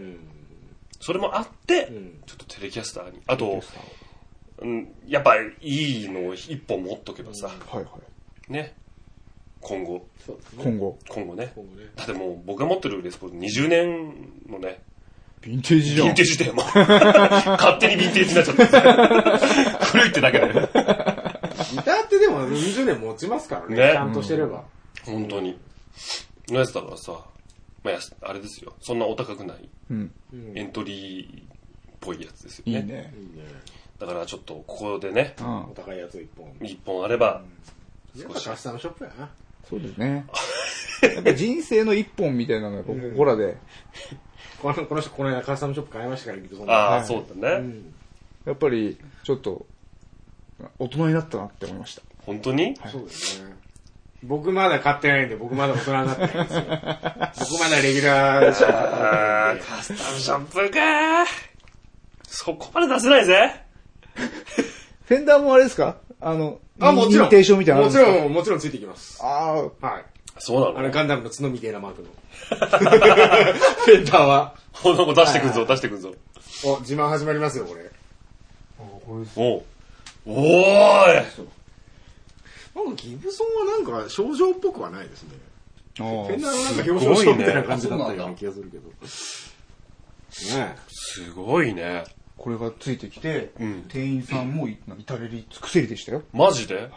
[SPEAKER 2] それもあって、ちょっとテレキャスターに。あと、うん、やっぱいいのを一本持っとけばさ、
[SPEAKER 3] はいはい。
[SPEAKER 2] ね。今後、
[SPEAKER 3] 今後。
[SPEAKER 2] 今後ね。だってもう僕が持ってるレスポール20年のね、
[SPEAKER 3] ヴィンテージじゃ
[SPEAKER 2] ヴィン
[SPEAKER 3] ん
[SPEAKER 2] テ。ージだよ、もう。勝手にヴィンテージになっちゃった。古いってだけだよ。
[SPEAKER 8] ギターってでも40年持ちますからね。
[SPEAKER 2] ね
[SPEAKER 8] ちゃんとしてれば。
[SPEAKER 2] 本当に。のやつだからさ、まあ、やすあれですよ。そんなお高くない、
[SPEAKER 3] うん。
[SPEAKER 2] エントリーっぽいやつですよ
[SPEAKER 3] い
[SPEAKER 2] ね。
[SPEAKER 3] いね。
[SPEAKER 2] だからちょっと、ここでね、
[SPEAKER 3] うん
[SPEAKER 8] お。高いやつ一本。
[SPEAKER 2] 一本あれば、
[SPEAKER 8] やっぱカスタムショップやな。
[SPEAKER 3] そうですね。やっぱ人生の一本みたいなのがこここらで、
[SPEAKER 8] このこの人、この間カスタムショップ買いましたから、ギブソンで。
[SPEAKER 2] ああ、
[SPEAKER 3] はい
[SPEAKER 2] そうだね。
[SPEAKER 8] うん
[SPEAKER 3] やっぱりちょっと、大人になったなって思いました。
[SPEAKER 2] 本当に、
[SPEAKER 8] そうですね。僕まだ買ってないんで、僕まだ大人になってないん ですよ。僕まだレギュラーしか買って
[SPEAKER 2] あ
[SPEAKER 8] ない
[SPEAKER 2] あ
[SPEAKER 8] んで。
[SPEAKER 2] カスタムシャンプーかーそこまで出せないぜ。
[SPEAKER 3] フェンダーもあれですかあの、
[SPEAKER 8] あ、もちろん。
[SPEAKER 3] 認定証みたいなのあ
[SPEAKER 8] も
[SPEAKER 3] る
[SPEAKER 8] ち
[SPEAKER 3] ですか
[SPEAKER 8] ろん、もちろんついてきます。
[SPEAKER 3] ああ、
[SPEAKER 8] はい。
[SPEAKER 2] そう
[SPEAKER 8] あ
[SPEAKER 2] な
[SPEAKER 8] の、
[SPEAKER 2] の
[SPEAKER 8] ガンダムの角みたいなマークの。フェンダーは。
[SPEAKER 2] ほんと出してくんぞ、出してくんぞ。
[SPEAKER 8] お、自慢始まりますよ、これ。
[SPEAKER 2] おうおーい
[SPEAKER 8] なんかギブソンはなんか症状っぽくはないですね。フ
[SPEAKER 3] あ
[SPEAKER 8] ェン
[SPEAKER 3] ー
[SPEAKER 8] ダーはなんか表彰書みたいな感じだったような気がするけど。ねえ。
[SPEAKER 2] すごいね。
[SPEAKER 3] これがついてきて、
[SPEAKER 2] うん
[SPEAKER 3] 店員さんもい至れり尽くせりでしたよ。
[SPEAKER 2] マジで
[SPEAKER 3] はい。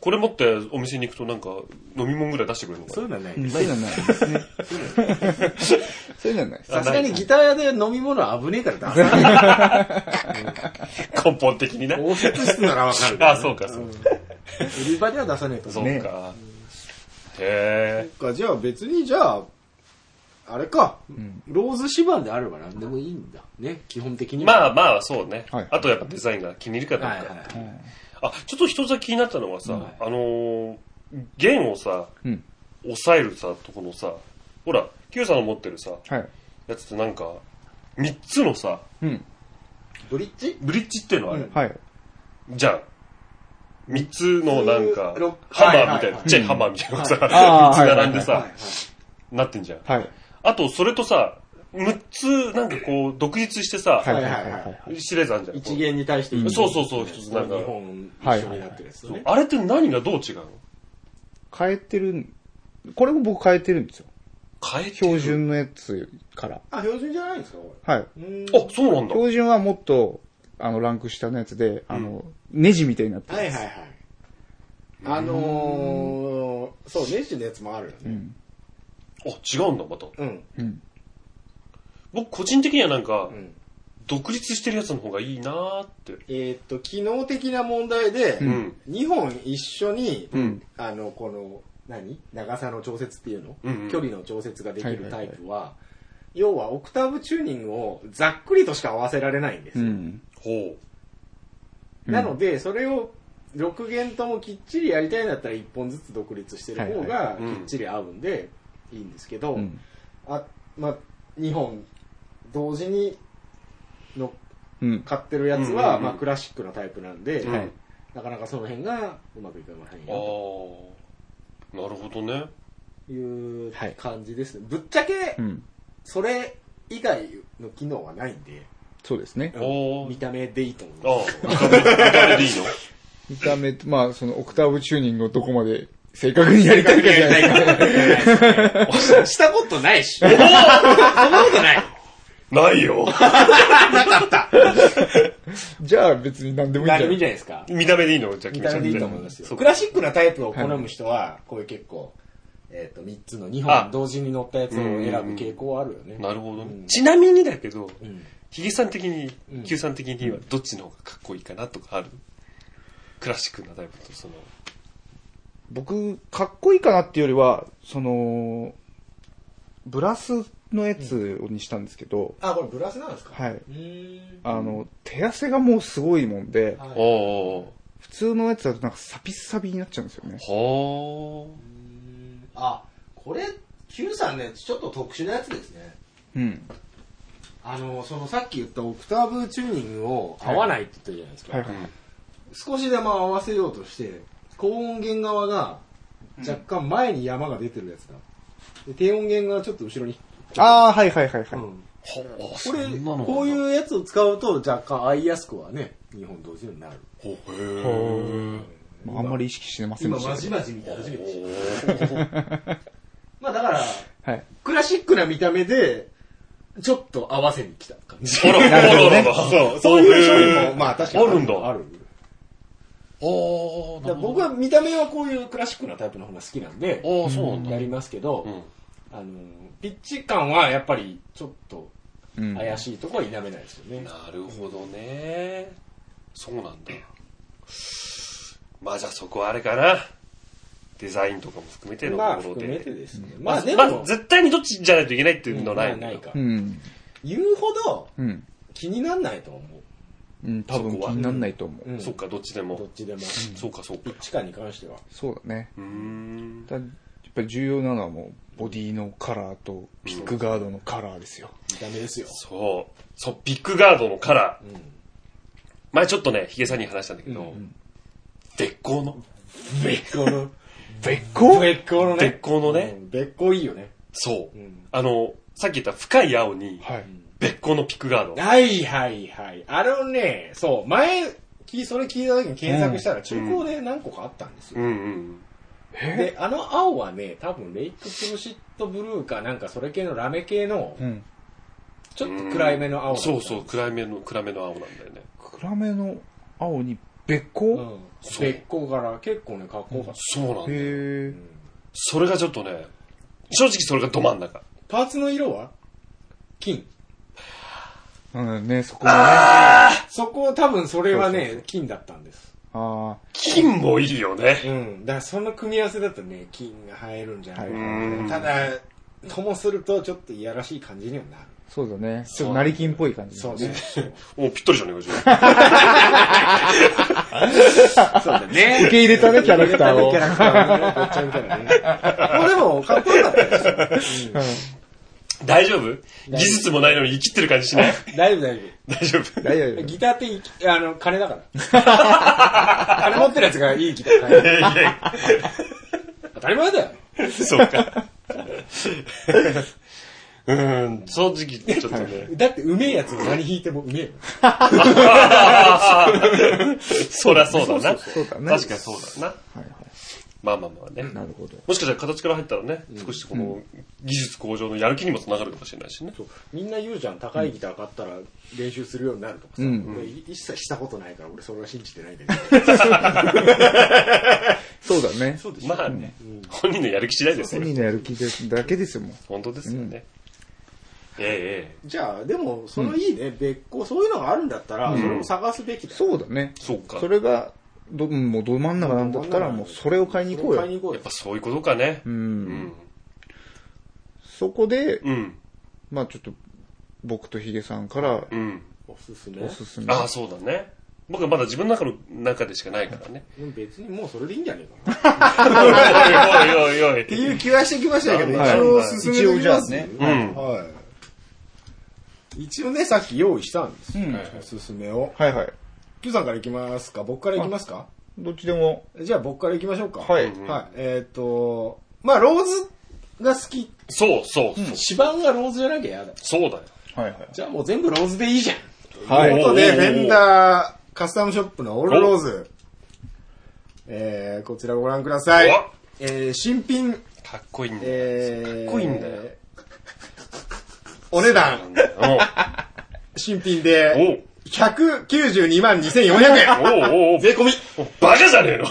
[SPEAKER 2] これ持ってお店に行くとなんか飲み物ぐらい出してくれるのか
[SPEAKER 8] そう
[SPEAKER 2] な
[SPEAKER 8] いうのはない
[SPEAKER 3] そう
[SPEAKER 8] で
[SPEAKER 3] いう
[SPEAKER 8] す。
[SPEAKER 3] のはないですね。そういうのはないです。
[SPEAKER 8] さすがにギター屋で飲み物は危ねえから出 さない。
[SPEAKER 2] 根本的にね。
[SPEAKER 8] 応接室ならわかるけど。
[SPEAKER 2] あ、そうか、そうか。
[SPEAKER 8] 売り場では出さないと。
[SPEAKER 2] そう
[SPEAKER 8] ね
[SPEAKER 2] か。へえ。
[SPEAKER 8] か、じゃあ別に、じゃあ、あれか、ローズ指板であれば何でもいいんだ。ね、基本的には。
[SPEAKER 2] まあまあ、そうね
[SPEAKER 3] はい。
[SPEAKER 2] あとやっぱデザインが気に入るか
[SPEAKER 8] はい
[SPEAKER 2] ど
[SPEAKER 8] は
[SPEAKER 2] う
[SPEAKER 8] いは
[SPEAKER 2] か。
[SPEAKER 8] い。
[SPEAKER 2] あ、ちょっと一つ気になったのはさ、あのー、弦をさ、
[SPEAKER 3] うん。
[SPEAKER 2] 押さえるさ、とこのさ、ほら、キヨさんの持ってるさ、
[SPEAKER 3] はい。
[SPEAKER 2] やつってなんか、三つのさ、
[SPEAKER 3] うん。
[SPEAKER 8] ブリッジ
[SPEAKER 2] ブリッジっていうのはあれ、
[SPEAKER 3] はい。
[SPEAKER 2] じゃん。三つのなん
[SPEAKER 8] 三
[SPEAKER 2] か
[SPEAKER 8] つろ、
[SPEAKER 2] ハンマー
[SPEAKER 8] はい
[SPEAKER 2] みたいな、
[SPEAKER 8] はいはい
[SPEAKER 2] ちっちゃいハンマーみたいなのがさ、
[SPEAKER 3] あー
[SPEAKER 2] 三つ並んで
[SPEAKER 8] はいは
[SPEAKER 2] さ
[SPEAKER 8] い、
[SPEAKER 2] なってんじゃん。
[SPEAKER 3] はい。
[SPEAKER 2] あと、それとさ、六つなんかこう、独立してさ、
[SPEAKER 3] はい。はい。
[SPEAKER 8] い
[SPEAKER 3] は
[SPEAKER 8] はいい
[SPEAKER 3] は
[SPEAKER 8] はいい。
[SPEAKER 2] シレザンじゃん。
[SPEAKER 8] 一元に対して一
[SPEAKER 2] う
[SPEAKER 8] 本
[SPEAKER 2] んそうそうそう一つなんか
[SPEAKER 8] 日本一緒になってるやつ
[SPEAKER 2] そう
[SPEAKER 8] ね。
[SPEAKER 2] あれって何がどう違うの
[SPEAKER 3] 変えてるん、これも僕変えてるんですよ。
[SPEAKER 2] 変えてる
[SPEAKER 3] 標。準のやつから。
[SPEAKER 8] あ、標準じゃないんですかこ
[SPEAKER 3] はい。
[SPEAKER 8] れうーん
[SPEAKER 2] あ、そうなんだ。
[SPEAKER 3] 標準はもっと、あの、ランク下のやつで、あの、ネジみたいになってる
[SPEAKER 8] はいはいはい。あのー、そう、ネジのやつもあるよね。
[SPEAKER 2] あ、違うんだ、また。
[SPEAKER 8] うん。
[SPEAKER 2] 僕、個人的にはなんか
[SPEAKER 8] ん、
[SPEAKER 2] 独立してるやつの方がいいなーって。
[SPEAKER 8] えーっと、機能的な問題で、
[SPEAKER 2] ん
[SPEAKER 8] 2本一緒に、
[SPEAKER 2] ん
[SPEAKER 8] あの、この、何長さの調節っていうの、
[SPEAKER 2] うんうん
[SPEAKER 8] 距離の調節ができ
[SPEAKER 3] はいは
[SPEAKER 8] る
[SPEAKER 3] いは
[SPEAKER 8] タ
[SPEAKER 3] い
[SPEAKER 8] イプは、要はオクターブチューニングをざっくりとしか合わせられないんです
[SPEAKER 3] う
[SPEAKER 8] よ。
[SPEAKER 3] ん。
[SPEAKER 2] ほ
[SPEAKER 8] なので、それを6弦ともきっちりやりたいんだったら1本ずつ独立してる方
[SPEAKER 3] は
[SPEAKER 8] が
[SPEAKER 3] い
[SPEAKER 2] いはい
[SPEAKER 8] きっちり合うんでいいんですけど、
[SPEAKER 3] うん。
[SPEAKER 8] あまあ、2本同時にの
[SPEAKER 3] うん。
[SPEAKER 8] 買ってるやつ
[SPEAKER 2] うんうん
[SPEAKER 8] は、
[SPEAKER 2] うん
[SPEAKER 8] まあ、クラシックのタイプなんで、
[SPEAKER 2] う。うん。
[SPEAKER 8] なかなかその辺がうまくいかません
[SPEAKER 2] あ
[SPEAKER 8] よ
[SPEAKER 2] あ。なるほどね。
[SPEAKER 8] という
[SPEAKER 3] はい
[SPEAKER 8] 感じですね。ぶっちゃけ
[SPEAKER 3] う、ん。
[SPEAKER 8] それ以外の機能はないんで、
[SPEAKER 3] そうですね。
[SPEAKER 2] お
[SPEAKER 8] 見
[SPEAKER 2] ー。
[SPEAKER 8] た目でいいと思い
[SPEAKER 2] ああ
[SPEAKER 8] ます。。
[SPEAKER 2] 誰でいいの
[SPEAKER 3] 見た目、まあ、その、オクターブチューニングをどこまで正確 にやりたいかじゃないか。
[SPEAKER 8] したことないし。 そんなこと ない。
[SPEAKER 2] ないよ。
[SPEAKER 3] じゃあ別に何でもいいん
[SPEAKER 8] な
[SPEAKER 3] じ
[SPEAKER 8] る
[SPEAKER 3] ゃ
[SPEAKER 8] みじゃな
[SPEAKER 3] ない
[SPEAKER 8] いですか。
[SPEAKER 2] 見た目でいいのじゃあ、
[SPEAKER 8] 見た目でいいと思います
[SPEAKER 2] そ
[SPEAKER 8] よ。
[SPEAKER 2] う
[SPEAKER 8] クラシックなタイプを好む人は、こういう結構、えっと、3つの2
[SPEAKER 2] あ
[SPEAKER 8] 本同時に乗ったやつを選ぶ傾向はあるよね。
[SPEAKER 2] なるほどね。ちなみにだけど、
[SPEAKER 8] うん
[SPEAKER 2] ヒゲさん的に
[SPEAKER 8] うん、
[SPEAKER 2] Q さん的にはどっちの方がかっこいいかなとかあるクラシックなタイプとその、
[SPEAKER 3] 僕、かっこいいかなっていうよりは、その、ブラスのやつにしたんですけど、
[SPEAKER 8] あ、これブラスなんですか。
[SPEAKER 3] はいう
[SPEAKER 8] ーん。
[SPEAKER 3] あの、手汗がもうすごいもんで、
[SPEAKER 8] はい
[SPEAKER 2] おー
[SPEAKER 3] 普通のやつだとなんかサピサビになっちゃうんですよね。
[SPEAKER 2] は
[SPEAKER 8] あ、これ、Q さんね、ちょっと特殊なやつですね。
[SPEAKER 3] うん。
[SPEAKER 8] あの、そのさっき言ったオクターブチューニングを合わないって言ったじゃないですか。
[SPEAKER 3] はいはい。
[SPEAKER 8] 少しでも合わせようとして、高音源側が若干前に山が出てるやつだ。で低音源がちょっと後ろに。
[SPEAKER 3] ああ、はいはいはいはい。
[SPEAKER 8] うん
[SPEAKER 2] ほう、
[SPEAKER 8] これ、こ
[SPEAKER 2] こ
[SPEAKER 8] う
[SPEAKER 2] う
[SPEAKER 8] い
[SPEAKER 2] いう。
[SPEAKER 8] うやつを使うと若干合いやすくはね、日本同時になる。
[SPEAKER 2] ほう、へ
[SPEAKER 3] まああんまり意識してません
[SPEAKER 8] 今、
[SPEAKER 3] でした
[SPEAKER 8] ま
[SPEAKER 3] け
[SPEAKER 8] じ
[SPEAKER 3] ど。
[SPEAKER 8] まじ見て初めて知った。
[SPEAKER 2] え。
[SPEAKER 8] まあだから、
[SPEAKER 3] はい。
[SPEAKER 8] クラシックな見た目で、ちょっと合わせに来た感じ。
[SPEAKER 2] あら、あらららら。
[SPEAKER 1] そう、そういう商品も、まあ確かに。
[SPEAKER 2] あるんだ。
[SPEAKER 8] ある
[SPEAKER 2] おー、
[SPEAKER 8] だから僕は見た目はこういうクラシックなタイプの方が好きなんで、
[SPEAKER 2] おー、そうなんだ
[SPEAKER 8] や。りますけど、
[SPEAKER 2] うん。
[SPEAKER 8] あの、ピッチ感はやっぱりちょっと
[SPEAKER 3] うん。
[SPEAKER 8] 怪しいとこは否めないですよね。
[SPEAKER 2] なるほどね。そうなんだ。まあじゃあそこはあれかな。デザインとかも含めての
[SPEAKER 8] まあ
[SPEAKER 2] ところ
[SPEAKER 8] 含
[SPEAKER 2] で。
[SPEAKER 8] めてですね。
[SPEAKER 2] ま
[SPEAKER 8] ま
[SPEAKER 2] あ
[SPEAKER 8] あで
[SPEAKER 2] まあ
[SPEAKER 8] も、
[SPEAKER 2] 絶対にどっちじゃないといけないっていうのはない。
[SPEAKER 8] まあないか
[SPEAKER 3] う。ん。
[SPEAKER 8] 言うほど
[SPEAKER 3] うん。
[SPEAKER 8] 気になんないと思う。
[SPEAKER 3] うん、多分気になんないと思う。
[SPEAKER 8] うん
[SPEAKER 2] そっか、どっちで
[SPEAKER 8] どっ
[SPEAKER 2] も。
[SPEAKER 8] ちでも。
[SPEAKER 2] そうか、そうか
[SPEAKER 8] ピ。ッチ感に関しては。
[SPEAKER 3] そうだね。
[SPEAKER 2] うーん。
[SPEAKER 3] だやっぱり重要なのはもう、ボディのカラーと、ピックガードのカラーですよ。
[SPEAKER 8] 見た目ですよ。
[SPEAKER 2] そう。そう、ビッグガードのカラー。
[SPEAKER 8] うん
[SPEAKER 2] 前ちょっとね、ヒゲさんに話したんだけど、鉄鋼の。
[SPEAKER 8] 別光の。
[SPEAKER 3] 別光
[SPEAKER 8] 別光のね。
[SPEAKER 2] 別光のね
[SPEAKER 8] うん。別光いいよね。
[SPEAKER 2] そう。
[SPEAKER 8] うん
[SPEAKER 2] あの、さっき言った深い青に、
[SPEAKER 3] はい。
[SPEAKER 2] 別光のピックガード。
[SPEAKER 8] はいはいはい。あれをね、そう、前、きそれ聞いた時に検索したら中古で何個かあったんですよ。
[SPEAKER 2] うんうん。
[SPEAKER 8] で、あの青はね、多分レイクブルシットブルーかなんかそれ系のラメ系の、
[SPEAKER 3] うん。
[SPEAKER 8] ちょっと暗いめの青だった
[SPEAKER 2] そうそう、暗めの、暗めの青なんだよね。
[SPEAKER 3] 暗めの青に別
[SPEAKER 8] う
[SPEAKER 3] 光
[SPEAKER 8] ん。
[SPEAKER 2] そう
[SPEAKER 8] 別光柄、結構ね、かっこよかった。
[SPEAKER 2] そうなんだよ。
[SPEAKER 3] へえ。
[SPEAKER 2] それがちょっとね、正直それがど真ん中。
[SPEAKER 8] パーツの色は金。
[SPEAKER 3] うんね、そこもね。あ
[SPEAKER 8] そこ、多分それはね、金だったんです。
[SPEAKER 3] あ
[SPEAKER 2] 金もいいよね。
[SPEAKER 8] うん。だからその組み合わせだとね、金が入るんじゃないか
[SPEAKER 2] う
[SPEAKER 8] な。
[SPEAKER 2] ん
[SPEAKER 8] ただ、ともするとちょっといやらしい感じにはなる。
[SPEAKER 3] ー、そうだね。ちょっと成金っぽい感じ。
[SPEAKER 8] そう。そう。
[SPEAKER 2] もうぴったりじゃねえか、
[SPEAKER 3] 受け入れたね、キャラクターを。
[SPEAKER 8] キャラクターのね、ごっちゃみたいなね。まあでも、かっこよかったですよ。
[SPEAKER 2] 大丈夫技術もないのに生きってる感じし ない
[SPEAKER 8] 大丈夫、大丈
[SPEAKER 2] 大丈夫
[SPEAKER 3] いやい
[SPEAKER 8] 夫。
[SPEAKER 3] や
[SPEAKER 8] ギターっていき、あの、金だから。 金持ってるやつがいいギター買える。
[SPEAKER 2] いやいや
[SPEAKER 8] 当たり前だよ。
[SPEAKER 2] そう か。うーん、正直、ちょっとね。
[SPEAKER 8] だって、うめえやつを何弾いてもうめえよ。
[SPEAKER 2] そりゃそうだな。
[SPEAKER 3] そうだね
[SPEAKER 2] 確かにそうだな。まあまあまあね。
[SPEAKER 3] なるほど。
[SPEAKER 2] もしかしたら形から入ったらね、少しこの技術向上のやる気にもつながるかもしれないしね。
[SPEAKER 8] そうみんな言うじゃん、高いギター買ったら練習するようになるとかさ。
[SPEAKER 3] うん
[SPEAKER 8] 俺一切したことないから、俺それは信じてないんだけど。
[SPEAKER 3] そうだね。
[SPEAKER 2] まあね、本人のやる気次第ですよ
[SPEAKER 3] 本。人のやる気だけですよ、もう。
[SPEAKER 2] 本当ですよね。ええええ。
[SPEAKER 8] じゃあ、でも、そのいいね、別個、そういうのがあるんだったら、それも探すべきだよ。
[SPEAKER 3] そうだね。
[SPEAKER 2] そうか。
[SPEAKER 3] それが、ど、うんもうど真ん中なんだったら、もうそれを買いに行こう
[SPEAKER 8] 買い
[SPEAKER 3] よ。
[SPEAKER 8] に行こう
[SPEAKER 2] や
[SPEAKER 8] よ
[SPEAKER 2] っぱ。そういうことかね
[SPEAKER 3] う。。
[SPEAKER 2] うんん。
[SPEAKER 3] そこで、
[SPEAKER 2] うん。
[SPEAKER 3] まあちょっと、僕とヒゲさんから
[SPEAKER 2] うん。
[SPEAKER 8] おすすめ
[SPEAKER 3] お。すすめ。
[SPEAKER 2] ああ、そうだね。僕はまだ自分の中の中でしかないからね。
[SPEAKER 8] でも別にもうそれでいいんじゃねえかな。っ
[SPEAKER 2] おいおいおいおい。
[SPEAKER 1] っていう気はしてきましたけど、
[SPEAKER 3] はい
[SPEAKER 1] 一応進めてみます
[SPEAKER 3] 一応じゃあね
[SPEAKER 2] うん
[SPEAKER 1] はい。一応ね、さっき用意したんですよ。
[SPEAKER 3] うん
[SPEAKER 1] おすすめを。
[SPEAKER 3] はいはい。
[SPEAKER 1] Q さんからいきますか僕からいきますか
[SPEAKER 3] どっちでも、
[SPEAKER 1] じゃあ僕からいきましょうか。
[SPEAKER 3] はい
[SPEAKER 1] はい。えっと、まあ、ローズが好き。
[SPEAKER 2] そうそう。
[SPEAKER 8] 指板がローズじゃなきゃやだ。
[SPEAKER 2] そうだよ。
[SPEAKER 3] はいはい。
[SPEAKER 8] じゃあもう全部ローズでいいじゃん。
[SPEAKER 1] ということで、
[SPEAKER 2] お
[SPEAKER 1] フ
[SPEAKER 2] ー
[SPEAKER 1] ェンダーカスタムショップのオールローズ。えー、こちらご覧ください
[SPEAKER 2] お。
[SPEAKER 1] えー、新品、
[SPEAKER 2] かっこいいんだよ。
[SPEAKER 1] えー、
[SPEAKER 2] かっこいいんだよ。
[SPEAKER 1] お値段、新品で、
[SPEAKER 2] おう
[SPEAKER 1] 192万2400円。
[SPEAKER 2] おうおうおう
[SPEAKER 1] 税込み。
[SPEAKER 2] バカじゃねえの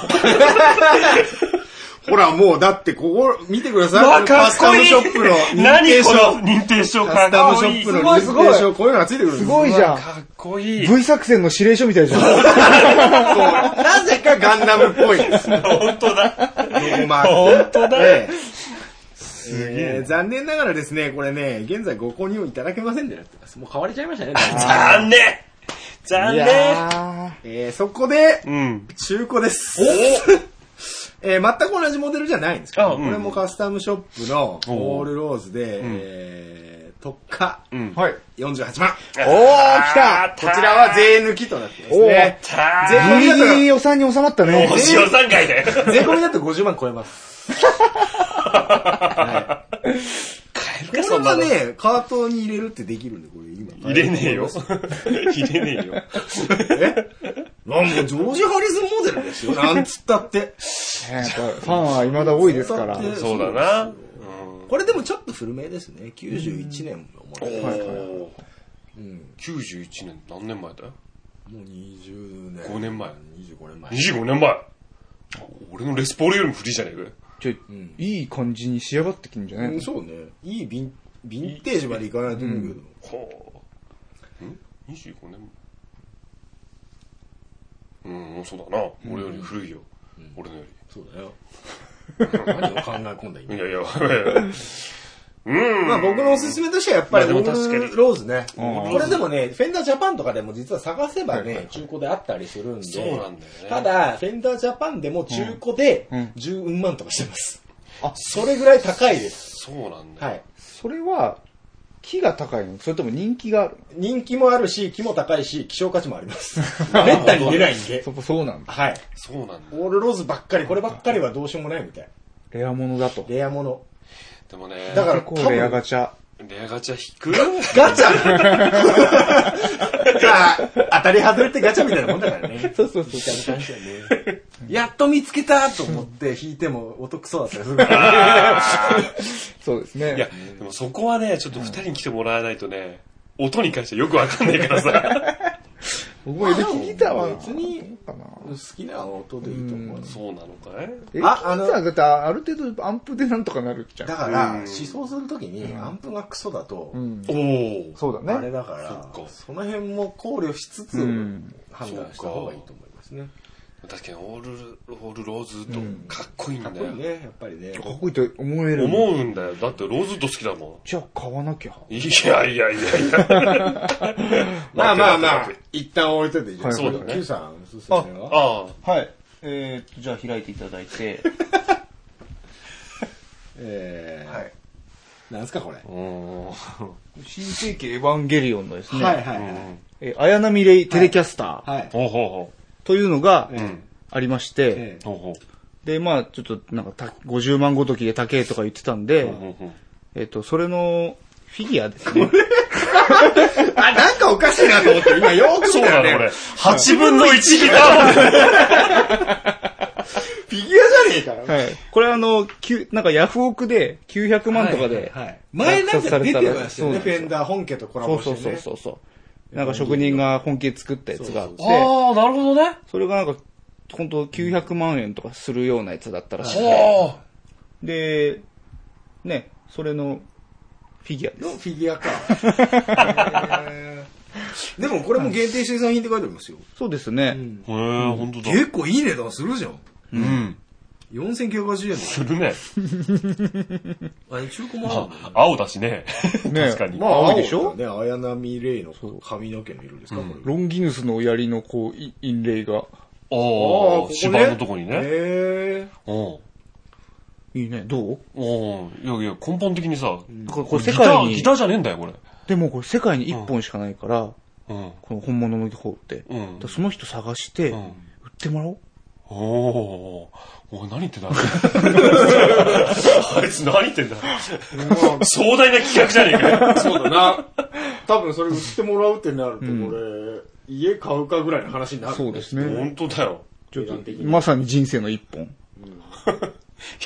[SPEAKER 1] ほら、もう、だって、ここ、見てくだ
[SPEAKER 2] わ
[SPEAKER 1] さ
[SPEAKER 2] か
[SPEAKER 1] い。カ
[SPEAKER 2] っ
[SPEAKER 1] ス
[SPEAKER 2] こ
[SPEAKER 1] タム
[SPEAKER 2] いい
[SPEAKER 1] ショップの認定
[SPEAKER 2] 何この
[SPEAKER 1] 証。
[SPEAKER 2] 認定証か
[SPEAKER 1] カ
[SPEAKER 2] っ
[SPEAKER 1] スタム
[SPEAKER 2] こ
[SPEAKER 1] シ
[SPEAKER 2] い
[SPEAKER 1] ョッ
[SPEAKER 2] い
[SPEAKER 1] プの認定証、こういうのがついてくるんです
[SPEAKER 3] すごいじゃん。
[SPEAKER 2] かっこいい。
[SPEAKER 3] V 作戦の指令書みたいじゃん。
[SPEAKER 1] なぜかガンダムっぽいです。 ロ
[SPEAKER 2] 本当だ。
[SPEAKER 1] ゴマー
[SPEAKER 2] 本当だ。
[SPEAKER 1] えええー残念ながらですね、これね、現在ご購入いただけませんでした。
[SPEAKER 8] もう買われちゃい ましたね。
[SPEAKER 2] 残念残
[SPEAKER 3] い
[SPEAKER 2] 念
[SPEAKER 3] や
[SPEAKER 1] えーそこで、
[SPEAKER 2] うん。
[SPEAKER 1] 中古です。 えー全く同じモデルじゃないんですけ
[SPEAKER 2] あ
[SPEAKER 1] ど、
[SPEAKER 2] うん
[SPEAKER 1] これもカスタムショップの
[SPEAKER 2] お
[SPEAKER 1] オールローズで、えー特価
[SPEAKER 2] うん。
[SPEAKER 3] はい。
[SPEAKER 1] 48万。
[SPEAKER 2] おー、
[SPEAKER 3] 来た
[SPEAKER 1] こちらは税抜きとなってます
[SPEAKER 3] お
[SPEAKER 1] ね。
[SPEAKER 2] た
[SPEAKER 1] 税込みだと
[SPEAKER 3] いい予算に収まったね。
[SPEAKER 2] お塩さんかいで。
[SPEAKER 8] 税込みだと50万超えます。
[SPEAKER 2] 買えるか、
[SPEAKER 1] こ
[SPEAKER 2] そ
[SPEAKER 1] れ
[SPEAKER 2] んな
[SPEAKER 1] は
[SPEAKER 2] の。
[SPEAKER 1] ね、カートに入れるってできるんで、これ今。
[SPEAKER 2] 入れねえよ。入れねえよ。
[SPEAKER 1] えなんかジョージ・ハリスンモデルですよ。なんつったって。
[SPEAKER 3] やっぱファンは未だ多いですから
[SPEAKER 1] だっ。て
[SPEAKER 2] そうだな。
[SPEAKER 1] これでもちょっと古めですね。91年も生まれてますから。
[SPEAKER 2] おー91年、何年前だよ
[SPEAKER 1] もう20年。
[SPEAKER 2] 5年前
[SPEAKER 1] 25年前。
[SPEAKER 2] ?25 年前。俺のレスポールよりも古いじゃねえかよ。
[SPEAKER 3] ちょいい感じに仕上がってきんじゃな
[SPEAKER 1] う
[SPEAKER 3] い
[SPEAKER 1] んそうね。いいビン、ヴィンテージまでいかないと思うけど。
[SPEAKER 2] ほう。ん ?25 年うん、そうだな。俺より古いよ。俺のよ
[SPEAKER 1] そうだよ。何を考え込んだ
[SPEAKER 2] り。
[SPEAKER 1] 今
[SPEAKER 2] い。やい や、うん。
[SPEAKER 1] まあ僕のおすすめとしてはやっぱり
[SPEAKER 2] まあで
[SPEAKER 1] オ
[SPEAKER 2] も確かに
[SPEAKER 1] ールローズね。
[SPEAKER 3] うん
[SPEAKER 1] これでもね、フェンダージャパンとかでも実は探せばね、中古であったりするんで。
[SPEAKER 2] そうなんだよね。
[SPEAKER 1] ただ、フェンダージャパンでも中古で
[SPEAKER 3] うん
[SPEAKER 1] 10万とかしてます。あ、それぐらい高いです。
[SPEAKER 2] そうなんだ
[SPEAKER 1] は
[SPEAKER 2] よ。
[SPEAKER 1] い。
[SPEAKER 3] それは、木が高いのそれとも人気がある
[SPEAKER 1] 人気もあるし、木も高いし、希少価値もあ ります。めったに出ないんで。
[SPEAKER 3] そこそうなんだ。
[SPEAKER 1] はい。
[SPEAKER 2] そうなんだ。
[SPEAKER 1] オールローズばっかり、こればっかりはどうしようもないみたい。
[SPEAKER 3] レアものだと。
[SPEAKER 1] レアもの。
[SPEAKER 2] でもね、
[SPEAKER 1] だから
[SPEAKER 3] 結構レアガチャ。
[SPEAKER 2] レアガチャ引く
[SPEAKER 1] ガチャまあ当たり外れってガチャみたいなもんだからね。
[SPEAKER 3] そうそうそう。
[SPEAKER 8] やっと見つけたと思って引いてもお得そうだったりするから。
[SPEAKER 3] そうです
[SPEAKER 2] いや
[SPEAKER 3] ね。、
[SPEAKER 2] でもそこはね、ちょっと二人に来てもらわないとね、音に関してよくわかんないからさ。
[SPEAKER 3] 僕もエレキギターは、
[SPEAKER 1] 別に
[SPEAKER 3] かな。
[SPEAKER 1] 好きな音でいいと思う。
[SPEAKER 2] そうなのかい
[SPEAKER 3] エレキギタ
[SPEAKER 1] ああの
[SPEAKER 3] ーだってある程度アンプでなんとかなるじゃ
[SPEAKER 1] だ
[SPEAKER 3] ん。
[SPEAKER 1] から、
[SPEAKER 2] うん
[SPEAKER 1] 思想するときにアンプがクソだと、
[SPEAKER 3] うん。
[SPEAKER 2] おー。
[SPEAKER 3] そう
[SPEAKER 1] あ
[SPEAKER 3] だ
[SPEAKER 1] れ
[SPEAKER 3] ね。
[SPEAKER 1] だから、
[SPEAKER 2] そっか
[SPEAKER 1] その辺も考慮しつつ
[SPEAKER 3] うん、
[SPEAKER 1] 判断した方がいいと思いますね。
[SPEAKER 2] 確かにオール、オールローズウッド、かっこいいんだ
[SPEAKER 1] かっこい
[SPEAKER 2] よ
[SPEAKER 1] い。ね、やっぱりね。
[SPEAKER 3] かっこいいと思える。
[SPEAKER 2] 思うんだよ。だってローズウッド好きだも
[SPEAKER 3] じゃあ買わなきゃ。
[SPEAKER 2] ん。いやいやいやいや。
[SPEAKER 1] まあまあまあ、一旦置いといていいじゃん。
[SPEAKER 3] はい
[SPEAKER 2] そうだね
[SPEAKER 1] Q さん、おすすめは
[SPEAKER 2] ああ。
[SPEAKER 3] はい。えー、じゃあ開いていただいて。
[SPEAKER 1] えー、なんすかこれ。
[SPEAKER 3] 新世紀エヴァンゲリオンのですね、
[SPEAKER 1] はいはいはい。
[SPEAKER 3] えー綾波レイテレキャスター
[SPEAKER 1] はい。
[SPEAKER 2] ほうほうほ
[SPEAKER 3] というのが
[SPEAKER 1] ええ
[SPEAKER 3] ありまして、
[SPEAKER 1] ええ
[SPEAKER 2] う。ほうほう。
[SPEAKER 3] で、まあちょっとなんかた50万ごときで高えとか言ってたんで、
[SPEAKER 2] ほうほう
[SPEAKER 3] えっ、と、それのフィギュアですね。
[SPEAKER 1] あ、なんかおかしいなと思って、今よく
[SPEAKER 2] そ
[SPEAKER 1] 見
[SPEAKER 2] う
[SPEAKER 1] た
[SPEAKER 2] な
[SPEAKER 1] ら
[SPEAKER 2] の、こ
[SPEAKER 1] ね
[SPEAKER 2] れ。、8分の1ギター
[SPEAKER 1] フィギュアじゃねえから。
[SPEAKER 3] はい。これあの、きゅなんかヤフオクで900万とかで、
[SPEAKER 1] はい。前なんか出てましたよね、
[SPEAKER 3] そう
[SPEAKER 1] フェンダー本家とコラ
[SPEAKER 3] そ
[SPEAKER 1] ボ
[SPEAKER 3] う
[SPEAKER 1] して
[SPEAKER 3] そう
[SPEAKER 1] ね。
[SPEAKER 3] そうそうそう。なんか職人が本気で作ったやつがあって、
[SPEAKER 2] ああ、なるほどね。
[SPEAKER 3] それがなんか、本当900万円とかするようなやつだったらしくて、
[SPEAKER 2] ほ
[SPEAKER 3] で、ね、それのフィギュアです。
[SPEAKER 1] のフィギュアか。へーでもこれも限定生産品って書いてありますよ。
[SPEAKER 3] そうですね。
[SPEAKER 2] う。へえ、ほんとだ。
[SPEAKER 1] 結構いい値段するじゃん。
[SPEAKER 2] うん。
[SPEAKER 1] 4980円だよ
[SPEAKER 2] するね。
[SPEAKER 1] あれ中古もあるんだよ
[SPEAKER 2] あ青だしね。
[SPEAKER 3] ね
[SPEAKER 2] 確かに。
[SPEAKER 1] ま
[SPEAKER 3] 青い
[SPEAKER 1] あ、青
[SPEAKER 3] で
[SPEAKER 1] で
[SPEAKER 3] し
[SPEAKER 1] し
[SPEAKER 3] ょ
[SPEAKER 1] ょね、綾波レイの髪の毛の色ですか、これ。
[SPEAKER 3] ロンギヌスの槍のこう、い陰霊が。
[SPEAKER 1] あ
[SPEAKER 2] あ
[SPEAKER 1] ここ
[SPEAKER 2] あ、
[SPEAKER 1] ね
[SPEAKER 2] 芝のとこにね。
[SPEAKER 1] へ
[SPEAKER 2] うん。
[SPEAKER 3] いいね。どう
[SPEAKER 2] おいやいや、根本的にさ、
[SPEAKER 3] これこれ
[SPEAKER 2] ギ
[SPEAKER 3] 世
[SPEAKER 2] タ
[SPEAKER 3] 界
[SPEAKER 2] ー、
[SPEAKER 3] に
[SPEAKER 2] ギ、ターじゃねえんだよ、これ。
[SPEAKER 3] でもこれ世界に一本しかないから、
[SPEAKER 2] うん。
[SPEAKER 3] この本物の方って。
[SPEAKER 2] うん
[SPEAKER 3] だからその人探して、
[SPEAKER 2] うん
[SPEAKER 3] 売ってもらおう。
[SPEAKER 2] おー、おい、何言 ってんだあいつ何言ってんだ壮大な企画じゃねえかよ。
[SPEAKER 1] ーそうだな。多分それ売ってもらうってなると、これ、家買うかぐらいの話になる。
[SPEAKER 3] そうです
[SPEAKER 2] 本。当だよ。
[SPEAKER 3] ちょっと、まさに人生の一本。
[SPEAKER 2] い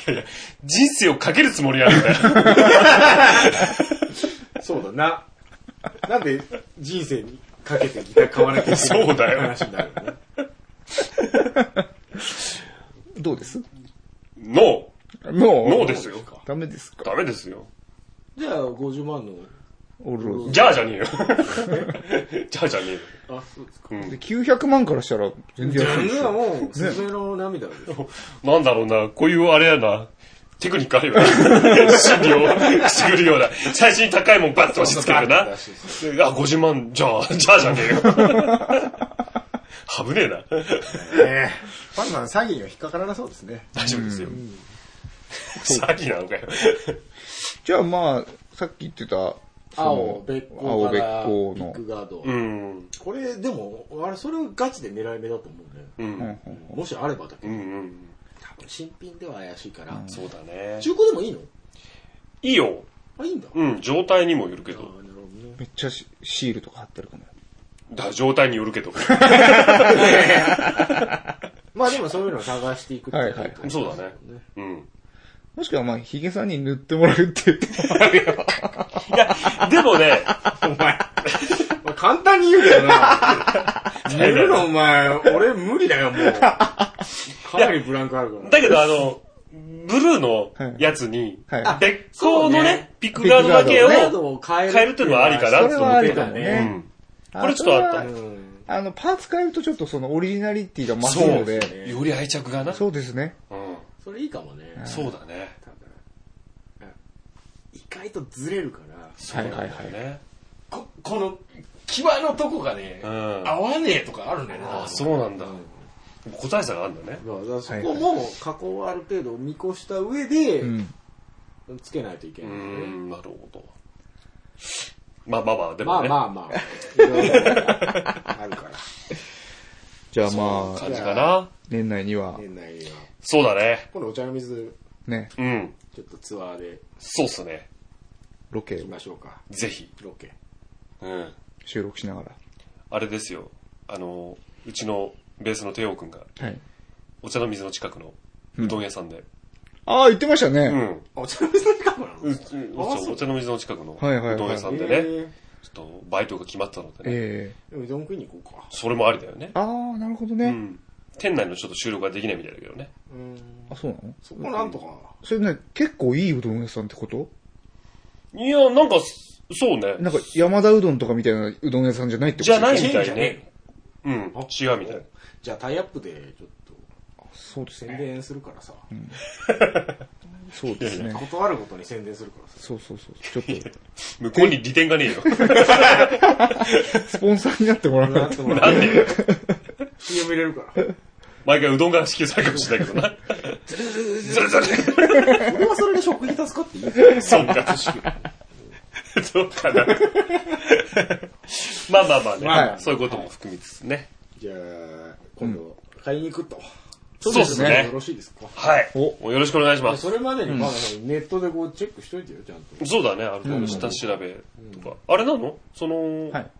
[SPEAKER 2] やいや、人生をかけるつもりあるんだよ。
[SPEAKER 1] そうだな。なんで人生にかけてギター買わなきゃいけない
[SPEAKER 2] そうだよ
[SPEAKER 1] 話になるよね。
[SPEAKER 3] どうです
[SPEAKER 2] ノ
[SPEAKER 3] ノ
[SPEAKER 2] ー、ノーですよ。
[SPEAKER 3] ダメですか
[SPEAKER 2] ダメですよ。
[SPEAKER 1] じゃあ50万の。
[SPEAKER 3] オールローズ。
[SPEAKER 2] じゃあじゃねえ よ。じゃあじゃねえよ。
[SPEAKER 1] あ、そうですか。
[SPEAKER 3] で900万からしたら全然安いで
[SPEAKER 1] そ
[SPEAKER 3] し
[SPEAKER 1] れは
[SPEAKER 3] ょ。
[SPEAKER 1] もう、すずめの涙ですよ。
[SPEAKER 2] なんだろうな、こういうあれやな、テクニックある よな。心理をくすぐるような。最初に高いもんバッと押し付けるな。であ、50万、じゃあ、じゃあじゃねえよ。 危ねえな。
[SPEAKER 1] ええパンさん詐欺には引っかからなそうですね。
[SPEAKER 2] 大丈夫ですよ。詐欺なのかよ。
[SPEAKER 3] じゃあまあ、さっき言ってた
[SPEAKER 8] 青、べっこうから、
[SPEAKER 3] 青べっこう
[SPEAKER 8] ビ
[SPEAKER 3] の
[SPEAKER 8] ッグガード
[SPEAKER 2] う。ん。
[SPEAKER 8] これ、でも、あれ、それをガチで狙い目だと思うね。
[SPEAKER 2] うん。うん。
[SPEAKER 8] もしあればだけ
[SPEAKER 2] う
[SPEAKER 8] ど、
[SPEAKER 2] ん。うん。
[SPEAKER 8] 多分新品では怪しいから。
[SPEAKER 2] そうだね。
[SPEAKER 8] 中古でもいいの
[SPEAKER 2] いいよ。
[SPEAKER 8] あ、いいんだ。あ
[SPEAKER 2] うん。状態にもよるけど。
[SPEAKER 8] なるほどね。
[SPEAKER 3] めっちゃシシールとか貼ってるかも。
[SPEAKER 2] だ状態によるけど。
[SPEAKER 8] まあでもそういうのを探していくっていう
[SPEAKER 3] はいは
[SPEAKER 2] そうだね。うん。
[SPEAKER 3] もしくは、まあ、ヒゲさんに塗ってもらうって言って。
[SPEAKER 2] いや、でもね、
[SPEAKER 8] まあ簡単に言うけどな。寝るのお前、俺無理だよ、もう。かなりブランクあるから。
[SPEAKER 2] だけどあの、ブルーのやつに、
[SPEAKER 3] はい
[SPEAKER 2] 別光の
[SPEAKER 8] そう
[SPEAKER 2] ね
[SPEAKER 8] ね、
[SPEAKER 2] ピックガードだけを
[SPEAKER 8] ピックガードを変える
[SPEAKER 2] 変えるっていうのはありかな
[SPEAKER 3] それはありかも
[SPEAKER 2] う
[SPEAKER 3] ね。
[SPEAKER 2] ん。これちょっとあった
[SPEAKER 3] そ
[SPEAKER 8] う
[SPEAKER 3] れは
[SPEAKER 8] ん
[SPEAKER 3] あの、パーツ変えるとちょっとそのオリジナリティが増す
[SPEAKER 2] そう
[SPEAKER 3] ので。。
[SPEAKER 2] より愛着がな。
[SPEAKER 3] そうですね。
[SPEAKER 2] うん。
[SPEAKER 8] それいいかもね。
[SPEAKER 2] そうだね。
[SPEAKER 8] 多分うん意外とずれるから、
[SPEAKER 3] はいはいは
[SPEAKER 2] そう
[SPEAKER 3] い。
[SPEAKER 2] だね。
[SPEAKER 8] ここの、際のとこがね、
[SPEAKER 2] うん。
[SPEAKER 8] 合わねえとかあるんだよな。
[SPEAKER 2] あ、そうなんだ。個体差があるんだね。
[SPEAKER 8] だからそこも加工をある程度見越した上で
[SPEAKER 3] う、ん。
[SPEAKER 8] つけないといけ
[SPEAKER 2] うー
[SPEAKER 8] ないんだよね。
[SPEAKER 2] ん、なるほど。まあまあまあ、で
[SPEAKER 8] ま
[SPEAKER 2] も
[SPEAKER 8] あ
[SPEAKER 2] ね。
[SPEAKER 8] まあまあ、いろいろあ るから。
[SPEAKER 3] じゃあまあ
[SPEAKER 2] 感、じかな。
[SPEAKER 3] 年内には、
[SPEAKER 8] 年内には。
[SPEAKER 2] そうだね。
[SPEAKER 8] 今度お茶の水、
[SPEAKER 3] ね、
[SPEAKER 2] うん。
[SPEAKER 8] ちょっとツアーで
[SPEAKER 2] そうっすね。
[SPEAKER 3] ロケ
[SPEAKER 8] 行きましょうか。
[SPEAKER 2] ぜひ。
[SPEAKER 8] ロケ。
[SPEAKER 2] うん。
[SPEAKER 3] 収録しながら。
[SPEAKER 2] あれですよ。あの、うちのベースの帝王くんが、
[SPEAKER 3] はい。
[SPEAKER 2] お茶の水の近くのうどん屋さんで。
[SPEAKER 3] ああ、言ってましたね。
[SPEAKER 2] うん。
[SPEAKER 8] あお茶の水の近くなの
[SPEAKER 2] ううそうお茶の水の近くのう
[SPEAKER 3] はいはいはい
[SPEAKER 2] どん屋さんで
[SPEAKER 8] え
[SPEAKER 2] ね。ちょっとバイトが決まったのでね。
[SPEAKER 3] え
[SPEAKER 8] ーでもうどん食いに行こうか。
[SPEAKER 2] それもありだよね
[SPEAKER 3] え。ああ、なるほど
[SPEAKER 2] う
[SPEAKER 3] ね。
[SPEAKER 2] ん。店内のちょっと収録ができないみたいだけどね。
[SPEAKER 8] うん。
[SPEAKER 3] あ、そうなの
[SPEAKER 8] そこなんとかな。
[SPEAKER 3] それね、結構いいうどん屋さんってこと
[SPEAKER 2] いや、なんか、そうね。
[SPEAKER 3] なんか、山田うどんとかみたいなうどん屋さんじゃないってこと
[SPEAKER 2] じゃない
[SPEAKER 3] チェー
[SPEAKER 2] み
[SPEAKER 3] ン
[SPEAKER 2] た
[SPEAKER 8] じ
[SPEAKER 2] い
[SPEAKER 8] ゃ
[SPEAKER 2] ね
[SPEAKER 8] ね。
[SPEAKER 2] うん。違うみたい。
[SPEAKER 8] じゃあタイアップでちょっと
[SPEAKER 3] そうです
[SPEAKER 8] 宣
[SPEAKER 3] ね。
[SPEAKER 8] 伝するからさ。
[SPEAKER 3] そうですね。
[SPEAKER 8] 断ることに宣伝するからさ。
[SPEAKER 3] そうそうそう。ちょっと、
[SPEAKER 2] 向こうに利点がねえよ。
[SPEAKER 3] スポンサーになってもらわないと。
[SPEAKER 2] なんで
[SPEAKER 8] CM 入れるから。
[SPEAKER 2] 毎回うどんが支給されるかもしれないけどな。ずるずる
[SPEAKER 8] 俺はそれで食費助かっていい
[SPEAKER 2] そうか。どうかな。まあまあまあね、
[SPEAKER 3] まあ
[SPEAKER 2] そういうことも含みつつね。
[SPEAKER 8] じゃあ、今度、買いに行くと。
[SPEAKER 2] そうですね
[SPEAKER 8] よろしいですか
[SPEAKER 2] はい。
[SPEAKER 3] お
[SPEAKER 2] もうよろしくお願いします
[SPEAKER 8] そ。れまでに、まあ、ネットでこうチェックしといてよ、ちゃんと。
[SPEAKER 2] そうだね、あの、下調べとか。あれなのその、
[SPEAKER 3] はい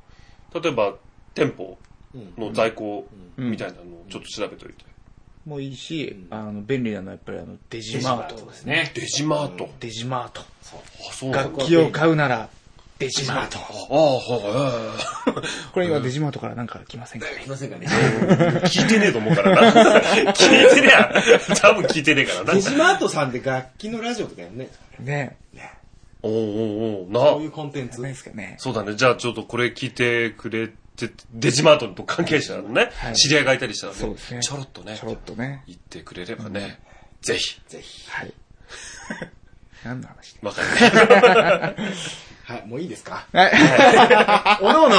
[SPEAKER 2] 例えば、店舗の在庫
[SPEAKER 3] うん
[SPEAKER 2] みたいなのをちょっと調べといて。
[SPEAKER 3] もういいし、あの、便利なのはやっぱりあの、デジマートですね。
[SPEAKER 2] デジマート。
[SPEAKER 3] デジマート。
[SPEAKER 2] あ、そうなん
[SPEAKER 3] 楽
[SPEAKER 2] だ。
[SPEAKER 3] 器を買うなら、デジマート。
[SPEAKER 2] ああ、は
[SPEAKER 3] これ今デジマートからなんか来ませんか
[SPEAKER 8] すいませんがね。
[SPEAKER 2] いはい。聞いてねえと思うから な。聞いてねえや。多分聞いてねえからな
[SPEAKER 8] デ。ジマートさんで楽器のラジオとかやんないですかね
[SPEAKER 3] ね
[SPEAKER 2] おうおうおう
[SPEAKER 8] そうい
[SPEAKER 2] な。
[SPEAKER 8] うコンテンツ。
[SPEAKER 3] ないですかね。
[SPEAKER 2] そうだね。じゃあちょっとこれ聞いてくれて、デジマートと関係者のね、
[SPEAKER 3] い
[SPEAKER 2] 知り合いがいたりしたら
[SPEAKER 3] そう
[SPEAKER 2] ね
[SPEAKER 3] ですね
[SPEAKER 2] ちょろっとね
[SPEAKER 3] ちょ、ろっとね。
[SPEAKER 2] 言ってくれればね、ぜひ。
[SPEAKER 8] ぜひ。
[SPEAKER 3] はい。 何の話
[SPEAKER 2] わかる。
[SPEAKER 8] はい、もういいですか
[SPEAKER 3] はい。
[SPEAKER 8] おのおの、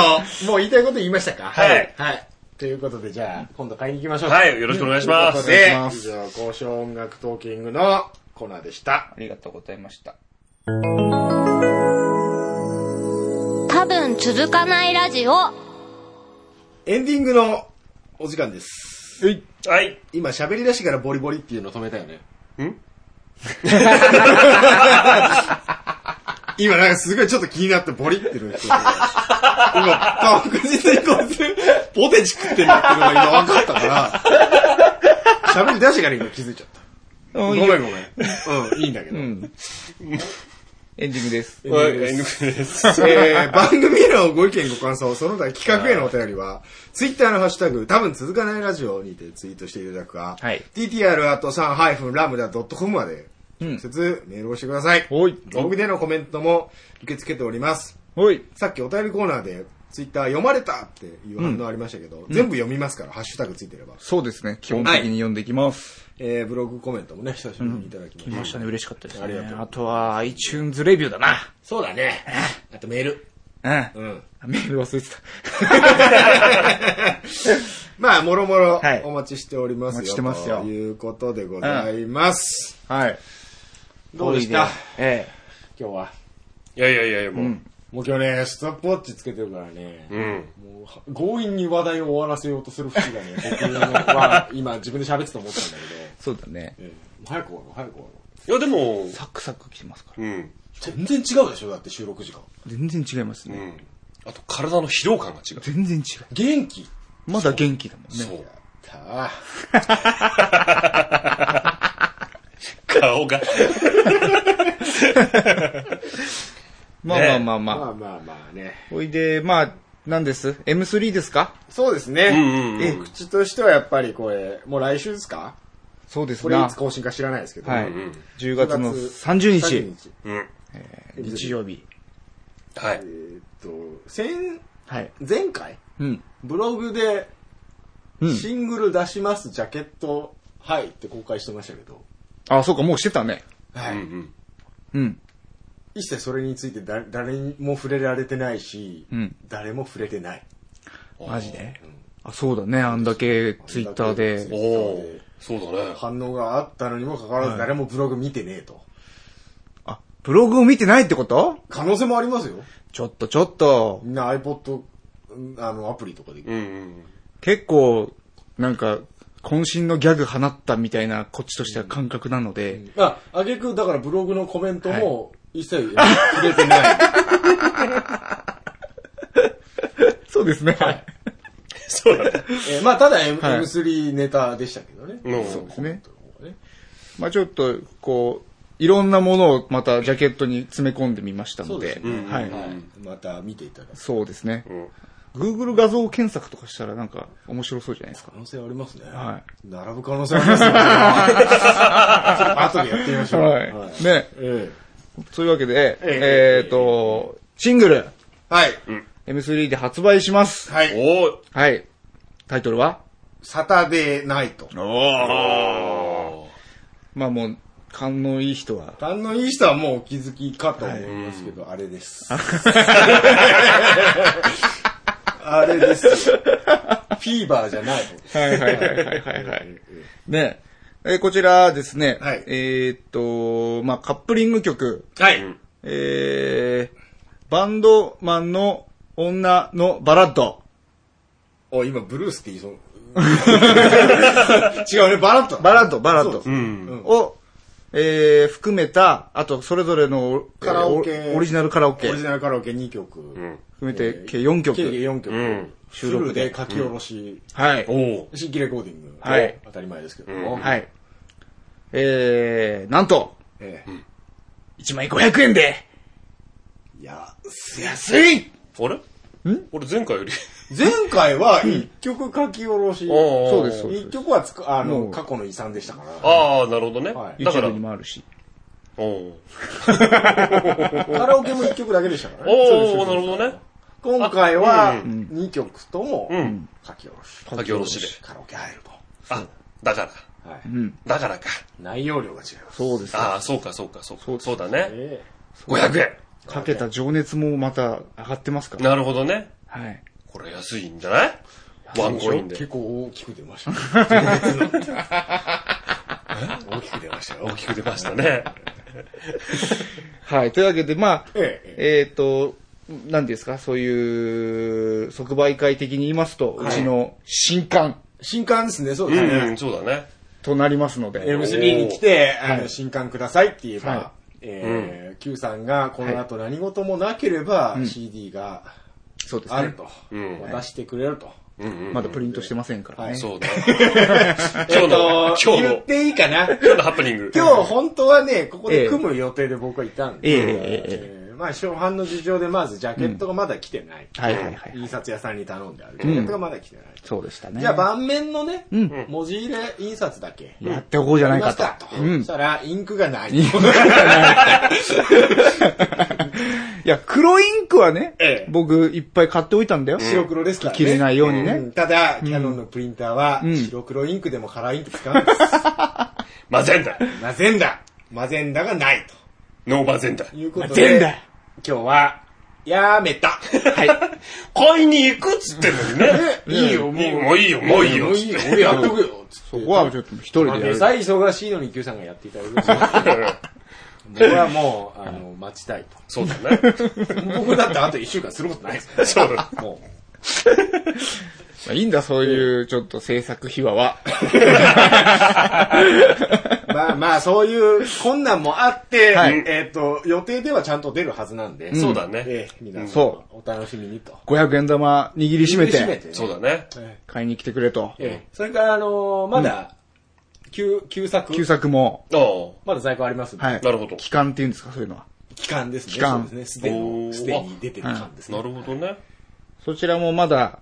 [SPEAKER 8] もう言いたいこと言いましたか
[SPEAKER 2] はい
[SPEAKER 8] はい。ということで、じゃあ、今度買いに行きましょうか。
[SPEAKER 2] はい、よろしくお願いしま
[SPEAKER 8] と
[SPEAKER 2] す。
[SPEAKER 8] いう
[SPEAKER 3] お願
[SPEAKER 8] こ
[SPEAKER 3] いしま
[SPEAKER 8] と
[SPEAKER 3] す
[SPEAKER 8] で、以上、交渉音楽トーキングのコーナーでした。
[SPEAKER 3] ありがとうございました。
[SPEAKER 9] 多分続かないラジオ
[SPEAKER 8] エンディングのお時間です。
[SPEAKER 2] はい。
[SPEAKER 8] 今、喋り出しからボリボリっていうの止めたよね。
[SPEAKER 1] 今なんかすごいちょっと気になってボリってる人が。今、確実にこうポテチ食ってんだっていうのが今分かった から、喋り出してから今気づいちゃった。
[SPEAKER 3] ご
[SPEAKER 1] ごめんごめん。うん、いいんだけど。
[SPEAKER 3] エンディングです。
[SPEAKER 2] はい、エンディングです。
[SPEAKER 1] えー番組へのご意見ご感想、その他企画へのお便りは、ツイッターのハッシュタグ、多分続かないラジオにてツイートしていただくか、
[SPEAKER 3] はい
[SPEAKER 1] ttr.3-lambda.com まで、直接メールをしてください。
[SPEAKER 3] おい。
[SPEAKER 1] ブログでのコメントも受け付けております。
[SPEAKER 3] おい。
[SPEAKER 1] さっきお便りコーナーで、ツイッター読まれたっていう反応ありましたけど、全部読みますから、ハッシュタグついてれば。
[SPEAKER 3] そうですね。基本的に読んでいきます。
[SPEAKER 1] えーブログコメントもね、久しぶりにいただきました。
[SPEAKER 3] ましたね。嬉しかったです
[SPEAKER 1] ありがとう
[SPEAKER 3] あとは、iTunes レビューだな。
[SPEAKER 8] そうだね。あとメール。
[SPEAKER 3] うん。
[SPEAKER 1] うん。
[SPEAKER 3] メール忘れてた。
[SPEAKER 1] まあ、もろもろ
[SPEAKER 3] はい
[SPEAKER 1] お待ちしておりますよ。
[SPEAKER 3] お待ちしてますよ
[SPEAKER 1] ということでございます。
[SPEAKER 3] はい。
[SPEAKER 8] どうでした
[SPEAKER 3] え
[SPEAKER 8] 今日は。
[SPEAKER 2] いやいやいや、もう、
[SPEAKER 1] もう今日ね、ストップウォッチつけてるからね、
[SPEAKER 2] うん。
[SPEAKER 1] もうは強引に話題を終わらせようとする節 がね、僕は今自分で喋ってて思ったんだ
[SPEAKER 3] そうだね。
[SPEAKER 1] けど、早く終わろう、早く終わろう。
[SPEAKER 2] いや、でも、
[SPEAKER 3] サクサク来てますから。
[SPEAKER 2] うん。
[SPEAKER 1] 全然違うでしょ、だって収録時間。
[SPEAKER 3] 全然違います
[SPEAKER 2] う
[SPEAKER 3] ね。
[SPEAKER 2] ん。あと、体の疲労感が違う。
[SPEAKER 3] 全然違う。
[SPEAKER 1] 元気
[SPEAKER 3] まだ元気だもんね。
[SPEAKER 2] そう。
[SPEAKER 1] だ
[SPEAKER 2] 顔が。
[SPEAKER 3] まあまあまあまあ。
[SPEAKER 1] まあまあまあね。
[SPEAKER 3] おいで、まあ、なんです ?M3 ですか
[SPEAKER 1] そうです
[SPEAKER 2] うん
[SPEAKER 1] ね。
[SPEAKER 2] うんうん。
[SPEAKER 1] 口としてはやっぱりこれ、もう来週ですか
[SPEAKER 3] そうです
[SPEAKER 1] これい
[SPEAKER 3] な
[SPEAKER 1] つ。更新か知らないですけど。
[SPEAKER 3] はい
[SPEAKER 2] うんうん。
[SPEAKER 3] 10
[SPEAKER 1] 10
[SPEAKER 3] 月の30日、
[SPEAKER 2] うん。
[SPEAKER 3] 日曜日。
[SPEAKER 2] はい
[SPEAKER 1] え。ーっと、先、
[SPEAKER 3] はい。
[SPEAKER 1] 前回、
[SPEAKER 3] うん。
[SPEAKER 1] ブログで
[SPEAKER 3] うん。
[SPEAKER 1] シングル出します、ジャケット、はいって公開してましたけど、
[SPEAKER 3] あ、そうか、もうしてたね。
[SPEAKER 1] は
[SPEAKER 2] うんう
[SPEAKER 1] い。
[SPEAKER 2] ん。
[SPEAKER 3] うん。
[SPEAKER 1] 一切それについてだ誰にも触れられてないし、
[SPEAKER 3] うん
[SPEAKER 1] 誰も触れてない。
[SPEAKER 3] マジであ、そうだね。あんだけツイッター
[SPEAKER 2] お
[SPEAKER 3] で。
[SPEAKER 2] おーそうだね。
[SPEAKER 1] 反応があったのにもかかわらず誰もブログ見てねえと。
[SPEAKER 3] あ、ブログを見てないってこと
[SPEAKER 1] 可能性もありますよ。
[SPEAKER 3] ちょっとちょっと。
[SPEAKER 1] みんな iPod、うんあの、アプリとかで
[SPEAKER 2] うんうん。
[SPEAKER 3] 結構、なんか、渾身のギャグ放ったみたいな、こっちとしては感覚なので。
[SPEAKER 1] あ、あげく、だからブログのコメントも一切触れてない。
[SPEAKER 3] そうですね。はい。
[SPEAKER 2] そうだね。
[SPEAKER 1] えーまあ、ただ M、
[SPEAKER 3] はい
[SPEAKER 1] M3 ネタでしたけどね。
[SPEAKER 2] うん
[SPEAKER 3] そうですね。
[SPEAKER 1] ね
[SPEAKER 3] まあちょっと、こう、いろんなものをまたジャケットに詰め込んでみました
[SPEAKER 1] そ
[SPEAKER 3] の
[SPEAKER 1] う
[SPEAKER 3] で。
[SPEAKER 1] ですね。
[SPEAKER 3] はい。
[SPEAKER 1] また見ていただく
[SPEAKER 3] そうですね。
[SPEAKER 2] うん。
[SPEAKER 3] Google 画像検索とかしたらなんか面白そうじゃないですか
[SPEAKER 1] 可。能性ありますね。
[SPEAKER 3] は
[SPEAKER 1] 並ぶ可能性ありますね。後でやってみましょう。
[SPEAKER 3] はい。ね。
[SPEAKER 1] ええ
[SPEAKER 3] そういうわけで、えっ、と、シングル、
[SPEAKER 1] はい。
[SPEAKER 3] M3 で発売します。
[SPEAKER 1] はい。
[SPEAKER 2] おー
[SPEAKER 3] はい。タイトルは
[SPEAKER 1] サタデーナイト。
[SPEAKER 2] お
[SPEAKER 3] まあもう、勘のいい人は。
[SPEAKER 1] 勘のいい人はもうお気づきかと思いますけど、あれです。 あれですよ。フィーバーじゃない方です。
[SPEAKER 3] はいはいはいはいはいはい。 ね。えーこちらですね。
[SPEAKER 1] はい
[SPEAKER 3] えっ、と、まあカップリング曲、
[SPEAKER 1] はい。
[SPEAKER 3] えー、バンドマンの女のバラッド。
[SPEAKER 1] お、今、ブルースって言いそう。違うね、バラッと。
[SPEAKER 3] バラッド、バラッド。
[SPEAKER 2] うん。
[SPEAKER 3] を、えー、含めた、あと、それぞれの、
[SPEAKER 1] カラオケ
[SPEAKER 3] えーオリオリジナルカラオケ、
[SPEAKER 1] オリジ
[SPEAKER 3] 含
[SPEAKER 1] ナルカラオケ2曲。
[SPEAKER 2] ん
[SPEAKER 3] めて、計4曲。
[SPEAKER 1] 計4曲。
[SPEAKER 2] ん
[SPEAKER 1] 収録で書き下ろし、
[SPEAKER 3] はい
[SPEAKER 2] お。お
[SPEAKER 1] 新規レコーディング。
[SPEAKER 3] はい
[SPEAKER 1] 当たり前ですけど
[SPEAKER 2] う
[SPEAKER 1] も。
[SPEAKER 2] ん
[SPEAKER 3] はい。えー、なんと、
[SPEAKER 1] ええ
[SPEAKER 3] 1枚500円で、
[SPEAKER 1] いや、
[SPEAKER 3] 安い
[SPEAKER 2] あれん俺前回より。
[SPEAKER 1] 前回は1曲書き下ろし。
[SPEAKER 3] そ
[SPEAKER 2] そう
[SPEAKER 3] です、そうです
[SPEAKER 1] 1。曲はつく、あ
[SPEAKER 3] も
[SPEAKER 1] の、
[SPEAKER 3] う
[SPEAKER 1] 過去の遺産でしたから。
[SPEAKER 2] ああ、なるほどね。
[SPEAKER 1] はい
[SPEAKER 2] だから
[SPEAKER 3] YouTube に、もあるし。
[SPEAKER 2] おお
[SPEAKER 1] カラオケも1曲だけでしたからね。
[SPEAKER 2] おおなるほどね。
[SPEAKER 1] 今回は
[SPEAKER 2] う
[SPEAKER 1] 2曲とも
[SPEAKER 2] うん
[SPEAKER 1] 書き下ろし。
[SPEAKER 2] 書き下ろしで。
[SPEAKER 1] カラオケ入ると。
[SPEAKER 2] あ、だから。
[SPEAKER 1] はい
[SPEAKER 3] うん。
[SPEAKER 2] だからか。
[SPEAKER 1] 内容量が違います。
[SPEAKER 3] そうです。
[SPEAKER 2] ああ、そうか、そうか、そう
[SPEAKER 3] そ
[SPEAKER 2] か。
[SPEAKER 3] うです
[SPEAKER 2] そうだね。
[SPEAKER 1] え
[SPEAKER 2] 500円。
[SPEAKER 3] かけた情熱もまた上がってますから。
[SPEAKER 2] なるほどね。
[SPEAKER 3] はい。
[SPEAKER 2] これ安いんじゃないワンコイン
[SPEAKER 1] え
[SPEAKER 2] で
[SPEAKER 1] 結。構大きく出ましたね。大きく出ましたよ。
[SPEAKER 2] 大きく出ましたね。
[SPEAKER 3] はい。というわけで、まあ、
[SPEAKER 1] ええ
[SPEAKER 3] えっ、と、何ですか、そういう、即売会的に言いますと、うちの新刊
[SPEAKER 1] 新刊ですね、そう
[SPEAKER 2] う
[SPEAKER 1] ですね。
[SPEAKER 2] ん、うんそうだね。
[SPEAKER 3] となりますので。
[SPEAKER 1] M3 に来て、あの、新刊くださいって言えば、
[SPEAKER 3] は
[SPEAKER 1] えー Q さんがこの後何事もなければ、CD が
[SPEAKER 3] そうです
[SPEAKER 1] ある
[SPEAKER 3] ね。
[SPEAKER 1] と、
[SPEAKER 2] うん
[SPEAKER 1] 出してくれると。
[SPEAKER 2] うんうん。
[SPEAKER 3] まだプリントしてませんからね。
[SPEAKER 2] そうだ。 今日の、今
[SPEAKER 1] えっと
[SPEAKER 2] 日
[SPEAKER 1] 言
[SPEAKER 2] の、
[SPEAKER 1] っていいかな
[SPEAKER 2] 今日のハプニング。
[SPEAKER 1] 今日本当はね、ここで組む予定で僕はいたんで、
[SPEAKER 3] ええええ
[SPEAKER 1] えーまあ、初版の事情でまずジャケットがまだ来てない。
[SPEAKER 3] はいはいはい。
[SPEAKER 1] 印刷屋さんに頼んである。ジャケットがまだ来てない。
[SPEAKER 3] そうでしたね。
[SPEAKER 1] じゃあ、盤面のね、
[SPEAKER 3] ん
[SPEAKER 1] 文字入れ印刷だけ。
[SPEAKER 3] やっておこうじゃ
[SPEAKER 1] あ
[SPEAKER 3] な
[SPEAKER 1] り
[SPEAKER 3] い
[SPEAKER 1] ま
[SPEAKER 3] か
[SPEAKER 1] した
[SPEAKER 3] と。
[SPEAKER 1] と。
[SPEAKER 3] うん
[SPEAKER 1] そし。たら、インクがない。
[SPEAKER 3] いや、黒インクはね
[SPEAKER 1] ええ、
[SPEAKER 3] 僕いっぱい買っておいたんだよ。
[SPEAKER 1] 白黒ですからね。
[SPEAKER 3] 切れないようにね
[SPEAKER 1] んただ、キャノンのプリンターは、
[SPEAKER 3] ん
[SPEAKER 1] 白黒インクでもカラーインク使うんです。
[SPEAKER 2] マゼンダ。
[SPEAKER 1] マゼンダ。マゼンダがない
[SPEAKER 2] ノーマゼンダ。
[SPEAKER 1] ということ
[SPEAKER 3] 全
[SPEAKER 1] で、
[SPEAKER 3] だ
[SPEAKER 1] 今日は、やめた。
[SPEAKER 2] 買いに行くっつってんのにね。
[SPEAKER 1] いいよ、もう。
[SPEAKER 2] もういいよ、もういいよ。
[SPEAKER 1] もういいよ、俺やっとくよ。つって
[SPEAKER 3] そこはちょっと一人
[SPEAKER 1] まあ
[SPEAKER 3] でや
[SPEAKER 1] ね
[SPEAKER 3] る。
[SPEAKER 1] さえ忙しいのに Q さんがやっていただくんですよ。
[SPEAKER 8] 僕はもう、あの、待ちたいと。
[SPEAKER 2] そうだね。
[SPEAKER 8] 僕だってあと1週間することないですから
[SPEAKER 2] そうだ。
[SPEAKER 8] も
[SPEAKER 3] まあいいんだ、そういう、ちょっと制作秘話は。
[SPEAKER 8] まあまあ、そういう困難もあって、
[SPEAKER 3] はい
[SPEAKER 8] えっと、予定ではちゃんと出るはずなんで、
[SPEAKER 2] そうだね。
[SPEAKER 8] ええ、皆さん、
[SPEAKER 3] そ
[SPEAKER 8] お楽しみにと。
[SPEAKER 3] 500円玉握りしめ
[SPEAKER 8] 締
[SPEAKER 3] て、
[SPEAKER 8] ね
[SPEAKER 2] そうだね。
[SPEAKER 3] 買いに来てくれと。
[SPEAKER 8] ええそれから、あのーまだ、旧、旧作。
[SPEAKER 3] 旧作も、
[SPEAKER 2] ああ、
[SPEAKER 8] まだ在庫ありますんで、
[SPEAKER 3] はい。
[SPEAKER 2] なるほど。
[SPEAKER 3] 期間っていうんですか、そういうのは。
[SPEAKER 8] 期間ですね。
[SPEAKER 3] 期間
[SPEAKER 8] そうですね。すで
[SPEAKER 2] おー
[SPEAKER 8] に、すでに出てる期間ですね。
[SPEAKER 2] なるほどね。
[SPEAKER 3] そちらもまだ、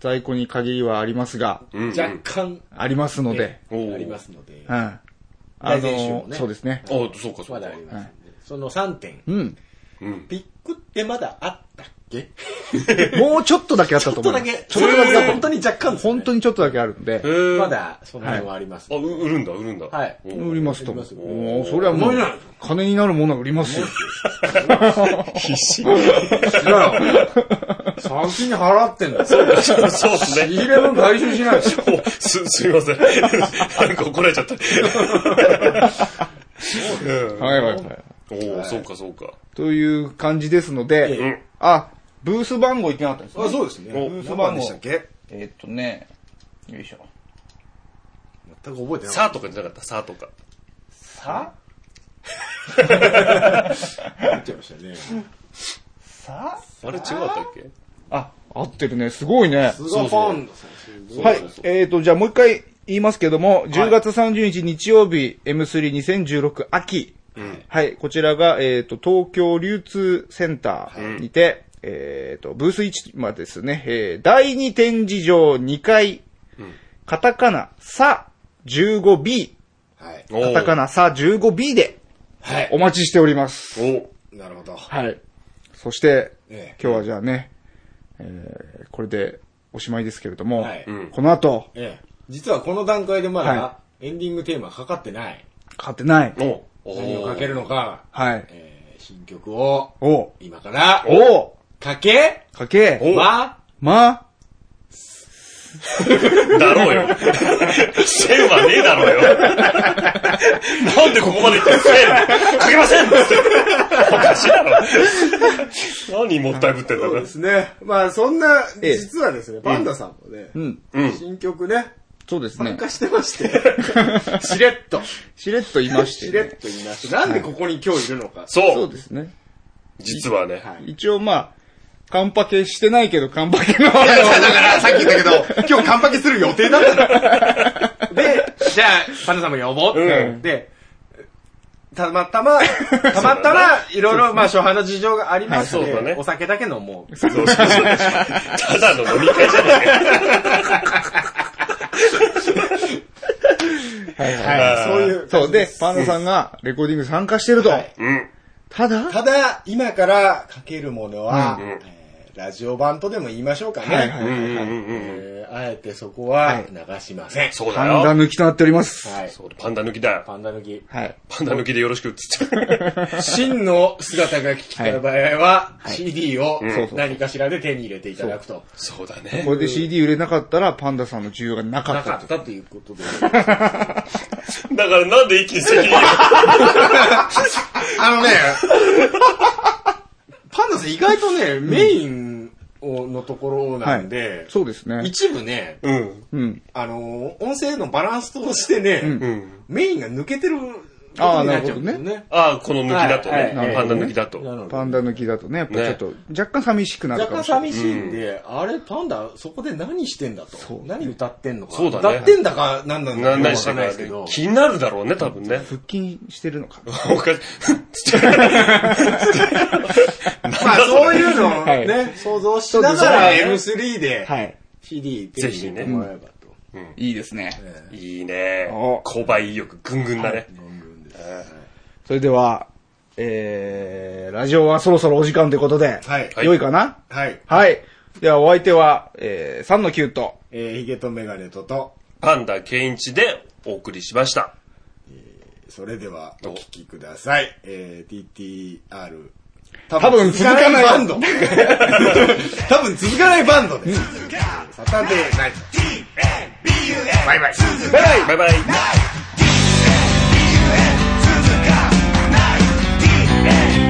[SPEAKER 3] 在庫に限りはありますが、
[SPEAKER 2] うんうん。
[SPEAKER 8] 若干
[SPEAKER 3] ありますので、
[SPEAKER 2] おー
[SPEAKER 8] ありますので
[SPEAKER 3] う、ん。あ
[SPEAKER 8] 来年週も
[SPEAKER 3] の、
[SPEAKER 8] ね
[SPEAKER 3] そうですね。
[SPEAKER 2] ああ、そうか、そ
[SPEAKER 8] ま
[SPEAKER 2] うか
[SPEAKER 8] だあ。りますんで、その3点、
[SPEAKER 3] うん。
[SPEAKER 2] うん。
[SPEAKER 8] ピックってまだあったっけ
[SPEAKER 3] もうちょっとだけあっ
[SPEAKER 8] ち
[SPEAKER 3] た
[SPEAKER 8] ょっ
[SPEAKER 3] と
[SPEAKER 8] と
[SPEAKER 3] 思う。
[SPEAKER 8] だけ、それは実は本当に若干ですね
[SPEAKER 3] 本当にちょっとだけあるんで
[SPEAKER 2] え、ー、
[SPEAKER 8] ま。だ、その辺はあります
[SPEAKER 2] あ、。う売るんだ、売るんだ。
[SPEAKER 8] はい
[SPEAKER 2] おー
[SPEAKER 3] 売りますと。
[SPEAKER 8] 売りますよ
[SPEAKER 3] おーそれはもう、金になるものは売りますよ。
[SPEAKER 2] 必死。
[SPEAKER 8] 先に払ってんだ。
[SPEAKER 2] そうですね。
[SPEAKER 8] 入れ物回収し ないでしょ。
[SPEAKER 2] おす、すいません。 なんか怒られちゃった。うん
[SPEAKER 3] はいはいはい。
[SPEAKER 2] おお、そうか、そうか。
[SPEAKER 3] という感じですので、
[SPEAKER 2] ええ
[SPEAKER 3] あ、ブース番号言ってなかったんですね
[SPEAKER 8] あ、そうですね。
[SPEAKER 3] ブース番号。
[SPEAKER 8] け
[SPEAKER 3] えーっとね、よいしょ。
[SPEAKER 8] 全く覚えてない。
[SPEAKER 2] さあとかじゃなかった、さあとか。
[SPEAKER 3] さ
[SPEAKER 8] っちゃいましたね。
[SPEAKER 3] さ
[SPEAKER 2] あれ違かったっけ
[SPEAKER 3] あ、合ってるね。すごいね。
[SPEAKER 8] スガファンドさん
[SPEAKER 3] はい。えっ、と、じゃあもう一回言いますけども、10月30日日曜日、M32016 秋。はい。こちらが、えっ、と、東京流通センターにて、えっ、と、ブース1までですね、えー第2展示場2階、カタカナ、さ、15B、
[SPEAKER 8] はい。
[SPEAKER 2] お
[SPEAKER 3] カタカ
[SPEAKER 2] ナ。
[SPEAKER 3] ナ、さ、15B で、
[SPEAKER 8] はい。
[SPEAKER 3] お待ちしております。
[SPEAKER 2] おー
[SPEAKER 8] なるほど。
[SPEAKER 3] はい。そして、
[SPEAKER 8] え
[SPEAKER 3] 今日はじゃあね、えーこれでおしまいですけれども、
[SPEAKER 8] はい
[SPEAKER 2] うん
[SPEAKER 3] この後、
[SPEAKER 8] えええ。実はこの段階でま
[SPEAKER 3] は
[SPEAKER 8] だエンディングテーマかかってない。
[SPEAKER 3] 買ってない。
[SPEAKER 2] おお
[SPEAKER 8] 何をかけるのか、
[SPEAKER 3] はい。
[SPEAKER 8] ええ新曲を
[SPEAKER 3] お
[SPEAKER 8] 今から
[SPEAKER 3] お
[SPEAKER 8] かけ
[SPEAKER 3] かけ、
[SPEAKER 8] は
[SPEAKER 3] ま、
[SPEAKER 2] だろうよ。線はねえだろうよ。なんでここまで来て線かけませんっておかしいだろ。何もったいぶってんだ
[SPEAKER 1] そう
[SPEAKER 2] ろ
[SPEAKER 1] ですね。まあ、そんな、
[SPEAKER 3] ええ
[SPEAKER 1] 実はですね、パンダさんもね
[SPEAKER 3] う、ん。
[SPEAKER 2] うん。
[SPEAKER 1] 新曲ね、
[SPEAKER 3] そうです
[SPEAKER 1] 参
[SPEAKER 3] ね。
[SPEAKER 1] 加して まして、しれっと、
[SPEAKER 3] しれっと言いまして、ね。
[SPEAKER 1] しれっと言いまして、なんでここに今日いるのか。
[SPEAKER 3] そ
[SPEAKER 2] そうう
[SPEAKER 3] で。すね。
[SPEAKER 2] 実はね。
[SPEAKER 3] 一応まあ、カンパケしてないけど、カンパケの。
[SPEAKER 1] だから、さっき言ったけど、今日カンパケする予定だったの。
[SPEAKER 8] で、じゃあ、パンダ様呼ぼう
[SPEAKER 2] うん。
[SPEAKER 8] で、たまたま、たまたま、いろいろ、まあ、初版の事情がありますの
[SPEAKER 2] はいそうだ
[SPEAKER 8] で
[SPEAKER 2] ね、
[SPEAKER 8] お酒だけ飲も う。
[SPEAKER 2] そうそうそうただの飲み会じゃねえ
[SPEAKER 3] はい
[SPEAKER 2] か
[SPEAKER 3] はい。
[SPEAKER 2] ら。
[SPEAKER 8] そういう。
[SPEAKER 3] そう、で、パンダさんがレコーディング参加してると。
[SPEAKER 2] うん。
[SPEAKER 3] ただ、
[SPEAKER 8] ただ、今からかけるものは、
[SPEAKER 2] うんうん
[SPEAKER 8] えーラジオ版とでも言いましょうかね。
[SPEAKER 3] はいはい
[SPEAKER 2] うんうんうんうん。
[SPEAKER 8] えーあえてそこは流しません。
[SPEAKER 2] そうだ
[SPEAKER 3] パンダ
[SPEAKER 2] よ。
[SPEAKER 3] 抜きとなっております。
[SPEAKER 8] はい。
[SPEAKER 2] そうだパンダ抜きだよ。
[SPEAKER 8] パンダ抜き。
[SPEAKER 3] はい。
[SPEAKER 2] パンダ抜きでよろしくっつって。
[SPEAKER 8] 真の姿が聞きたい場合は、CD を
[SPEAKER 3] そうそう
[SPEAKER 8] 何かしらで手に入れていただくと。
[SPEAKER 2] そうだね
[SPEAKER 3] こ。れで CD 売れなかったら、パンダさんの需要がなか
[SPEAKER 8] な
[SPEAKER 3] った
[SPEAKER 8] かっ
[SPEAKER 3] と。
[SPEAKER 8] たということで。
[SPEAKER 2] だからなんで一気に責任を。
[SPEAKER 1] あのね、
[SPEAKER 8] パンダさん意外とね、メインをのところなんで、
[SPEAKER 3] そうですね。
[SPEAKER 8] 一部ね、
[SPEAKER 2] うん。
[SPEAKER 3] うん。
[SPEAKER 8] あのー音声のバランスとしてね、
[SPEAKER 3] ん
[SPEAKER 2] うん。
[SPEAKER 8] メインが抜けてることになっちゃうんですよね。
[SPEAKER 2] ああ、この抜きだと
[SPEAKER 8] はい
[SPEAKER 2] ね。
[SPEAKER 3] はい
[SPEAKER 2] パンダ抜きだと。
[SPEAKER 8] なるほど
[SPEAKER 3] パンダ抜きだとね、やっぱちょっと、若干寂しくなる
[SPEAKER 8] 若干
[SPEAKER 3] かもしれない。
[SPEAKER 8] 寂しいんで、あれ、パンダ、そこで何してんだと。何歌ってんのか。
[SPEAKER 2] そうだね
[SPEAKER 8] 歌ってんだか、何なんだ
[SPEAKER 2] な
[SPEAKER 8] か、
[SPEAKER 2] 何
[SPEAKER 8] わ
[SPEAKER 2] し
[SPEAKER 8] か
[SPEAKER 2] て
[SPEAKER 8] ん
[SPEAKER 2] ん
[SPEAKER 8] ない
[SPEAKER 2] だ
[SPEAKER 8] ですけ
[SPEAKER 2] ろ
[SPEAKER 8] ど
[SPEAKER 2] う。気になるだろうね、多分ね。
[SPEAKER 3] 腹筋してるのかな。
[SPEAKER 2] お かしい。つって
[SPEAKER 8] まあ、そういうのを
[SPEAKER 3] はい
[SPEAKER 8] ね、想像しながら M3 で
[SPEAKER 3] はい。
[SPEAKER 8] CD 手に入れてもらえばと。
[SPEAKER 3] いいですね。
[SPEAKER 2] いいね
[SPEAKER 3] お。
[SPEAKER 2] 購買意欲ぐんぐんだね。
[SPEAKER 3] それでは、えー、ラジオはそろそろお時間ということで、
[SPEAKER 8] はい
[SPEAKER 3] 良いかな
[SPEAKER 8] はい。
[SPEAKER 3] はい。では、お相手は、えー、3の9と、
[SPEAKER 8] えー、ヒゲとメガネとと、
[SPEAKER 2] パンダケンイチでお送りしました。
[SPEAKER 8] それではお聴きください。えー、TTR。多
[SPEAKER 3] 多分続かない
[SPEAKER 8] バンド。 多分続かないバンドです。サタデーナイト。
[SPEAKER 2] バイバイ。バイバイ。バイバイ。
[SPEAKER 11] 続かない
[SPEAKER 4] ね e